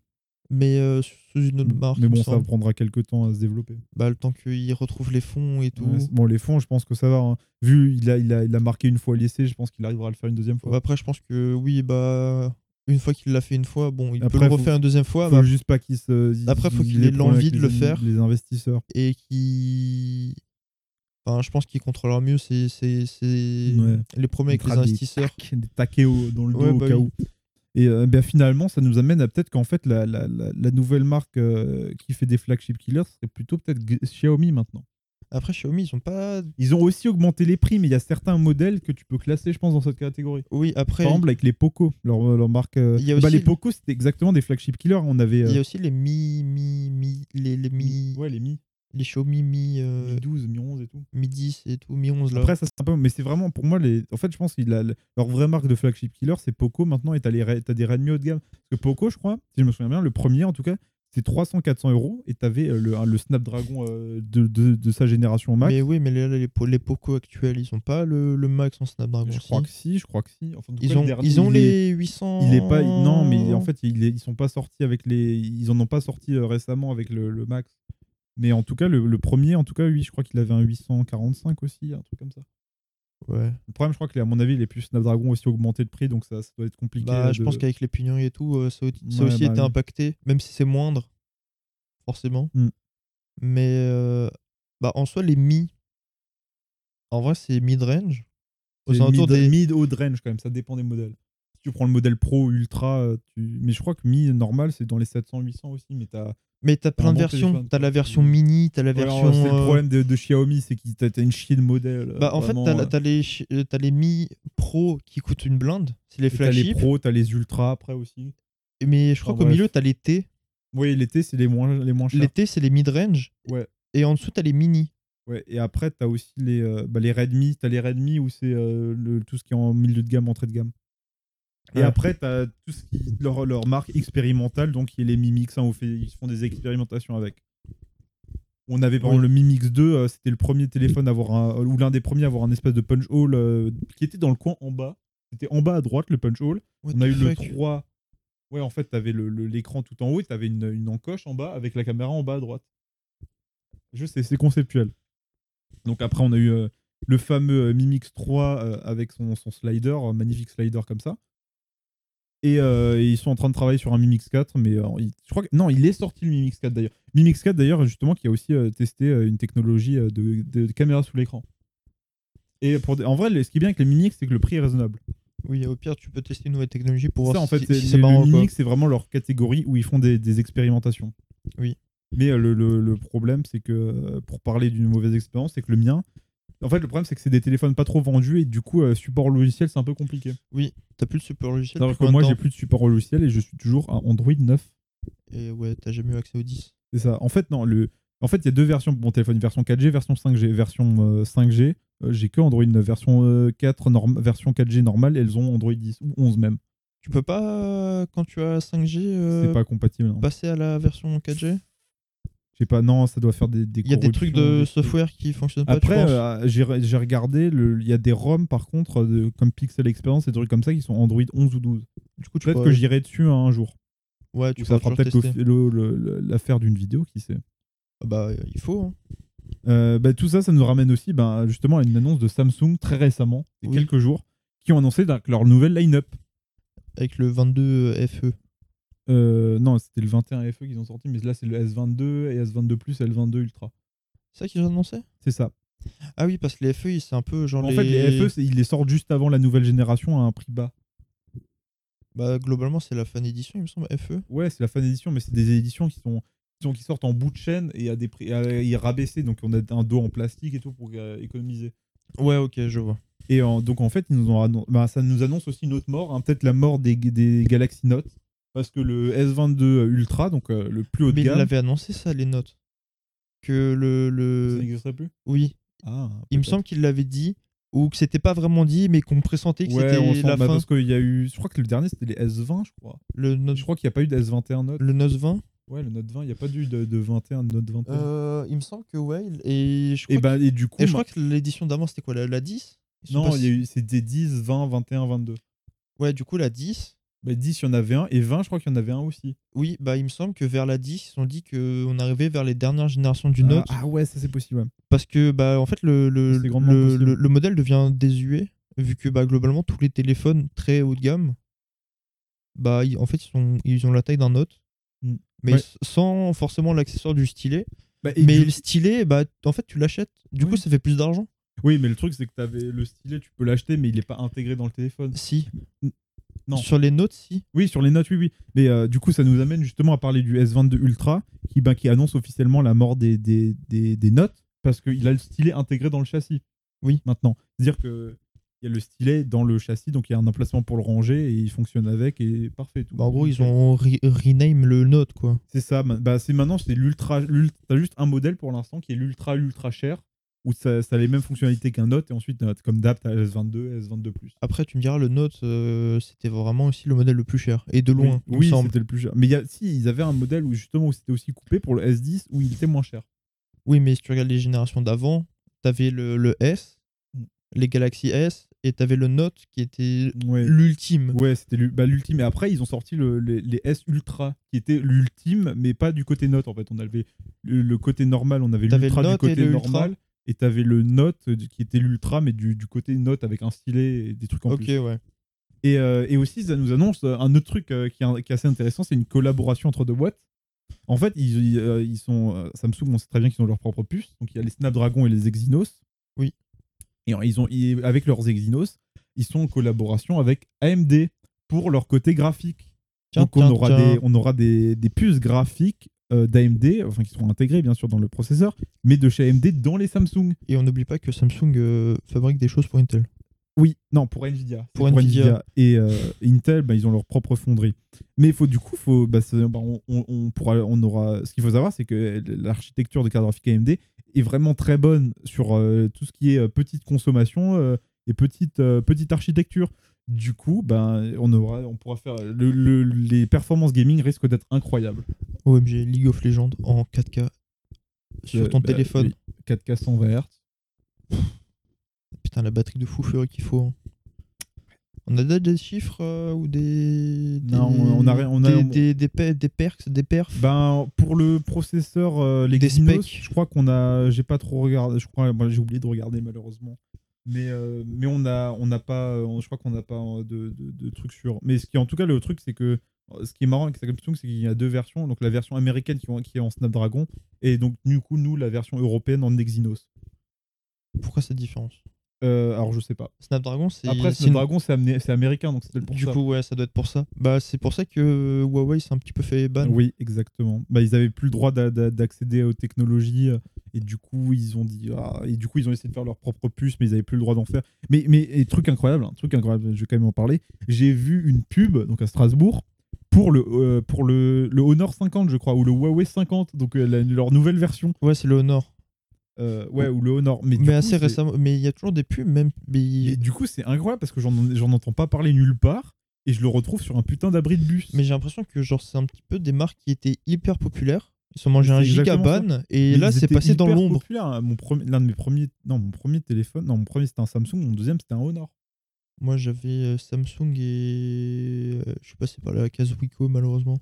mais euh, sous une autre marque.
Mais
il me
bon, ça
semble.
prendra quelques temps à se développer.
Bah, le temps qu'il retrouve les fonds et tout.
Ouais, c'est- bon, les fonds, je pense que ça va. hein. Vu il a, il, a, il a marqué une fois l'essai, je pense qu'il arrivera à le faire une deuxième fois.
Bah, après, je pense que oui, bah, une fois qu'il l'a fait une fois, bon, il
Après,
peut le
faut-
refaire une deuxième fois
faut
bah,
juste pas qu'il se. il-
Après, faut
il
qu'il ait
les prenne avec
l'envie de
les-
le faire.
Les investisseurs.
et qui. Enfin, je pense qu'il contrôlera mieux ses, ses- ses-
Ouais.
les problèmes avec les
Mettra des
investisseurs.
tacs, Des taquets au- dans le dos
Ouais,
au
bah
cas
oui.
où. Et euh, ben, finalement, ça nous amène à peut-être qu'en fait, la, la, la, la nouvelle marque euh, qui fait des flagship killers, c'est plutôt peut-être G- Xiaomi maintenant.
Après, Xiaomi, ils ont pas.
Ils ont aussi augmenté les prix, mais il y a certains modèles que tu peux classer, je pense, dans cette catégorie.
Oui, après,
Par exemple, avec les Poco, leur, leur marque. euh,
Il y a
bah,
aussi-
les Poco, c'était exactement des flagship killers. On avait.
il y
euh, Mm,
a aussi les Mi, Mi, Mi, les, les Mi,
ouais, les Mi,
les Xiaomi Mi, euh,
Mi 12, Mi 11 et tout.
Mi 10 et tout, Mi 11 là.
Après, ça c'est un peu. Mais c'est vraiment pour moi. Les... En fait, je pense que leur vraie marque de flagship killer, c'est Poco maintenant. Et t'as les Re- t'as des Redmi haut de gamme. Parce que Poco, je crois, si je me souviens bien, le premier en tout cas, c'est 300-400 euros. Et t'avais euh, le, le Snapdragon euh, de, de, de sa génération Max.
Mais oui, mais les, les, les Poco actuels, ils ont pas le, le max en Snapdragon.
je
si.
crois que si, je crois que si. Enfin, en tout cas,
ils
le
ont,
dernier,
ils ont
il est-
les Oh. 800.
Il est pas. Non, mais en fait, il est- ils sont pas sortis avec les. Ils en ont pas sorti euh, récemment avec le, le max. Mais en tout cas, le, le premier, en tout cas, oui, je crois qu'il avait un 845 aussi, un truc comme ça.
Ouais.
Le problème, je crois que, à mon avis, les puces Snapdragon ont aussi augmenté de prix, donc ça, ça doit être compliqué.
Bah, je
de-
pense qu'avec les pignons et tout, euh, ça, au- ça
Ouais,
aussi
bah
été
oui.
impacté, même si c'est moindre, forcément.
Hmm.
Mais euh, bah, en soi, les mi, en vrai, c'est mid-range. Aux
C'est
alentours
mid,
des.
mid haut de range quand même, ça dépend des modèles. Si tu prends le modèle pro, ultra, euh, tu... mais je crois que mi normal, c'est dans les 700-800 aussi, mais t'as
Mais t'as plein
monté
de
les
versions.
fans,
T'as la
quoi. Mm.
version mini, t'as la
Ouais, alors,
version.
c'est le
euh,
problème de, de Xiaomi, c'est qu'ils t'as t'as une chier de modèles. euh,
Bah, en fait,
vraiment,
t'as la-
euh,
t'as les, chi- euh, t'as les mi pro qui coûtent une blinde, c'est les
et t'as les
flagship.
pros, t'as les ultras après aussi.
Mais je crois
Enfin,
qu'au
bref.
milieu, t'as les T.
Oui, l'été, c'est les moins, les moins chers.
Les T, c'est les mid-range.
Ouais.
Et en dessous, t'as les mini.
Ouais, et après, t'as aussi les, euh, bah, les Redmi. T'as les Redmi où c'est euh, le- tout ce qui est en milieu de gamme, entrée de gamme. Et
Ouais.
après, t'as tout ce qui leur, leur marque expérimentale, donc qui est les Mi Mix 1, où fait- ils font des expérimentations avec. On avait par
Oui.
exemple le Mi Mix 2, euh, c'était le premier téléphone à avoir un, ou l'un des premiers à avoir un espèce de punch hole euh, qui était dans le coin en bas. C'était en bas à droite le punch hole. On a eu le 3. Ouais, en fait, t'avais le- le- l'écran tout en haut et t'avais une, une encoche en bas avec la caméra en bas à droite. Je sais, c'est conceptuel. Donc après, on a eu euh, le fameux euh, Mimix 3 euh, avec son, son slider, un magnifique slider comme ça. Et, euh, et ils sont en train de travailler sur un Mimix 4, mais euh, il- je crois que non, il est sorti le Mimix 4 d'ailleurs. Mimix 4 d'ailleurs, justement, qui a aussi euh, testé euh, une technologie euh, de, de caméra sous l'écran. Et pour des- en vrai, le- ce qui est bien avec les Mimix, c'est que le prix est raisonnable.
Oui, au pire, tu peux tester une nouvelle technologie pour
Ça,
voir
en fait,
si,
c'est-
si
les-
c'est marrant.
le
quoi.
Mimix, c'est vraiment leur catégorie où ils font des, des expérimentations.
Oui.
Mais euh, le, le- le problème, c'est que euh, pour parler d'une mauvaise expérience, c'est que le mien. En fait, le problème, c'est que c'est des téléphones pas trop vendus et du coup, euh, support logiciel, c'est un peu compliqué.
Oui, t'as plus de support logiciel.
Alors
depuis
que
combien
moi,
de
j'ai
temps
plus de support logiciel et je suis toujours à Android 9.
Et ouais, t'as jamais eu accès au 10.
C'est ça. En fait, non. Le... En fait, il y a deux versions pour mon téléphone version 4G, version 5G. Version euh, 5G, euh, j'ai que Android 9. Version, euh, 4 norm- version 4G normale, elles ont Android 10 ou 11 même.
Tu peux pas, euh, quand tu as 5G,
c'est
euh,
pas compatible. non.
passer à la version
Je
4G
sais pas, non, ça doit faire des.
Il y a des trucs
corruptions,
de
des trucs.
software qui fonctionnent pas, tu
Après,
penses
euh, j'ai re- j'ai regardé, le- il y a des ROM par contre, de- comme Pixel Experience et des trucs comme ça qui sont Android 11 ou 12.
Du coup, tu
Peut-être
pourras-
que j'irai dessus un jour.
Ouais, tu
Ou ça
pourras
fera
toujours
peut-être
tester.
l'off- le- le- le- l'affaire d'une vidéo, qui sait.
Ah Bah, euh, il faut. hein.
Euh, bah, tout ça, ça nous ramène aussi ben, justement à une annonce de Samsung très récemment, il y a
Oui.
quelques jours, qui ont annoncé donc, leur nouvelle line-up.
Avec le E. 22 FE.
Euh, non, c'était le 21 FE E qu'ils ont sorti, mais là c'est le S22 et S22 Plus, L22 Ultra.
C'est ça qu'ils ont annoncé
C'est ça.
Ah oui, parce que les FE, c'est un peu genre
En
les...
fait, les E, FE, c'est- ils les sortent juste avant la nouvelle génération à un prix bas.
Bah, globalement, c'est la fan édition, il me semble, E. FE.
Ouais, c'est la fin d'édition, mais c'est des éditions qui sont, qui sont- qui sortent en bout de chaîne et à des prix à- et rabaissés. Donc on a un dos en plastique et tout pour euh, économiser.
Ouais, ok, je vois.
Et en- donc en fait, ils nous ont annon- bah, ça nous annonce aussi une autre mort, hein, peut-être la mort des, des Galaxy Note, parce que le S22 Ultra, donc euh, le plus haut de
Mais il
gamme,
avait annoncé ça, les notes. Que le...
ça
le...
n'existerait plus.
Oui,
Ah,
euh, Il me
peut-être.
semble qu'il l'avait dit, ou que c'était pas vraiment dit, mais qu'on pressentait que
Ouais, on
c'était
sent-
la
bah,
fin.
parce qu'il y a eu, je crois que le dernier c'était les S20, je crois.
Le Note,
Je crois qu'il n'y a pas eu de S21 Note.
le Note 20
Ouais, le Note 20, il n'y a pas eu de, de 21 Note 21.
Il me semble que ouais. il- Et Euh, je crois,
Euh, et, bah, et du
que,
coup,
et je crois
ma-
que l'édition d'avant, c'était quoi La, la 10 Ils sont
non,
passés-
il y a eu- c'est des 10, 20, 21, 22.
Ouais, du coup, la 10.
Bah, 10, il y en avait un, et 20, je crois qu'il y en avait un aussi.
Oui, bah il me semble que vers la 10, ils ont dit qu'on arrivait vers les dernières générations du Note.
Ah, ah ouais, ça c'est possible. ouais.
Parce que, bah, en fait, le, le,
C'est grandement
le,
possible.
le- le modèle devient désuet, vu que, bah, globalement, tous les téléphones très haut de gamme, bah, ils- en fait, ils, sont, ils ont la taille d'un Note,
Mm.
mais
Ouais.
s- sans forcément l'accessoire du stylet.
Bah, et
mais
du-
le stylet, bah, en fait, tu l'achètes. Du coup,
Oui.
ça fait plus d'argent.
Oui, mais le truc c'est que t'avais le stylet, tu peux l'acheter, mais il n'est pas intégré dans le téléphone.
Si.
Mm. Non.
Sur les notes, si.
Oui, sur les notes, oui, oui. Mais euh, du coup, ça nous bah, amène justement à parler du S22 Ultra, qui, ben, qui annonce officiellement la mort des, des, des, des notes. parce qu'il a le stylet intégré dans le châssis.
Oui.
Maintenant. C'est-à-dire que il y a le stylet dans le châssis, donc il y a un emplacement pour le ranger et il fonctionne avec et parfait. tout.
Bah, en gros, ils ont re- rename le note, quoi.
C'est ça. ma- Bah, c'est maintenant, c'est l'ultra. l'ul- T'as juste un modèle pour l'instant qui est l'ultra, ultra cher, où ça, ça a les mêmes fonctionnalités qu'un autre. Et ensuite, t'as- comme d'hab, t'as S22, S22.
Après, tu me diras, le note, euh, c'était vraiment aussi le modèle le plus cher. Et de loin, il me
oui,
semble.
c'était le plus cher. Mais il y a, si, ils avaient un modèle où justement où c'était aussi coupé pour le S10 où il était moins cher.
Oui, mais si tu regardes les générations d'avant, t'avais le, le S,
Mm.
les Galaxy S, et t'avais le Note qui était
Ouais.
l'ultime.
Ouais, c'était l'u- bah, l'ultime. Et après, ils ont sorti le- les, les S Ultra, qui était l'ultime, mais pas du côté note. En fait, on avait le, le côté normal, on avait
T'avais
l'ultra
le
du
note et
côté
le ultra.
normal. Et t'avais le note euh, du- qui était l'ultra, mais du, du côté note avec un stylet et des trucs en
Ok,
plus.
ouais.
Et, euh, et aussi, ça nous annonce euh, un autre truc euh, qui, est, qui est assez intéressant c'est une collaboration entre deux boîtes. En fait, ils, ils, euh, ils sont. euh, Samsung, on sait très bien qu'ils ont leur propre puce. Donc, il y a les Snapdragon et les Exynos.
Oui.
Et euh, ils ont, ils- avec leurs Exynos, ils sont en collaboration avec AMD pour leur côté graphique.
Tiens,
Donc, on
tiens,
aura,
tiens.
Des, on aura des, des puces graphiques euh, d'AMD, enfin, qui seront intégrées, bien sûr, dans le processeur, mais de chez AMD dans les Samsung.
Et on n'oublie pas que Samsung euh, fabrique des choses pour Intel.
Oui, non, pour Nvidia. C'est
Pour Nvidia.
Et euh, Intel, bah, ils ont leur propre fonderie. Mais il faut du coup, faut, bah, c'est- bah, on, on- on pourra, on aura. Ce qu'il faut savoir, c'est que l'architecture de carte graphique AMD est vraiment très bonne sur euh, tout ce qui est euh, petite consommation euh, et petite, euh, petite architecture. Du coup, ben on, aura, on pourra faire. le- le- les performances gaming risquent d'être incroyables.
OMG, League of Legends en 4K
Euh,
sur ton
bah,
téléphone.
oui. 4K 120 Hz.
Putain, la batterie de fou furieux qu'il faut. hein. On a déjà des chiffres euh, ou des, des-
Non, on- on a rien- on a-
des, des, des, pe- des perks, des perfs.
Ben, pour le processeur, euh, les
Des
Exynos,
specs.
je crois qu'on a. J'ai pas trop regardé. Je crois. moi, j'ai oublié de regarder malheureusement. Mais, euh, mais on a, on n'a pas. euh, on- je crois qu'on n'a pas euh, de, de, de trucs sûrs. Mais ce qui, en tout cas, le truc, c'est que. euh, Ce qui est marrant avec Samsung, c'est qu'il y a deux versions. Donc la version américaine qui, ont- qui est en Snapdragon. Et donc, du coup, nous, la version européenne en Exynos.
Pourquoi cette différence
Euh, alors, je sais pas.
Snapdragon, c'est.
Après,
c'est une-
Snapdragon, c'est amené- c'est américain. Donc, c'est peut-être pour
Du
ça.
coup, ouais, ça doit être pour ça. Bah, c'est pour ça que Huawei s'est un petit peu fait ban.
Oui, exactement. Bah, ils avaient plus le droit d'a- d'a- d'accéder aux technologies euh, et du coup ils ont dit ah, et du coup ils ont essayé de faire leur propre puce, mais ils avaient plus le droit d'en faire. Mais mais et truc incroyable, un truc incroyable, je vais quand même en parler. J'ai vu une pub donc à Strasbourg pour le euh, pour le, le Honor 50 je crois ou le Huawei 50 donc euh, la- leur nouvelle version
Ouais, c'est le Honor.
Euh, ouais ou le Honor mais, du
Mais
coup,
assez
c'est-
récemment. Mais il y a toujours des pubs, même. mais il-
mais du coup c'est incroyable parce que j'en j'en entends pas parler nulle part et je le retrouve sur un putain d'abri de bus.
Mais j'ai l'impression que genre c'est un petit peu des marques qui étaient hyper populaires. Ils sont mangés
C'est
un
exactement
gigaban et
Mais
là
ils
c'est
étaient
passé dans
hyper
l'ombre.
populaires. hein. Mon premier, l'un de mes premiers, non, mon premier téléphone, non, mon premier c'était un Samsung, mon deuxième c'était un Honor.
Moi j'avais euh, Samsung et euh, je suis passé par la case Wiko malheureusement.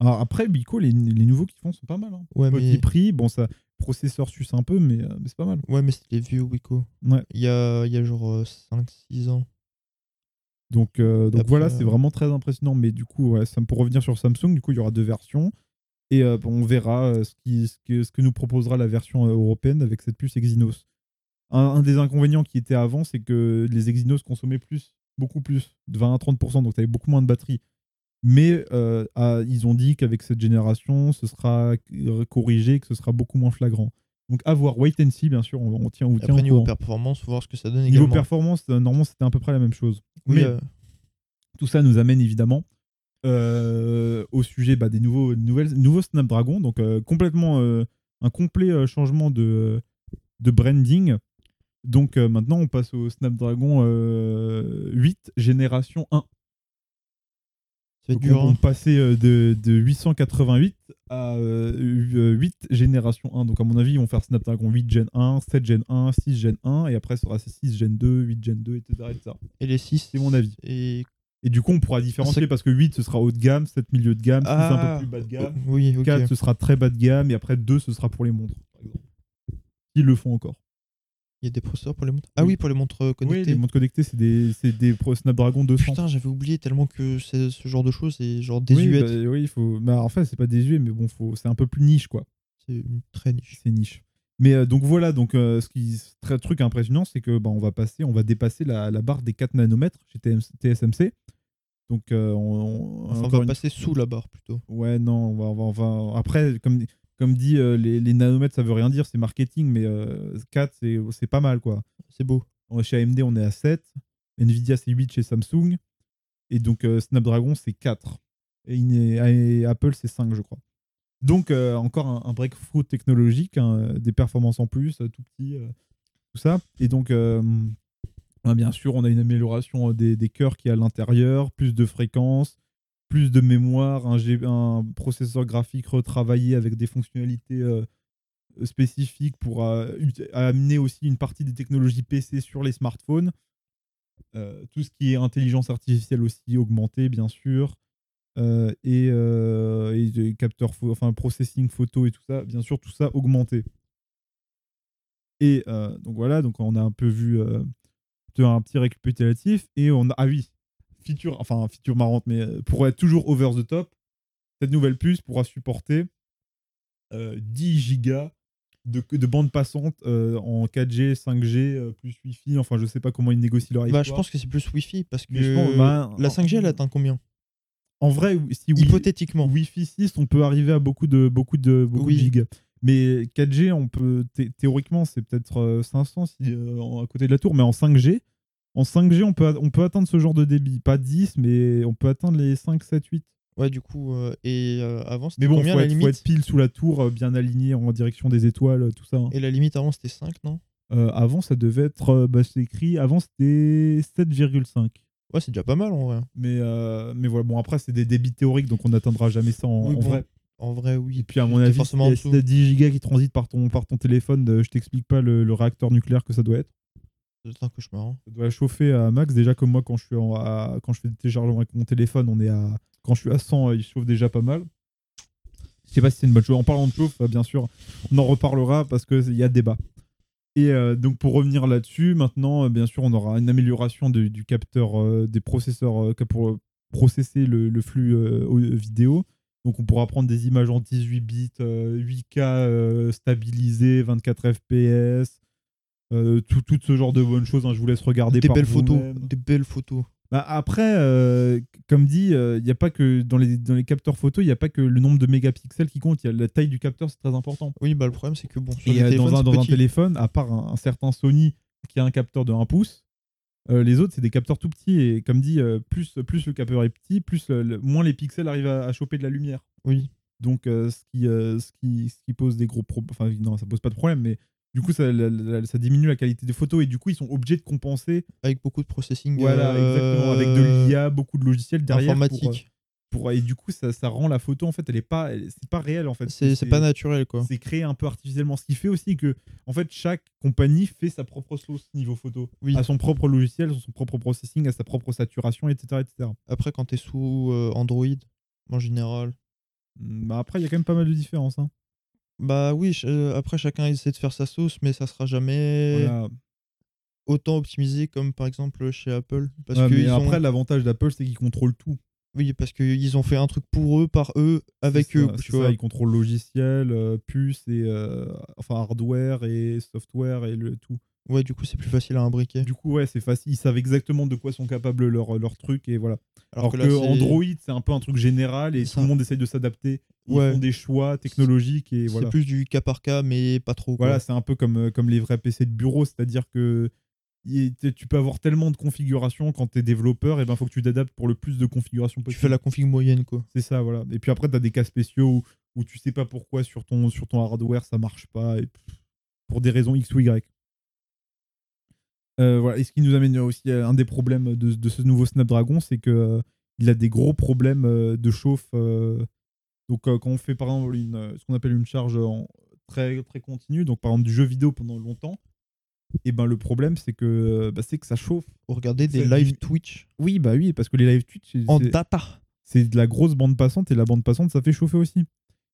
Alors après, Bico, les, les nouveaux qui font sont pas mal. Hein.
Ouais
Petit
mais
prix, bon, ça, processeur suce un peu, mais, euh, mais c'est pas mal.
ouais mais c'était les vieux Wiko.
Ouais.
Il y a il y a genre 5 6 ans.
Donc, euh, donc
Après,
voilà,
euh,
c'est vraiment très impressionnant. Mais du coup, ouais, ça, pour revenir sur Samsung, du coup, il y aura deux versions. Et euh, bon, on verra euh, ce, qui, ce, que, ce que nous proposera la version euh, européenne avec cette puce Exynos. Un, un des inconvénients qui était avant, c'est que les Exynos consommaient plus, beaucoup plus, de 20 à 30%, donc tu avais beaucoup moins de batterie. Mais euh, à- ils ont dit qu'avec cette génération, ce sera corrigé, que ce sera beaucoup moins flagrant. Donc à voir, wait and see, bien sûr, on, on tient, on
Et
tient au
Après niveau
courant.
performance, voir ce que ça donne
Niveau
également.
performance, euh, normalement, c'était à peu près la même chose.
Oui,
mais-
euh,
tout ça nous amène évidemment euh, au sujet bah, des nouveaux, nouvelles, nouveaux Snapdragon. Donc, euh, complètement, euh, un complet euh, changement de, de branding. Donc, euh, maintenant, on passe au Snapdragon euh, 8 génération 1.
c'est
Donc,
dur.
on,
hein.
on passait euh, de, de 888 à euh, 8 génération 1. Donc, à mon avis, ils vont faire Snapdragon 8 Gen 1, 7 Gen 1, 6 Gen 1, et après, ça sera 6 Gen 2, 8 Gen 2, etc. etc.
Et les 6
C'est mon avis.
Et
Et du coup, on pourra différencier
C'est-
parce que 8, ce sera haut de gamme, 7, milieu de gamme, 6,
Ah.
un peu plus bas de gamme,
oui, OK.
4, ce sera très bas de gamme, et après 2, ce sera pour les montres, par exemple. Ils le font encore.
Il y a des processeurs pour les montres. Ah
Oui.
oui, pour les montres euh,
Oui, les
connectées.
montres connectées, c'est des, c'est des pro- Snapdragon 200.
Putain, j'avais oublié tellement que c'est ce genre de choses et genre des
oui, bah, oui, il faut. Bah, en fait, c'est pas désuet, mais bon, faut... c'est un peu plus niche, quoi.
c'est une très niche.
C'est niche. Mais euh, donc voilà, donc euh, ce qui ce très truc impressionnant, c'est que bah, on va passer, on va dépasser la, la barre des 4 nanomètres chez TM TSMC. Donc euh, on, on-
Enfin, on
encore
va
une
passer sous la barre plutôt.
Ouais, non, on va, on va, on va- Après, comme, comme dit, euh, les, les nanomètres, ça veut rien dire, c'est marketing, mais euh, 4, c'est c'est pas mal, quoi.
C'est beau.
On- Chez AMD, on est à 7. Nvidia, c'est 8 chez Samsung. Et donc, euh, Snapdragon, c'est 4. Et, in- et Apple, c'est 5, je crois. Donc, euh, encore un, un breakthrough technologique, hein, des performances en plus, euh, tout petit, euh, tout ça. Et donc, euh, ah, bien sûr, on a une amélioration euh, des, des cœurs qui est à l'intérieur, plus de fréquences, plus de mémoire, un, G- un processeur graphique retravaillé avec des fonctionnalités euh, spécifiques pour euh, ut- amener aussi une partie des technologies PC sur les smartphones. Euh, tout ce qui est intelligence artificielle aussi augmentée, bien sûr. Euh, et, euh, et des capteurs, pho- enfin processing photo et tout ça, bien sûr, tout ça augmenté. Et euh, donc voilà, donc on a un peu vu euh, un petit récapitulatif et on a ah oui feature enfin feature marrante mais euh, pour être toujours over the top cette nouvelle puce pourra supporter euh, 10 gigas de, de bande passante euh, en 4G 5G euh, plus Wi-Fi enfin je sais pas comment ils négocient leur
Bah,
histoire
je pense que c'est plus Wi-Fi parce que
Mais je pense, bah,
la
en-
5G elle atteint combien
en vrai si oui
Hypothétiquement.
Wi-Fi 6 on peut arriver à beaucoup de beaucoup de beaucoup
Oui.
de gigas mais 4G on peut thé- théoriquement c'est peut-être euh, 500 si, euh, en- à côté de la tour mais en 5G en 5G on peut at- on peut atteindre ce genre de débit pas 10 mais on peut atteindre les 5 7 8
Ouais, du coup, euh, et euh, avant c'était
mais bon
combien
faut
la
être, faut
limite
être pile sous la tour euh, bien aligné en direction des étoiles tout ça hein.
Et la limite avant c'était 5, non
Euh, avant ça devait être euh, bah, c'est écrit avant c'était 7,5
Ouais, c'est déjà pas mal en vrai.
mais euh, mais voilà bon après c'est des débits théoriques donc on n'atteindra jamais ça en,
Oui,
en
bon,
vrai
En vrai, oui.
Et puis à mon
T'es
avis,
forcément en
si
dessous.
t'as 10 gigas qui transitent par ton, par ton téléphone, euh, je t'explique pas le, le réacteur nucléaire que ça doit être.
C'est un cauchemar. hein.
Ça doit chauffer à max. Déjà comme moi quand je suis en- à- quand je fais des téléchargements avec mon téléphone, on est à quand je suis à 100, euh, il chauffe déjà pas mal. Je sais pas si c'est une bonne chose. En parlant de chauffe, euh, bien sûr, on en reparlera parce que il y a débat. Et euh, donc pour revenir là-dessus, maintenant, euh, bien sûr, on aura une amélioration de- du capteur euh, des processeurs euh, que pour processer le, le flux euh, au- vidéo. Donc on pourra prendre des images en 18 bits, euh, 8K euh, stabilisées, 24 FPS, euh, tout, tout ce genre de bonnes choses. hein. je vous laisse regarder
Des
par
belles photos.
vous-même.
Des belles photos.
Bah, après, euh, c- comme dit, il n'y a pas que dans les, dans les capteurs photo, il n'y a pas que le nombre de mégapixels qui compte, il y a la taille du capteur, c'est très important.
Oui, bah le problème c'est que bon, sur
Et
les
euh,
téléphones,
dans, un,
c'est
dans un
petit.
téléphone, à part un, un certain Sony qui a un capteur de 1 pouce, euh, les autres, c'est des capteurs tout petits. Et comme dit, euh, plus, plus le capteur est petit, plus le- le- moins les pixels arrivent à, à choper de la lumière.
Oui.
Donc, euh, ce, qui, euh, ce, qui, ce qui pose des gros problèmes. Enfin, non, ça pose pas de problème, mais du coup, ça, la- la- ça diminue la qualité des photos et du coup, ils sont obligés de compenser.
Avec beaucoup de processing.
Voilà,
euh,
exactement. Avec de l'IA, beaucoup de logiciels derrière. pour, euh,
Informatique.
pour- et du coup ça, ça rend la photo en fait elle est pas elle- c'est pas réel en fait
C'est c'est pas naturel quoi.
c'est créé un peu artificiellement ce qui fait aussi que en fait chaque compagnie fait sa propre sauce niveau photo
Oui.
à son propre logiciel à son propre processing à sa propre saturation etc etc
Après, quand t'es sous euh, Android, en général.
Mm, bah après il y a quand même pas mal de différences hein.
Bah oui, ch- euh, après chacun essaie de faire sa sauce, mais ça sera jamais
Voilà.
autant optimisé comme par exemple chez Apple. Parce
Ouais,
que
mais
ils ont-
après l'avantage d'Apple c'est qu'ils contrôlent tout
Oui, parce qu'ils ont fait un truc pour eux, par eux, avec
C'est
eux.
ça,
tu
c'est ça,
vois.
ils contrôlent logiciel euh, puce et euh, enfin hardware et software et le tout
Ouais, du coup, c'est plus facile à imbriquer.
du coup ouais c'est facile ils savent exactement de quoi sont capables leurs leurs trucs et voilà Alors que,
là, c'est-
Android, c'est un peu un truc général et
C'est
tout
ça.
le monde essaye de s'adapter. Ils
Ouais.
font des choix technologiques et voilà.
C'est plus du cas par cas, mais pas trop. quoi.
Voilà, c'est un peu comme, euh, comme les vrais PC de bureau, c'est-à-dire que y- t- tu peux avoir tellement de configurations quand tu es développeur, et ben faut que tu t'adaptes pour le plus de configurations
tu
possible.
fais la config moyenne, quoi.
C'est ça, voilà. Et puis après, tu as des cas spéciaux où, où tu sais pas pourquoi sur ton, sur ton hardware ça marche pas, et pff, pour des raisons X ou Y. Euh, voilà. Et ce qui nous amène aussi à un des problèmes de, de ce nouveau Snapdragon, c'est que euh, il a des gros problèmes euh, de chauffe. euh, donc euh, quand on fait par exemple une, euh, ce qu'on appelle une charge en- très, très continue, donc par exemple du jeu vidéo pendant longtemps, et ben le problème c'est que, euh, bah, c'est que ça chauffe.
Ou regarder des
C'est
live
du-
Twitch
Oui, bah oui, parce que les live Twitch, c'est-
en
c'est-
data.
c'est de la grosse bande passante et la bande passante ça fait chauffer aussi.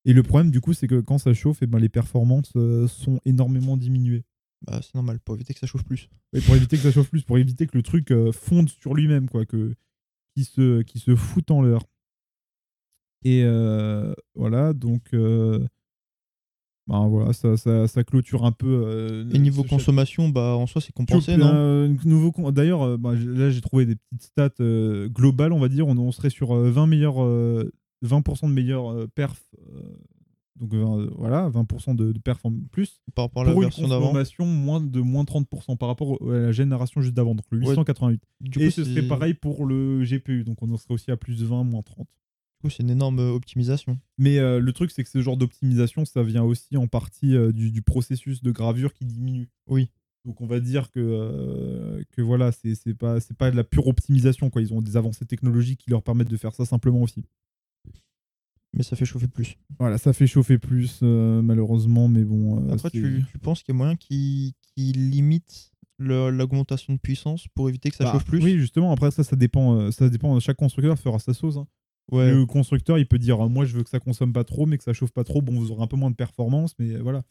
Et le problème du coup c'est que quand ça chauffe, et ben, les performances euh, sont énormément diminuées.
Bah, c'est normal, pour éviter que ça chauffe plus.
Et pour éviter que ça chauffe plus, pour éviter que le truc euh, fonde sur lui-même, quoi, que qui se, qui se fout en l'heure. Et euh, voilà, donc euh, ben, voilà, ça, ça, ça clôture un peu. euh,
Et niveau
ce
consommation, bah, en soi, c'est
Puis,
compensé,
euh,
non
un nouveau con- D'ailleurs, euh, bah, j- là j'ai trouvé des petites stats euh, globales, on va dire. On, on serait sur euh, 20 meilleurs, euh, 20% de meilleurs euh, perf euh, donc euh, voilà, 20% de, de performance plus,
par rapport à la
pour une
version d'avant.
consommation moins de moins 30% par rapport au- à la génération juste d'avant, donc le
Ouais.
888.
Du
Et
coup,
ce
c'est-
serait pareil pour le GPU, donc on en serait aussi à plus 20, moins 30.
du coup, c'est une énorme euh, optimisation.
Mais euh, le truc, c'est que ce genre d'optimisation, ça vient aussi en partie euh, du, du processus de gravure qui diminue.
Oui.
Donc on va dire que, euh, que voilà, c'est c'est pas, c'est pas de la pure optimisation. Quoi. Ils ont des avancées technologiques qui leur permettent de faire ça simplement aussi.
Mais ça fait chauffer plus.
Voilà, ça fait chauffer plus, euh, malheureusement, mais bon. euh,
Après,
c'est-
tu, tu penses qu'il y a moyen qu'ils qu'ils limitent le- l'augmentation de puissance pour éviter que ça
Bah,
chauffe plus
Oui, justement. Après, ça, ça dépend. euh, Ça dépend. Chaque constructeur fera sa sauce. hein.
Ouais.
Le constructeur, il peut dire euh, Moi, je veux que ça consomme pas trop, mais que ça chauffe pas trop. Bon, vous aurez un peu moins de performance, mais euh, voilà.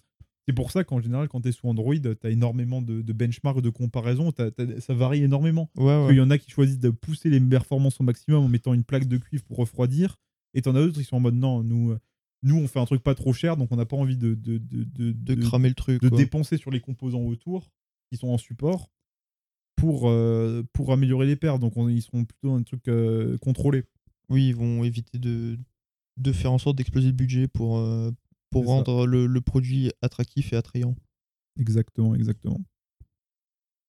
C'est pour ça qu'en général, quand tu es sous Android, tu as énormément de, de benchmarks, de comparaisons. t'as- t'as- ça varie énormément.
Ouais, ouais.
Il y en a qui choisissent de pousser les performances au maximum en mettant une plaque de cuivre pour refroidir. Et t'en as d'autres qui sont en mode Non, nous, euh, nous on fait un truc pas trop cher, donc on n'a pas envie de, de, de, de-
de
de-
cramer le truc.
de
quoi.
dépenser sur les composants autour qui sont en support pour, euh, pour améliorer les paires. Donc, on- ils seront plutôt dans un truc euh, contrôlé.
Oui, ils vont éviter de, de faire en sorte d'exploser le budget pour, euh, pour
C'est ça.
rendre le, le produit attractif et attrayant.
Exactement, exactement.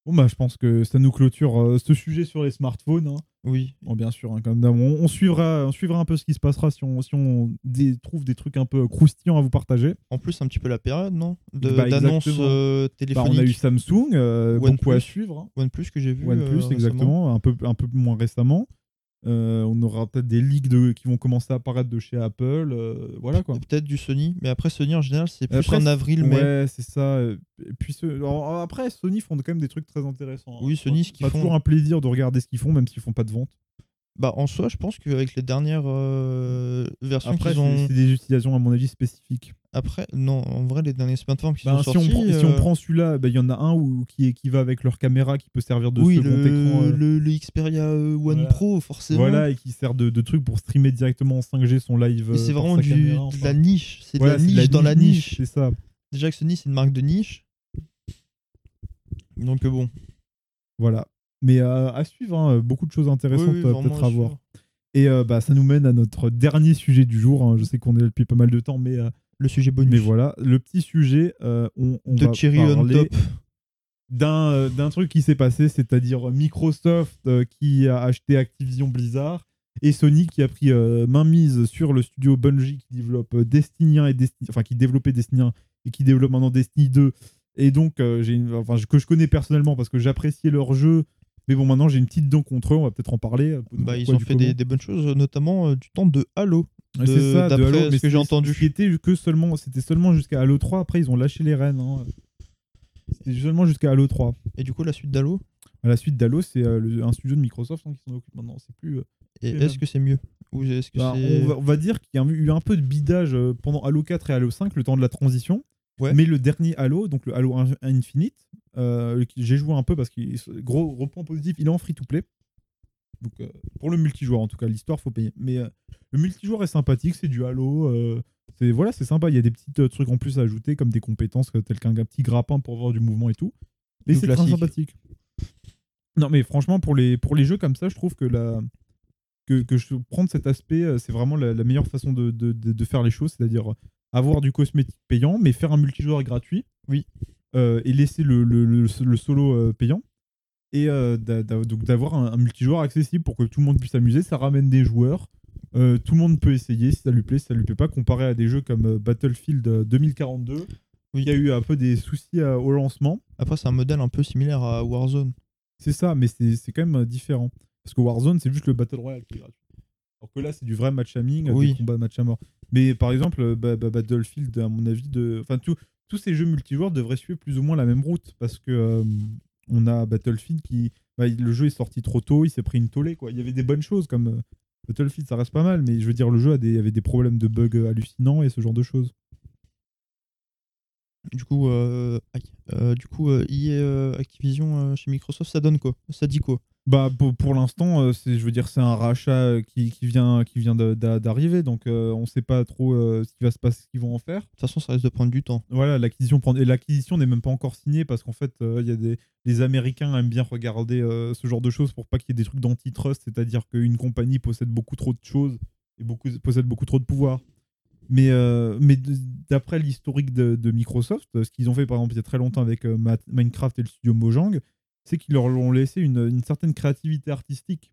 Bon, bah, je pense que ça nous clôture euh, ce sujet sur les smartphones. hein.
Oui,
Bon, bien sûr, hein, comme d'hab, on, on suivra, on suivra un peu ce qui se passera si on, si on dé- trouve des trucs un peu croustillants à vous partager.
en plus, c'est un petit peu la période, non De-
Bah,
D'annonces
exactement. Bah, on a
euh,
eu
téléphoniques.
Samsung, euh,
OnePlus.
beaucoup à suivre. hein.
OnePlus que j'ai vu. euh,
OnePlus,
récemment.
exactement, un peu, un peu moins récemment. Euh, on aura peut-être des leaks de, qui vont commencer à apparaître de chez Apple. euh, voilà quoi.
Et Peut-être du Sony, mais après Sony en général, c'est plus
Après,
en avril, mais
Ouais, c'est ça. euh, Et puis ce- alors, après, Sony font quand même des trucs très intéressants. hein.
Oui, Sony, ce
Ça
qu'ils
fait
font-
toujours un plaisir de regarder ce qu'ils font, même s'ils font pas de vente.
Bah, en soi, je pense qu'avec les dernières euh, versions
Après,
qu'ils
c'est
ont.
c'est des utilisations, à mon avis, spécifiques.
Après, non, en vrai, les derniers smartphones qui
Ben,
sont
si, on
sortis.
prend, si on
euh,
prend celui-là, ben, il y en a un où, qui, qui va avec leur caméra qui peut servir de
oui,
second
le,
écran. euh,
le, le Xperia euh, One
Voilà.
Pro, forcément.
Voilà, et qui sert de, de truc pour streamer directement en 5G son live.
Et c'est
euh, par
vraiment
sa
du,
caméra,
de
enfin.
la niche. C'est
Voilà,
de la
c'est
niche dans la niche.
C'est ça.
Déjà que Sony, c'est une marque de niche. Donc, euh, bon.
Voilà. Mais euh, à suivre, hein, beaucoup de choses
Oui,
intéressantes
oui,
euh,
vraiment,
peut-être à
sûr.
voir. Et euh, bah, ça nous mène à notre dernier sujet du jour. hein. Je sais qu'on est là depuis pas mal de temps, mais, euh,
Le sujet bonus.
mais voilà. Le petit sujet, euh, on, on
De
va
Cherry on
parler
top.
d'un euh, d'un truc qui s'est passé, c'est-à-dire Microsoft euh, qui a acheté Activision Blizzard et Sony qui a pris euh, main mise sur le studio Bungie qui développe euh, Destiny 1 et Destiny, enfin qui développait Destiny 1 et qui développe maintenant Destiny 2. Et donc euh, j'ai une- enfin je- que je connais personnellement parce que j'appréciais leur jeu, mais bon maintenant j'ai une petite dent contre eux, on va peut-être en parler. euh,
Bah, ils
pourquoi,
ont
du
fait des,
comment.
des bonnes choses, notamment euh, du temps de Halo.
Ouais, c'est
de-
ça, de
d'après
Halo,
ce
mais
que j'ai
c'est-
entendu.
ce qui était que seulement c'était seulement jusqu'à Halo 3, après ils ont lâché les rênes hein. C'était seulement jusqu'à Halo 3.
Et du coup, la suite d'Halo.
À la suite d'Halo, c'est euh, le- un studio de Microsoft hein, qui s'en occupe maintenant. C'est plus. euh,
Et
C'est
est-ce que c'est mieux Ou est-ce que
bah,
c'est.
on, va, on va dire qu'il y a eu un peu de bidage euh, pendant Halo 4 et Halo 5, le temps de la transition.
Ouais.
Mais le dernier Halo, donc le Halo In- Infinite, euh, qui- j'ai joué un peu parce qu'il gros, gros point positif, il est en free to play. Donc euh, pour le multijoueur en tout cas, l'histoire faut payer. Mais euh, le multijoueur est sympathique, c'est du Halo. euh, c'est voilà, c'est sympa. Il y a des petits euh, trucs en plus à ajouter comme des compétences euh, telles qu'un petit grappin pour voir du mouvement et tout. Mais
Du
c'est très
classique.
sympathique. Non mais franchement pour les pour les jeux comme ça, je trouve que la que, que je prendre cet aspect, euh, c'est vraiment la, la meilleure façon de, de- de- de faire les choses, c'est-à-dire euh, avoir du cosmétique payant, mais faire un multijoueur gratuit.
Oui.
Euh, et laisser le, le- le- le solo euh, payant. Et euh, d'a- d'a- donc d'avoir un, un multijoueur accessible pour que tout le monde puisse s'amuser. Ça ramène des joueurs. Euh, tout le monde peut essayer si ça lui plaît, si ça lui plaît pas, comparé à des jeux comme euh, Battlefield euh, 2042. où
Oui.
Il y a eu un peu des soucis euh, au lancement.
Après, c'est un modèle un peu similaire à Warzone.
C'est ça, mais c'est c'est quand même euh, différent. Parce que Warzone, c'est juste le Battle Royale qui est gratuit. Alors que là, c'est du vrai match aiming, euh,
Oui.
des combats match à mort. Mais par exemple, euh, bah- bah- Battlefield, à mon avis, de... enfin, tout- tous ces jeux multijoueurs devraient suivre plus ou moins la même route. Parce que euh, on a Battlefield qui. bah, il- le jeu est sorti trop tôt, il s'est pris une tollée. Quoi. Il y avait des bonnes choses comme. euh, Battlefield, ça reste pas mal, mais je veux dire, le jeu a des- avait des problèmes de bugs euh, hallucinants et ce genre de choses.
Du coup, euh, aïe. Euh, du coup euh, EA, euh, Activision euh, chez Microsoft, ça donne quoi Ça dit quoi
Bah pour, pour l'instant, euh, c'est je veux dire c'est un rachat euh, qui, qui vient qui vient de- d'a- d'arriver, donc euh, on sait pas trop euh, ce qui va se passer, ce qu'ils vont en faire.
De toute façon, ça risque de prendre du temps.
Voilà, l'acquisition prend- et l'acquisition n'est même pas encore signée parce qu'en fait euh, il y a des les Américains aiment bien regarder euh, ce genre de choses pour pas qu'il y ait des trucs d'antitrust, c'est-à-dire qu'une compagnie possède beaucoup trop de choses et beaucoup possède beaucoup trop de pouvoir. Mais, euh, mais d- d'après l'historique de, de Microsoft, euh, ce qu'ils ont fait par exemple il y a très longtemps avec euh, Ma- Minecraft et le studio Mojang, c'est qu'ils leur ont laissé une, une certaine créativité artistique.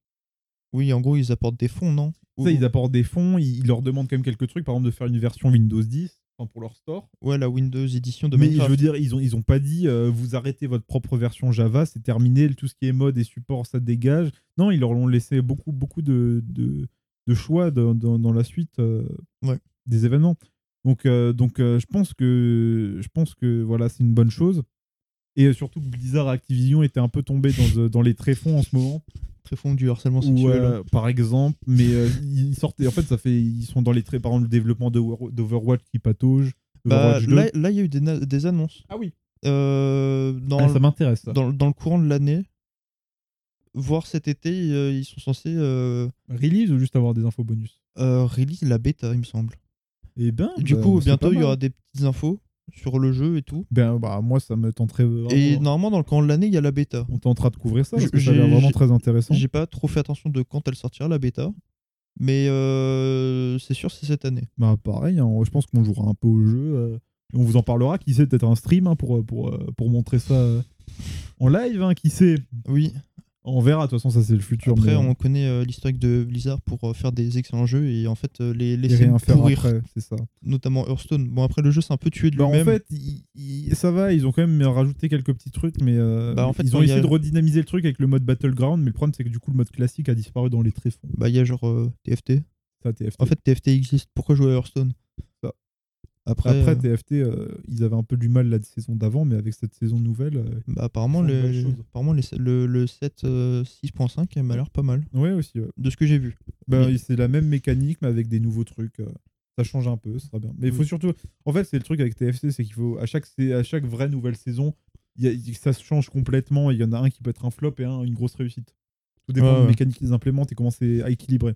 Oui, en gros, ils apportent des fonds, non
Ça, ils apportent des fonds, ils, ils leur demandent quand même quelques trucs, par exemple de faire une version Windows 10 enfin, pour leur store.
Ouais, la Windows édition de
mais
Minecraft.
je veux dire, ils ont, ils ont pas dit euh, vous arrêtez votre propre version Java, c'est terminé, tout ce qui est mode et support, ça dégage. Non, ils leur ont laissé beaucoup, beaucoup de, de, de choix dans, dans- dans la suite euh,
Ouais.
des événements. Donc, euh, donc euh, je pense que, je pense que voilà, c'est une bonne chose. Et euh, surtout que Blizzard et Activision étaient un peu tombés dans, euh, dans les tréfonds en ce moment.
Très fond du harcèlement
Ou,
sexuel.
euh, par exemple, mais euh, ils sortent. et En fait, ça fait, ils sont dans les traits. Par exemple, le développement d'Over- d'Overwatch qui patauge.
Bah,
Overwatch 2.
là, là, il y a eu des, na- des annonces.
ah oui,
Euh, dans,
Ah, ça m'intéresse. ça.
le, dans, le- dans le courant de l'année, voire cet été, euh, ils sont censés euh,
Release ou juste avoir des infos bonus
euh, release la bêta, il me semble.
Et ben,
Du
bah,
coup,
c'est
bientôt,
pas
il y
mal.
aura des petites infos sur le jeu et tout.
Ben, bah, moi, ça me tenterait. vraiment. hein.
Et normalement, dans le courant de l'année, il y a la bêta.
On tentera de couvrir ça parce que ça a
J'ai-
l'air vraiment
j'ai-
très intéressant.
J'ai pas trop fait attention de quand elle sortira, la bêta. Mais euh, c'est sûr, c'est cette année.
Bah, pareil, hein, je pense qu'on jouera un peu au jeu. euh, et on vous en parlera. Qui sait, peut-être un stream hein, pour, euh, pour, euh, pour montrer ça euh, en live. hein, qui sait
Oui,
On verra. De toute façon, ça, c'est le futur.
après,
mais,
on connaît euh, l'historique de Blizzard pour euh, faire des excellents jeux et en fait, euh, les
et
laisser
rien faire
pourrir,
après, c'est ça.
notamment Hearthstone. Bon, après, le jeu, c'est un peu tué de
Bah, en
lui-même.
fait, ils- ils- ça va, ils ont quand même rajouté quelques petits trucs, mais euh,
Bah, en fait,
ils
quand
ont
il y a-
essayé de redynamiser le truc avec le mode Battleground, mais le problème c'est que du coup le mode classique a disparu dans les tréfonds.
Bah, il y a genre euh, TFT.
Ça, TFT.
En fait, TFT existe. Pourquoi jouer à Hearthstone
Ça.
Après,
Bah, Après,
euh,
TFT, euh, ils avaient un peu du mal la saison d'avant, mais avec cette saison nouvelle. euh,
bah, apparemment,
Ils font de
les-
belles choses.
apparemment les- le, le set euh, 6.5 elle m'a l'air pas mal,
Ouais, aussi. ouais.
de ce que j'ai vu.
Bah,
Oui.
C'est la même mécanique, mais avec des nouveaux trucs. euh, Ça change un peu, ce sera bien. Mais il faut
Oui.
surtout. En fait, c'est le truc avec TFT, c'est qu'il faut. À chaque, c'est- à chaque vraie nouvelle saison, il y a- il- ça se change complètement. et Il y en a un qui peut être un flop et un une grosse réussite. Tout dépend
Ouais,
des
ouais.
mécaniques qu'ils implémentent et comment c'est à équilibrer.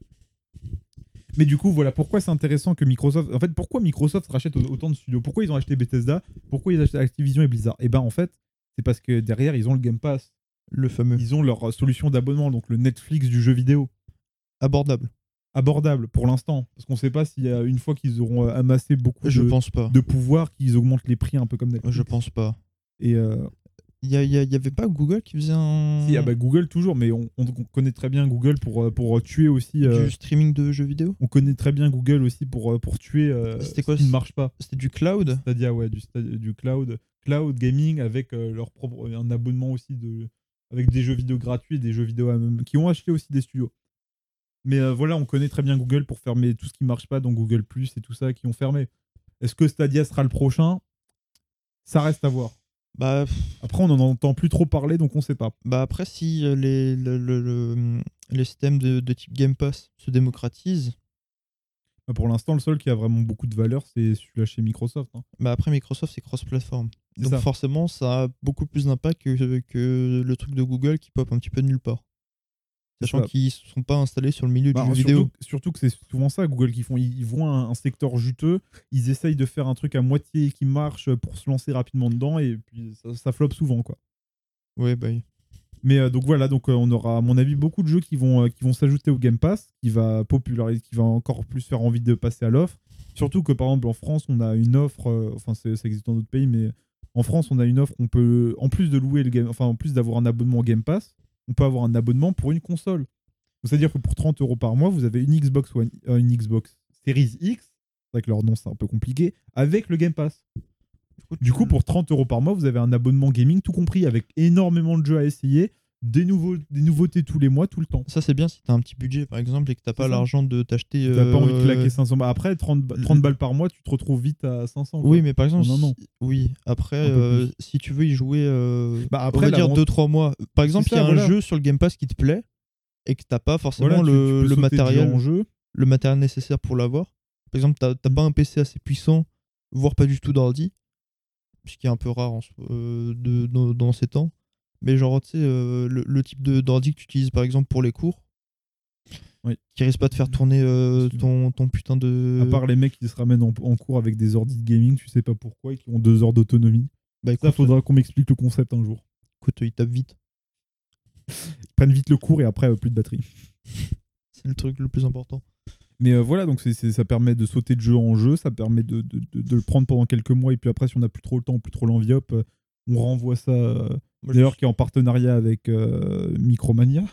Mais du coup, voilà pourquoi c'est intéressant que Microsoft. En fait, pourquoi Microsoft rachète au- autant de studios Pourquoi ils ont acheté Bethesda Pourquoi ils ont acheté Activision et Blizzard Et ben, en fait, c'est parce que derrière, ils ont le Game Pass.
Le fameux.
ils ont leur euh, solution d'abonnement, donc le Netflix du jeu vidéo,
Abordable.
abordable pour l'instant, parce qu'on ne sait pas s'il y a une fois qu'ils auront euh, amassé beaucoup
Je
de,
pense pas.
de pouvoir, qu'ils augmentent les prix un peu comme Netflix.
Je pense pas.
Et euh,
Il y, a- y a- y avait pas Google qui faisait un.
si, ah bah, Google toujours, mais on, on- on connaît très bien Google pour euh, pour tuer aussi. euh,
Du streaming de jeux vidéo
on connaît très bien Google aussi pour euh, pour tuer euh,
C'était quoi,
ce qui ne
ce-
marche pas.
C'était du cloud
Stadia, ouais, du, Stadia- du cloud, cloud gaming avec euh, leur propre un abonnement aussi de avec des jeux vidéo gratuits et des jeux vidéo à même- qui ont acheté aussi des studios. Mais euh, voilà, on connaît très bien Google pour fermer tout ce qui marche pas, donc Google Plus et tout ça qui ont fermé. Est-ce que Stadia sera le prochain Ça reste à voir.
Bah, pff,
Après, on n'en entend plus trop parler, donc on sait pas.
bah après, si euh, les, le, le- le- les systèmes de, de type Game Pass se démocratisent,
Bah, Pour l'instant, le seul qui a vraiment beaucoup de valeur, c'est celui-là chez Microsoft. hein.
bah après Microsoft c'est cross-platform.
C'est
Donc
ça.
forcément, ça a beaucoup plus d'impact que, que le truc de Google qui pop un petit peu de nulle part.
C'est
Sachant
ça.
qu'ils ne sont pas installés sur le milieu
Bah,
du jeu
surtout,
vidéo.
surtout que c'est souvent ça Google qui font. Ils, ils voient un, un secteur juteux, ils essayent de faire un truc à moitié qui marche pour se lancer rapidement dedans et puis ça, ça floppe souvent quoi.
Ouais, bah, oui.
Mais euh, donc voilà, donc euh, on aura à mon avis beaucoup de jeux qui vont euh, qui vont s'ajouter au Game Pass, qui va populariser, qui va encore plus faire envie de passer à l'offre. Surtout que par exemple en France, on a une offre, euh, enfin c'est- ça existe dans d'autres pays, mais en France, on a une offre qu'on peut, en plus de louer le game, enfin en plus d'avoir un abonnement au Game Pass, on peut avoir un abonnement pour une console. Donc, C'est-à-dire que pour 30 euros par mois, vous avez une Xbox One, euh, une Xbox Series X, c'est vrai que leur nom c'est un peu compliqué, avec le Game Pass. Du
Mm.
coup, pour 30 euros par mois, vous avez un abonnement gaming tout compris avec énormément de jeux à essayer, des, nouveaux, des nouveautés tous les mois, tout le temps.
Ça, c'est bien si tu as un petit budget par exemple et que tu pas
ça.
l'argent de t'acheter.
T'as pas envie de
euh,
claquer 500 balles. Après, 30, ba- 30
le-
balles par mois, tu te retrouves vite à 500. quoi.
Oui, mais par exemple,
Non, non.
si- oui. Après,
Un peu
euh, si tu veux y jouer, euh,
Bah,
on va
après,
dire
l'avant-
2-3 mois. Par exemple,
C'est
il y a
ça,
un
voilà.
jeu sur le Game Pass qui te plaît et que t'as pas forcément
voilà, tu- tu
le,
peux
le
sauter de jeu
matériel,
en jeu.
le matériel nécessaire pour l'avoir. Par exemple, t'as
Mm.
t'as pas un PC assez puissant, voire pas du tout d'ordi, ce qui est un peu rare en ce- euh, de- dans, dans ces temps. Mais genre, tu sais, euh, le, le type de- d'ordi que tu utilises par exemple pour les cours,
Oui. Mm.
qui risque pas de faire tourner euh, ton, ton putain de.
À part les mecs qui se ramènent en, en cours avec des ordi de gaming, tu sais pas pourquoi, et qui ont deux heures d'autonomie.
Bah,
Ça,
écoute,
faudra qu'on m'explique le concept un jour.
écoute, il tape vite.
Ils prennent vite le cours et après, euh, plus de batterie.
C'est le truc le plus important.
Mais euh, voilà, donc c'est- c'est- ça permet de sauter de jeu en jeu, ça permet de, de- de- de le prendre pendant quelques mois, et puis après, si on n'a plus trop le temps, plus trop l'envie, hop, euh, on renvoie ça. euh,
Moi, je
D'ailleurs,
suis
qui est en partenariat avec euh, Micromania,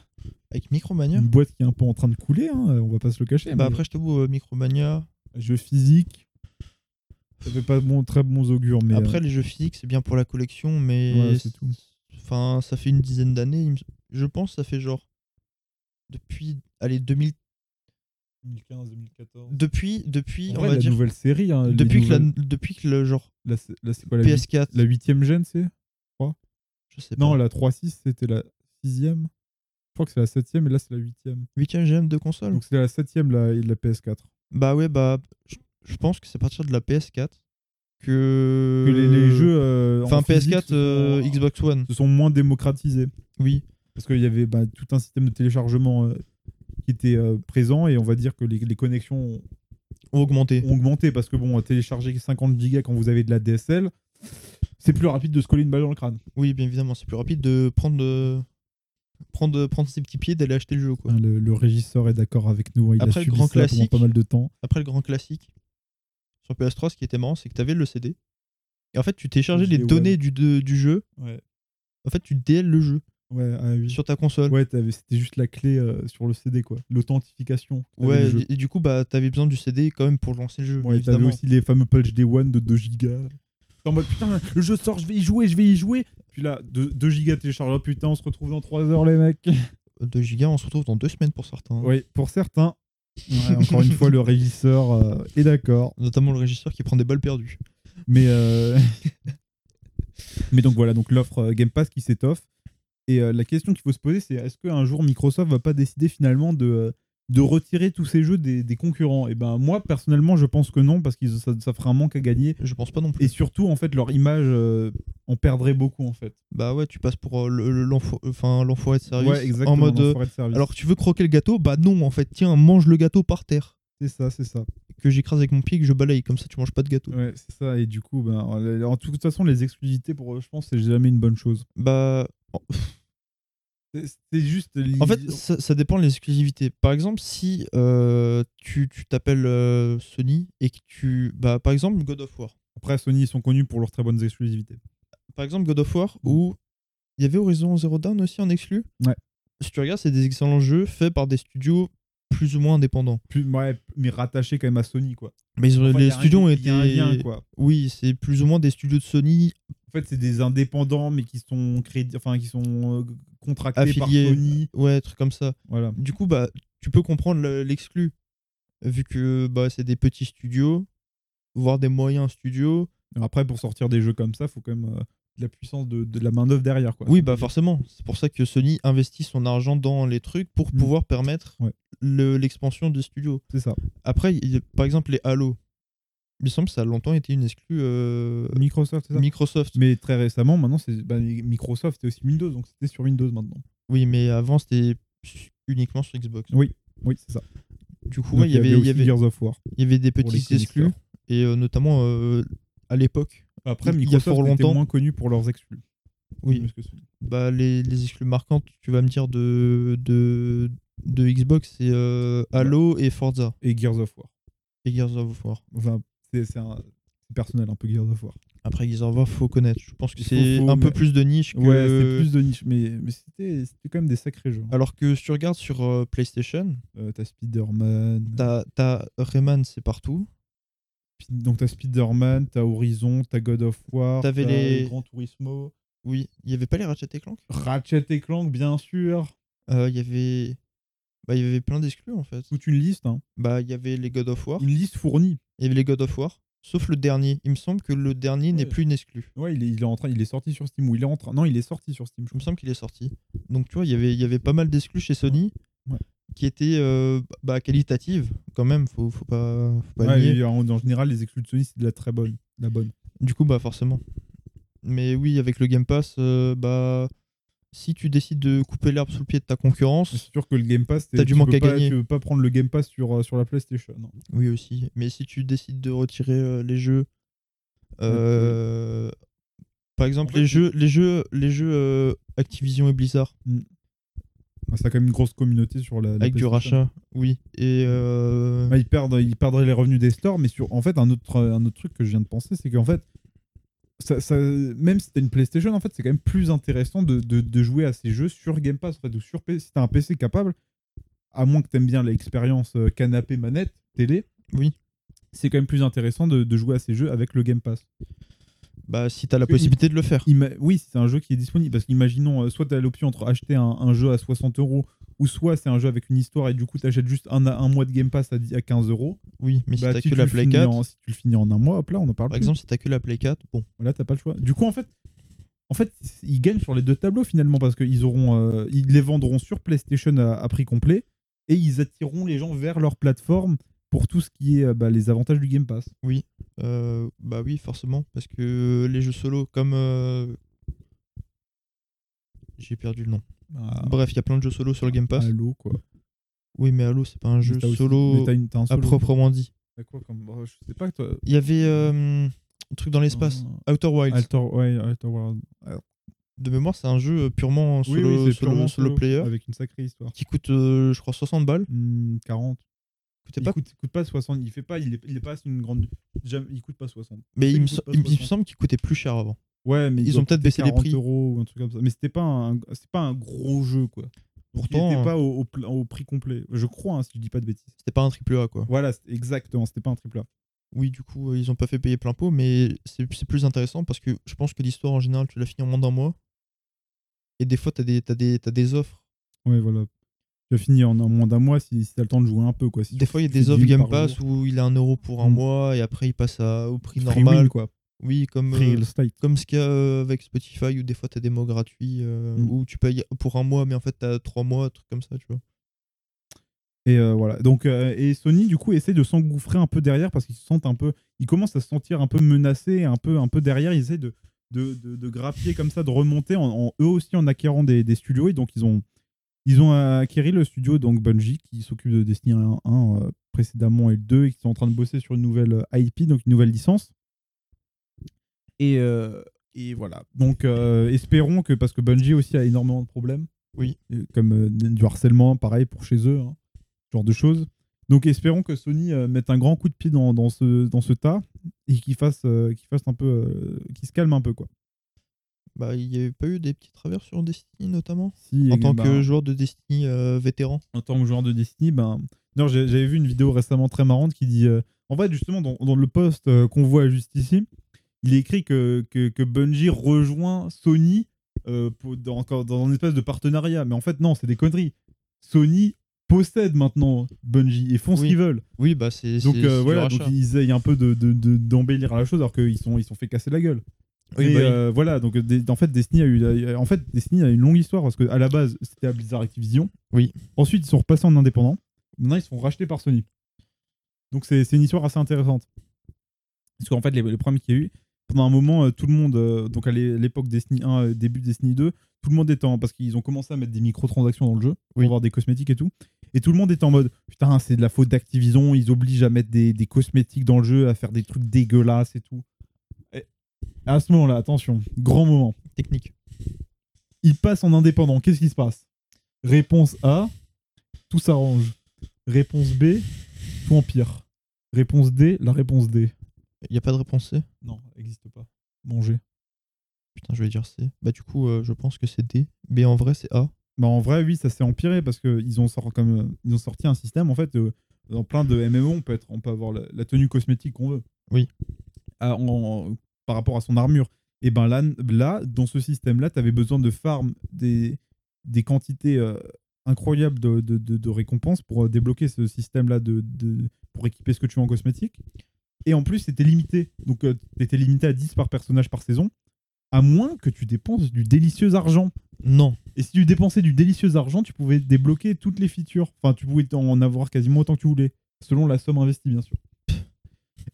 avec Micromania.
une boîte qui est un peu en train de couler, hein, on va pas se le cacher.
Bah
mais
après, je t'avoue, euh, Micromania.
Jeux physiques, ça fait pas bon, très bons augures, mais.
après,
euh,
les jeux physiques, c'est bien pour la collection, mais
Voilà, c'est tout.
Enfin, ça fait une dizaine d'années. il me- Je pense, ça fait genre depuis, allez, 2000,
2015, 2014.
depuis, depuis,
En
on
vrai,
va
la
dire,
nouvelle série. hein, les
depuis que, la-
nouvelles-
depuis que le genre
la, la- c'est quoi, la huit-
PS4,
la huitième gêne, c'est
je sais
Non,
pas,
la 3.6, c'était la sixième. Je crois que c'est la septième, et là, c'est la huitième.
8 GM de console.
Ah, Donc, c'est la septième la, et de la PS4.
Bah ouais, bah je, je pense que c'est à partir de la PS4 que,
Que les, les jeux. euh, en
enfin
physique
PS4,
se sont-
euh, Xbox One,
se sont moins démocratisés.
oui.
Parce qu'il y avait bah, tout un système de téléchargement euh, qui était euh, présent, et on va dire que les, les connexions ont
ont augmenté.
ont augmenté. Parce que, bon, télécharger 50 gigas quand vous avez de la DSL, c'est plus rapide de se coller une balle dans le crâne.
Oui, bien évidemment, c'est plus rapide de prendre euh, prendre prendre ses petits pieds et d'aller acheter le jeu quoi.
Hein, Le, le régisseur est d'accord avec nous. hein, Il
Après,
a
le
subi
grand
ça pendant
classique.
pas mal de temps.
Après le grand classique sur PS3, ce qui était marrant, c'est que t'avais le CD. Et en fait, tu téléchargeais les
Vidéo
données
web.
du, de- du jeu.
Ouais.
En fait, tu DL le jeu
Ouais, ah oui.
sur ta console.
Ouais, t'avais- c'était juste la clé euh, sur le CD, quoi. L'authentification. T'avais
Ouais,
le jeu.
et du coup, bah, t'avais besoin du CD quand même pour lancer le jeu.
Ouais, t'avais
évidemment.
aussi les fameux patch Day One de 2 gigas. T'es en mode putain, le jeu sort, je vais y jouer, je vais y jouer. Puis là, 2, gigas télécharge, oh, putain, on se retrouve dans 3 heures, les mecs.
2 gigas, on se retrouve dans Euh, deux semaines pour certains.
Oui, pour certains. Ouais, encore une fois, le régisseur euh, est d'accord.
Notamment le régisseur qui prend des balles perdues.
Mais, euh, mais donc voilà, donc l'offre euh, Game Pass qui s'étoffe. Et euh, la question qu'il faut se poser, c'est est-ce qu'un jour Microsoft va pas décider finalement de, euh, de retirer tous ces jeux des, des concurrents Et ben moi, personnellement, je pense que non, parce que ça, ça ferait un manque à gagner.
Je pense pas non plus.
Et surtout, en fait, leur image euh, en perdrait beaucoup, en fait.
Bah ouais, tu passes pour euh, le- le- l'enfo- enfin, l'enfoiré de service.
Ouais, exactement.
en mode. euh,
l'enfoiré de service.
alors, tu veux croquer le gâteau Bah non, en fait, tiens, mange le gâteau par terre.
c'est ça, c'est ça.
Que j'écrase avec mon pied, que je balaye. Comme ça, tu manges pas de gâteau.
Ouais, c'est ça. Et du coup, ben, en toute façon, les exclusivités, pour eux, je pense, c'est jamais une bonne chose.
Bah.
C'est c'est juste.
En fait, ça, ça dépend des exclusivités. Par exemple, si euh, tu tu t'appelles euh, Sony et que tu. Bah, par exemple, God of War.
après, Sony, ils sont connus pour leurs très bonnes exclusivités.
Par exemple, God of War, où il y avait Horizon Zero Dawn aussi en exclu.
Mm. Ouais.
Si tu regardes, c'est des excellents jeux faits par des studios plus ou moins indépendants.
plus- ouais, mais rattaché quand même à Sony quoi.
Mais ils ont-
Enfin,
les
y a un-
studios ont
y
été.
a un lien, quoi.
Oui, c'est plus ou moins des studios de Sony
En fait, c'est des indépendants mais qui sont crédits, enfin qui sont euh, contractés
Affiliés. euh,
par Sony,
Ouais, trucs comme ça.
voilà.
Du coup, bah, tu peux comprendre le- l'exclu. Vu que bah, c'est des petits studios, voire des moyens studios.
Alors Après pour sortir des jeux comme ça, faut quand même euh, de la puissance de, de la main d'œuvre derrière quoi.
Oui, bah forcément. C'est pour ça que Sony investit son argent dans les trucs pour
Mm.
pouvoir permettre
Ouais.
le- l'expansion des studios.
C'est ça.
Après, il y a- par exemple, les Halo. Il me semble que ça a longtemps été une exclu euh,
Microsoft, c'est ça. Mm.
Microsoft.
Mais très récemment, maintenant c'est bah, Microsoft et aussi Windows, donc c'était sur Windows maintenant.
Oui, mais avant, c'était uniquement sur Xbox.
Oui, c'est ça.
Du coup,
Donc,
ouais, il y avait, il y
aussi
avait,
Gears of War.
il y avait des
pour les
petits exclus.
connaisseurs.
Et euh, notamment, euh, à l'époque,
Après
Il y a
Microsoft
fort
était
longtemps.
moins connu pour leurs exclus.
oui,
Parce que Sony.
bah, les, les exclus marquantes, tu vas me dire, de, de, de Xbox, c'est euh, Halo et Forza
Et Gears of War.
et Gears of War.
Enfin, c'est c'est un c'est personnel un peu Gears of War.
Après Gears of War, faut connaître. Je pense que
Faut-
c'est
faut,
un peu
mais-
plus de niche. Que...
Ouais, c'est plus de niche, mais, mais c'était c'était quand même des sacrés jeux. hein.
Alors que si tu regardes sur euh, PlayStation,
Euh, t'as Spider-Man,
t'as as Rayman, c'est partout.
Pi- donc t'as Spider-Man, t'as Horizon, t'as God of War,
T'avais
t'as
les-
Gran Turismo,
Oui, il y avait pas les Ratchet et Clank.
Ratchet et Clank, bien sûr.
Euh, Il y avait, bah, il y avait plein d'exclus en fait.
Toute une liste, hein.
Bah, il y avait les God of War.
une liste fournie.
Il y avait les God of War. Sauf le dernier. Il me semble que le dernier n'est
Ouais.
plus une exclue.
Ouais, il est, il est en train, il est sorti sur Steam ou il est en train, non, il est sorti sur Steam. je
Il me semble qu'il est sorti. Donc tu vois, il y avait, il y avait pas mal d'exclus chez Sony
Ouais.
qui étaient euh, bah, qualitatives quand même. Faut, faut pas, faut pas
crois.
le
Ouais,
nier.
et en, en général, les exclus de Sony c'est de la très bonne, de la bonne.
Du coup, bah forcément. Mais oui, avec le Game Pass, euh, bah si tu décides de couper l'herbe sous le pied de ta
C'est
concurrence,
sûr que le Game Pass, t'es-
T'as du
tu
manque
peux
à
pas-
gagner.
Tu veux pas prendre le Game Pass sur euh, sur la PlayStation. non.
oui aussi. Mais si tu décides de retirer euh, les jeux, euh, par exemple
En fait,
les jeux, les jeux, les jeux euh, Activision et Blizzard,
Mm. Ah, ça a quand même une grosse communauté sur la. la
avec du
PlayStation.
rachat, oui. Et euh,
Ouais, ils, perdent, ils perdraient les revenus des stores, mais sur, en fait, un autre, un autre truc que je viens de penser, c'est qu'en fait, ça, ça- même si t'as une PlayStation, en fait, c'est quand même plus intéressant de, de- de jouer à ces jeux sur Game Pass, en fait, ou sur PC. Si t'as un PC capable, à moins que t'aimes bien l'expérience euh, canapé, manette, télé,
oui.
c'est quand même plus intéressant de, de jouer à ces jeux avec le Game Pass.
Bah, si t'as la
Parce que
possibilité de le faire.
Ima- oui, c'est un jeu qui est disponible, parce qu'imaginons, euh, soit t'as l'option entre acheter un, un jeu à 60 euros, ou soit c'est un jeu avec une histoire et du coup t'achètes juste un, un mois de Game Pass à, 10 à 15 euros.
Oui, mais
Bah,
si t'as
si
que
tu
la
le
Play
finis
4,
en- si tu le finis en un mois, hop là, on en parle
par
plus.
exemple, si t'as que la Play 4, bon.
Voilà, t'as pas le choix. Du coup, en fait, en fait, ils gagnent sur les deux tableaux finalement parce qu'ils auront, euh, ils les vendront sur PlayStation à, à prix complet et ils attireront les gens vers leur plateforme pour tout ce qui est euh, bah, les avantages du Game Pass.
Euh, bah oui, forcément, parce que les jeux solo, comme. euh, J'ai perdu le nom.
Ah,
Bref, il y a plein de jeux solo sur le Game Pass.
Halo, quoi.
Oui, mais Halo, c'est pas un jeu
Mais t'as aussi- mais
solo
t'as une- t'as un
à
solo.
proprement dit.
T'as quoi comme- oh, je sais pas toi.
Il y avait euh, un truc dans l'espace,
Non.
Outer Wilds.
Euh, Alter, ouais, Outer Worlds.
De mémoire, c'est un jeu euh, purement
Oui,
solo,
oui, c'est
solo-
purement Ah
solo player
avec une sacrée histoire.
qui coûte, euh, je crois, 60 balles.
Hmm, 40.
Coûtait
Il
pas-
coûte, il coûte pas 60. Il fait pas, il est, il est pas une grande. jamais- Il coûte pas 60.
mais il me,
coûte
sem-
pas
il me
60.
semble qu'il coûtait plus cher avant.
Ouais, mais
Ils
doit
ont peut-être
coûter
baissé les
40
prix.
euros ou un truc comme ça. Mais c'était pas un, c'était pas un gros jeu quoi. Donc il
Pourtant, hein.
était pas au, au pl- au prix complet. Je crois, hein, si je dis pas de bêtises.
C'était pas un triple A, quoi.
Voilà, c'est- exactement. C'était pas un triple A.
Oui, du coup, euh, ils ont pas fait payer plein pot, mais c'est c'est plus intéressant parce que je pense que l'histoire en général, tu la finis en moins d'un mois. Et des fois, t'as des, t'as des, t'as des offres.
Ouais, voilà. Tu as fini en, en moins d'un mois si, si t'as le temps de jouer un peu quoi. Si
Des
tu-
fois, il y a
tu
des
fais
offres
10
Game
par
Pass
jour.
où il a un euro pour un
Mm.
mois et après, il passe à- au prix
Free
normal.
win, quoi.
Oui, comme, euh,
Free real estate.
comme ce qu'il y a euh, avec Spotify où des fois, t'as des mots gratuits euh,
Mm.
où tu payes pour un mois, mais en fait, t'as trois mois, un truc comme ça, tu vois.
Et euh, voilà. Donc euh, et Sony du coup essaie de s'engouffrer un peu derrière parce qu'ils se sentent un peu, ils commencent à se sentir un peu menacés, un peu un peu derrière. Ils essaient de de, de, de grappiller comme ça, de remonter en, en- eux aussi en acquérant des, des studios. Et donc ils ont ils ont acquéri le studio donc Bungie qui s'occupe de Destiny 1, 1, euh, précédemment et le 2 et qui sont en train de bosser sur une nouvelle euh, IP donc une nouvelle licence. Et euh, et voilà. Donc euh, espérons que parce que Bungie aussi a énormément de problèmes.
Oui.
Euh, Comme euh, du harcèlement, pareil pour chez eux. hein genre de choses. Donc espérons que Sony euh, mette un grand coup de pied dans, dans ce, dans ce tas et qu'il fasse, euh, qu'il fasse un peu, euh, qu'il se calme un peu quoi.
Bah, il y avait pas eu des petits travers sur Destiny, notamment
Si,
En tant
bah,
que joueur de Destiny euh, vétéran.
en tant que joueur de Destiny, ben d'ailleurs j'ai- j'avais vu une vidéo récemment très marrante qui dit, euh, en fait justement dans, dans le post euh, qu'on voit juste ici, il est écrit que, que, que Bungie rejoint Sony euh, pour- dans, encore dans un espèce de partenariat, mais en fait non c'est des conneries. Sony possède maintenant Bungie et font ce
Oui.
qu'ils veulent.
Oui, bah, c'est.
Donc
c'est-
euh,
c'est du
voilà,
rachat.
donc ils essayent un peu de- de- de- d'embellir la chose alors qu'ils sont, ils sont fait casser la gueule.
Oui,
Et
bah oui.
euh, voilà, donc des- en fait Destiny a eu, euh, en fait Destiny a une longue histoire parce que à la base c'était à Blizzard Activision.
Oui.
Ensuite ils sont repassés en indépendant. Maintenant ils sont rachetés par Sony. Donc c'est c'est une histoire assez intéressante. Parce qu'en fait les, les problèmes qu'il y a eu pendant un moment euh, tout le monde, euh, donc à l'é- l'époque Destiny 1, euh, début Destiny 2, tout le monde était en parce qu'ils ont commencé à mettre des microtransactions dans le jeu pour
Oui.
avoir des cosmétiques et tout. Et tout le monde était en mode putain c'est de la faute d'Activision, ils obligent à mettre des, des cosmétiques dans le jeu, à faire des trucs dégueulasses et tout. Et à ce moment-là, attention, grand moment.
Technique.
Il passe en indépendant. Qu'est-ce qui se passe Réponse A, tout s'arrange. Réponse B, tout empire. Réponse D, la réponse D.
Il n'y a pas de réponse C
Non, n'existe pas. Manger.
Putain, je vais dire C. Bah, du coup, euh, je pense que c'est D. Mais en vrai, c'est A.
Bah en vrai, oui, ça s'est empiré parce qu'ils ont, sorti comme, euh, ils ont sorti un système en fait. euh, dans plein de MMO, on peut, être, on peut avoir la, la tenue cosmétique qu'on veut.
Oui.
À- en- en- par rapport à son armure. Et ben là, là dans ce système-là, tu avais besoin de farm des, des quantités euh, incroyables de, de, de- de récompenses pour euh, débloquer ce système-là de, de- pour équiper ce que tu veux en cosmétique. Et en plus, c'était limité. Donc, tu étais limité à 10 par personnage par saison, à moins que tu dépenses du délicieux argent.
Non.
Et si tu dépensais du délicieux argent, tu pouvais débloquer toutes les features. Enfin, tu pouvais en avoir quasiment autant que tu voulais, selon la somme investie, bien sûr.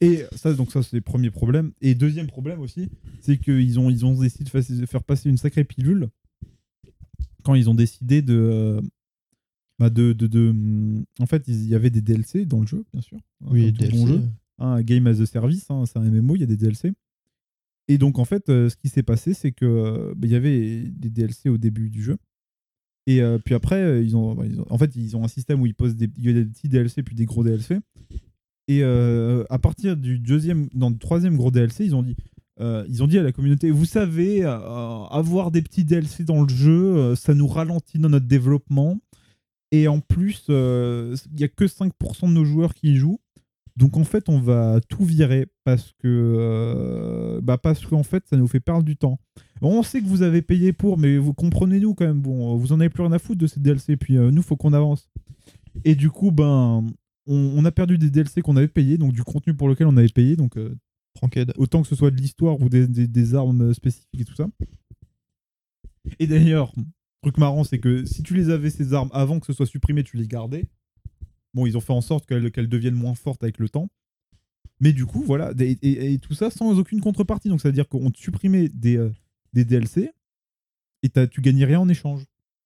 Et ça, donc ça, c'est le premier problème. Et deuxième problème aussi, c'est qu'ils ont, ils ont décidé de fa- de faire passer une sacrée pilule quand ils ont décidé de, euh, bah, de, de- de, hum, en fait, il y avait des DLC dans le jeu, bien sûr. hein,
Oui,
comme tout
DLC.
bon jeu hein, Game as a Service, hein, c'est un MMO, il y a des DLC. Et donc en fait, euh, ce qui s'est passé, c'est que euh, bah, il y avait des DLC au début du jeu. Et euh, puis après, euh, ils ont, bah, ils ont- en fait, ils ont un système où ils posent des, il y a des petits DLC puis des gros DLC. Et euh, à partir du deuxième, dans le troisième gros DLC, ils ont dit, euh, ils ont dit à la communauté, vous savez, euh, avoir des petits DLC dans le jeu, euh, ça nous ralentit dans notre développement. Et en plus, euh, il n'y a que 5% de nos joueurs qui y jouent. Donc en fait, on va tout virer parce que, euh, bah parce qu'en fait, ça nous fait perdre du temps. Bon, on sait que vous avez payé pour, mais vous comprenez-nous quand même. Bon, euh, vous en avez plus rien à foutre de ces DLC, puis euh, nous, faut qu'on avance. Et du coup, ben, on, on a perdu des DLC qu'on avait payés, donc du contenu pour lequel on avait payé, donc euh,
Franckhead.
autant que ce soit de l'histoire ou des, des- des armes spécifiques et tout ça. Et d'ailleurs, truc marrant, c'est que si tu les avais ces armes avant que ce soit supprimé, tu les gardais. Bon, ils ont fait en sorte qu'elles qu'elles deviennent moins fortes avec le temps. Mais du coup, voilà, des- et, et- et tout ça sans aucune contrepartie. Donc ça veut dire qu'on te supprimait des, euh, des DLC et t'as- tu gagnais rien en échange.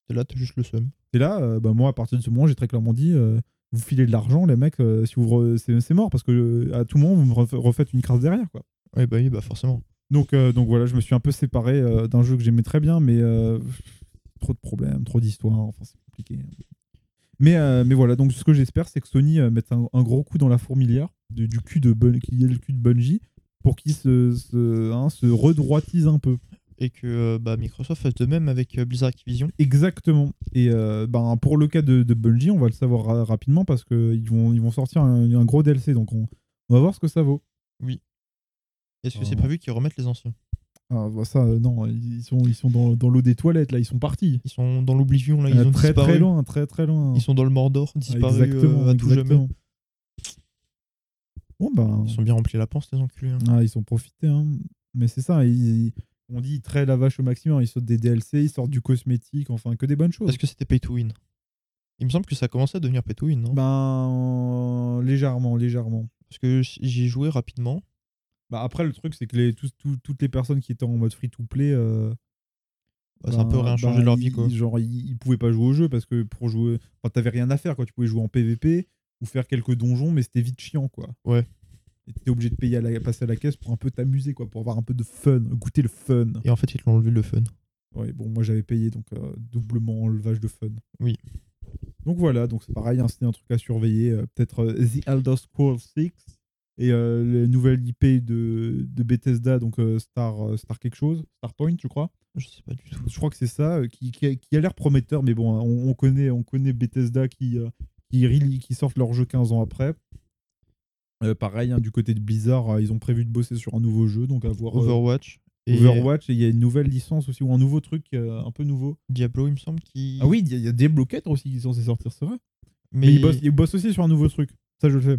Et Là, t'as juste le seum.
Et là, euh, bah, moi, à partir de ce moment, j'ai très clairement dit euh, vous filez de l'argent, les mecs, euh, si vous re- c'est c'est mort parce que euh, à tout moment, vous me refa- refaites une crasse derrière. quoi.
Oui, bah oui, bah forcément.
Donc, euh, donc voilà, je me suis un peu séparé euh, d'un jeu que j'aimais très bien, mais euh, trop de problèmes, trop d'histoires, enfin c'est compliqué. Mais, euh, mais voilà, donc ce que j'espère, c'est que Sony euh, mette un, un gros coup dans la fourmilière du, du cul de Bun- qu'il y ait le cul de Bungie pour qu'il se, se, hein, se redroitise un peu.
Et que euh, bah, Microsoft fasse de même avec euh, Blizzard Activision.
Exactement. Et euh, ben, pour le cas de, de Bungie, on va le savoir ra- rapidement parce qu'ils vont, ils vont sortir un, un gros DLC, donc on, on va voir ce que ça vaut.
Est-ce que
Ah.
c'est prévu qu'ils remettent les anciens
Ah, bah, ça, euh, non, ils sont, ils sont dans, dans l'eau des toilettes, là, ils sont partis.
Ils sont dans l'Oblivion, là, ils
Euh,
ont
très
disparu.
très loin, très très loin. Ah,
Ils sont dans le Mordor, disparus euh, à tout jamais.
exactement. Bon ben,
Ils sont bien remplis la panse, les enculés. hein.
ah, ils sont profités, hein. mais c'est ça. ils- ils- on dit ils traient la vache au maximum. Ils sortent des DLC, ils sortent du cosmétique, enfin que des bonnes choses.
Est-ce que c'était pay to win Il me semble que ça commençait à devenir pay to win,
Bah.
non
Ben légèrement, légèrement.
Parce que j- j'y ai joué rapidement.
Bah, après le truc c'est que les, tous- tous- toutes les personnes qui étaient en mode free to play, euh,
Bah, ça a un peu
ben-
rien changé
ben,
de leur
ils-
vie, quoi.
Genre ils, ils pouvaient pas jouer au jeu parce que pour jouer, enfin t'avais rien à faire quoi. Tu pouvais jouer en PVP ou faire quelques donjons, mais c'était vite chiant quoi.
Ouais.
Et t'étais obligé de payer à la, passer à la caisse pour un peu t'amuser quoi, pour avoir un peu de fun, goûter le fun.
Et en fait, ils te l'ont enlevé le fun.
Ouais, bon, moi j'avais payé donc euh, doublement enlevage de fun.
Oui.
Donc voilà, donc c'est pareil, hein, c'était un truc à surveiller. euh, Peut-être euh, The Elder Scrolls 6 et euh, les nouvelles IP de, de Bethesda, donc euh, Star, euh, Star quelque chose, Starpoint, je crois.
Je sais pas du tout.
Je crois que c'est ça, euh, qui, qui a, qui a l'air prometteur, mais bon, hein, on, on connaît, on connaît Bethesda qui, euh, qui, really- qui sortent leur jeu 15 ans après. Euh, pareil, hein, du côté de Blizzard, euh, ils ont prévu de bosser sur un nouveau jeu, donc à voir. euh,
Overwatch et
Overwatch, et il y a une nouvelle licence aussi, ou un nouveau truc euh, un peu nouveau.
Diablo, il me semble. Qui...
Ah oui, il y, a- il y a des bloquettes aussi qui sont censés sortir, c'est vrai.
mais,
Mais ils bossent, ils bossent aussi sur un nouveau truc. Ça, je le fais.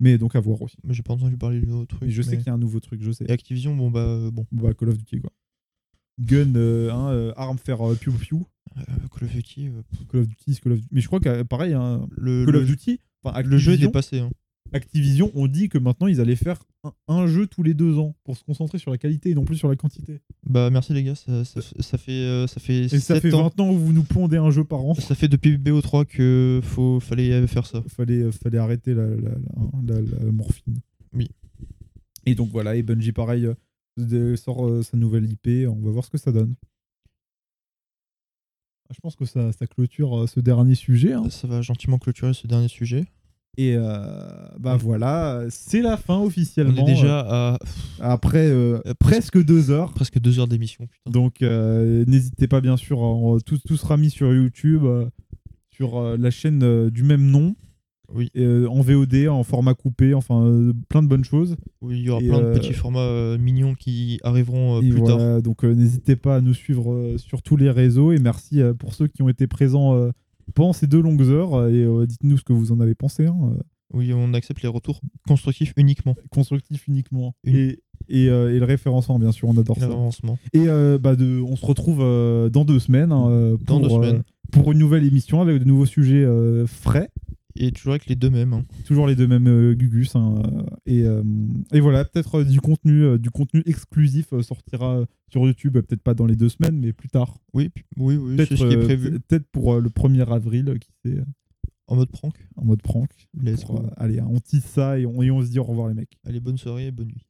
Mais donc à voir aussi.
mais j'ai pas entendu parler de nos trucs.
Mais je sais
mais-
qu'il y a un nouveau truc, je sais.
Et Activision, bon bah euh, bon.
Bah, Call of Duty, quoi. Gun, euh, hein, euh, arme, faire euh, piou piou.
Euh, Call of Duty, euh,
Call of Duty, c'est Call of Duty. Mais je crois que pareil, hein,
le,
Call
le,
of Duty, enfin,
le jeu est
Activision-
dépassé. hein.
Activision, on dit que maintenant ils allaient faire un, un jeu tous les deux ans pour se concentrer sur la qualité et non plus sur la quantité.
Bah merci les gars, ça, ça, ça fait euh, ça fait
Et ça
7
fait
ans.
20 ans où vous nous pondez un jeu par an.
Ça fait depuis BO3 que faut fallait euh, faire ça.
fallait, euh, fallait arrêter la, la- hein, la- la- la morphine.
Oui.
Et donc voilà, et Bungie, pareil, euh, de- sort euh, sa nouvelle IP, on va voir ce que ça donne. Ah, Je pense que ça, ça clôture euh, ce dernier sujet. hein.
Ça va gentiment clôturer ce dernier sujet.
Et euh, bah voilà, c'est la fin
On
officiellement.
est déjà à
euh, après euh,
euh, presque
presque deux heures.
presque deux heures d'émission. Putain.
Donc euh, n'hésitez pas, bien sûr, on- tout, tout sera mis sur YouTube, euh, sur euh, la chaîne euh, du même nom.
Oui.
Et, euh, en VOD, en format coupé, enfin euh, plein de bonnes choses.
Oui, il y aura
Et,
plein
euh,
de petits formats euh, mignons qui arriveront euh,
Et
plus tard.
voilà, donc euh, n'hésitez pas à nous suivre euh, sur tous les réseaux et merci euh, pour ceux qui ont été présents euh, pendant ces deux longues heures euh, et euh, dites-nous ce que vous en avez pensé, hein, euh,
Oui, on accepte les retours constructifs uniquement.
constructif uniquement
Une-
et, et, euh, et le référencement bien sûr, on adore ça.
L'avancement.
Et euh, bah, de, on se retrouve euh, dans deux semaines hein, euh, pour,
Dans deux
euh,
semaines.
pour une nouvelle émission avec de nouveaux sujets euh, frais.
Et toujours avec les deux mêmes. hein.
toujours les deux mêmes euh, Gugus hein, euh, et, euh, et voilà peut-être euh, du contenu euh, du contenu exclusif euh, sortira sur YouTube euh, peut-être pas dans les deux semaines mais plus tard
Oui, puis- oui, oui,
peut-être
c'est ce qui est
euh,
prévu.
peut- peut-être pour euh, le 1er avril euh, qui c'est euh,
En mode prank.
en mode prank
Let's
Pour,
go.
euh, allez hein, on tisse ça et on, et on se dit au revoir les mecs
Allez, bonne soirée et bonne nuit.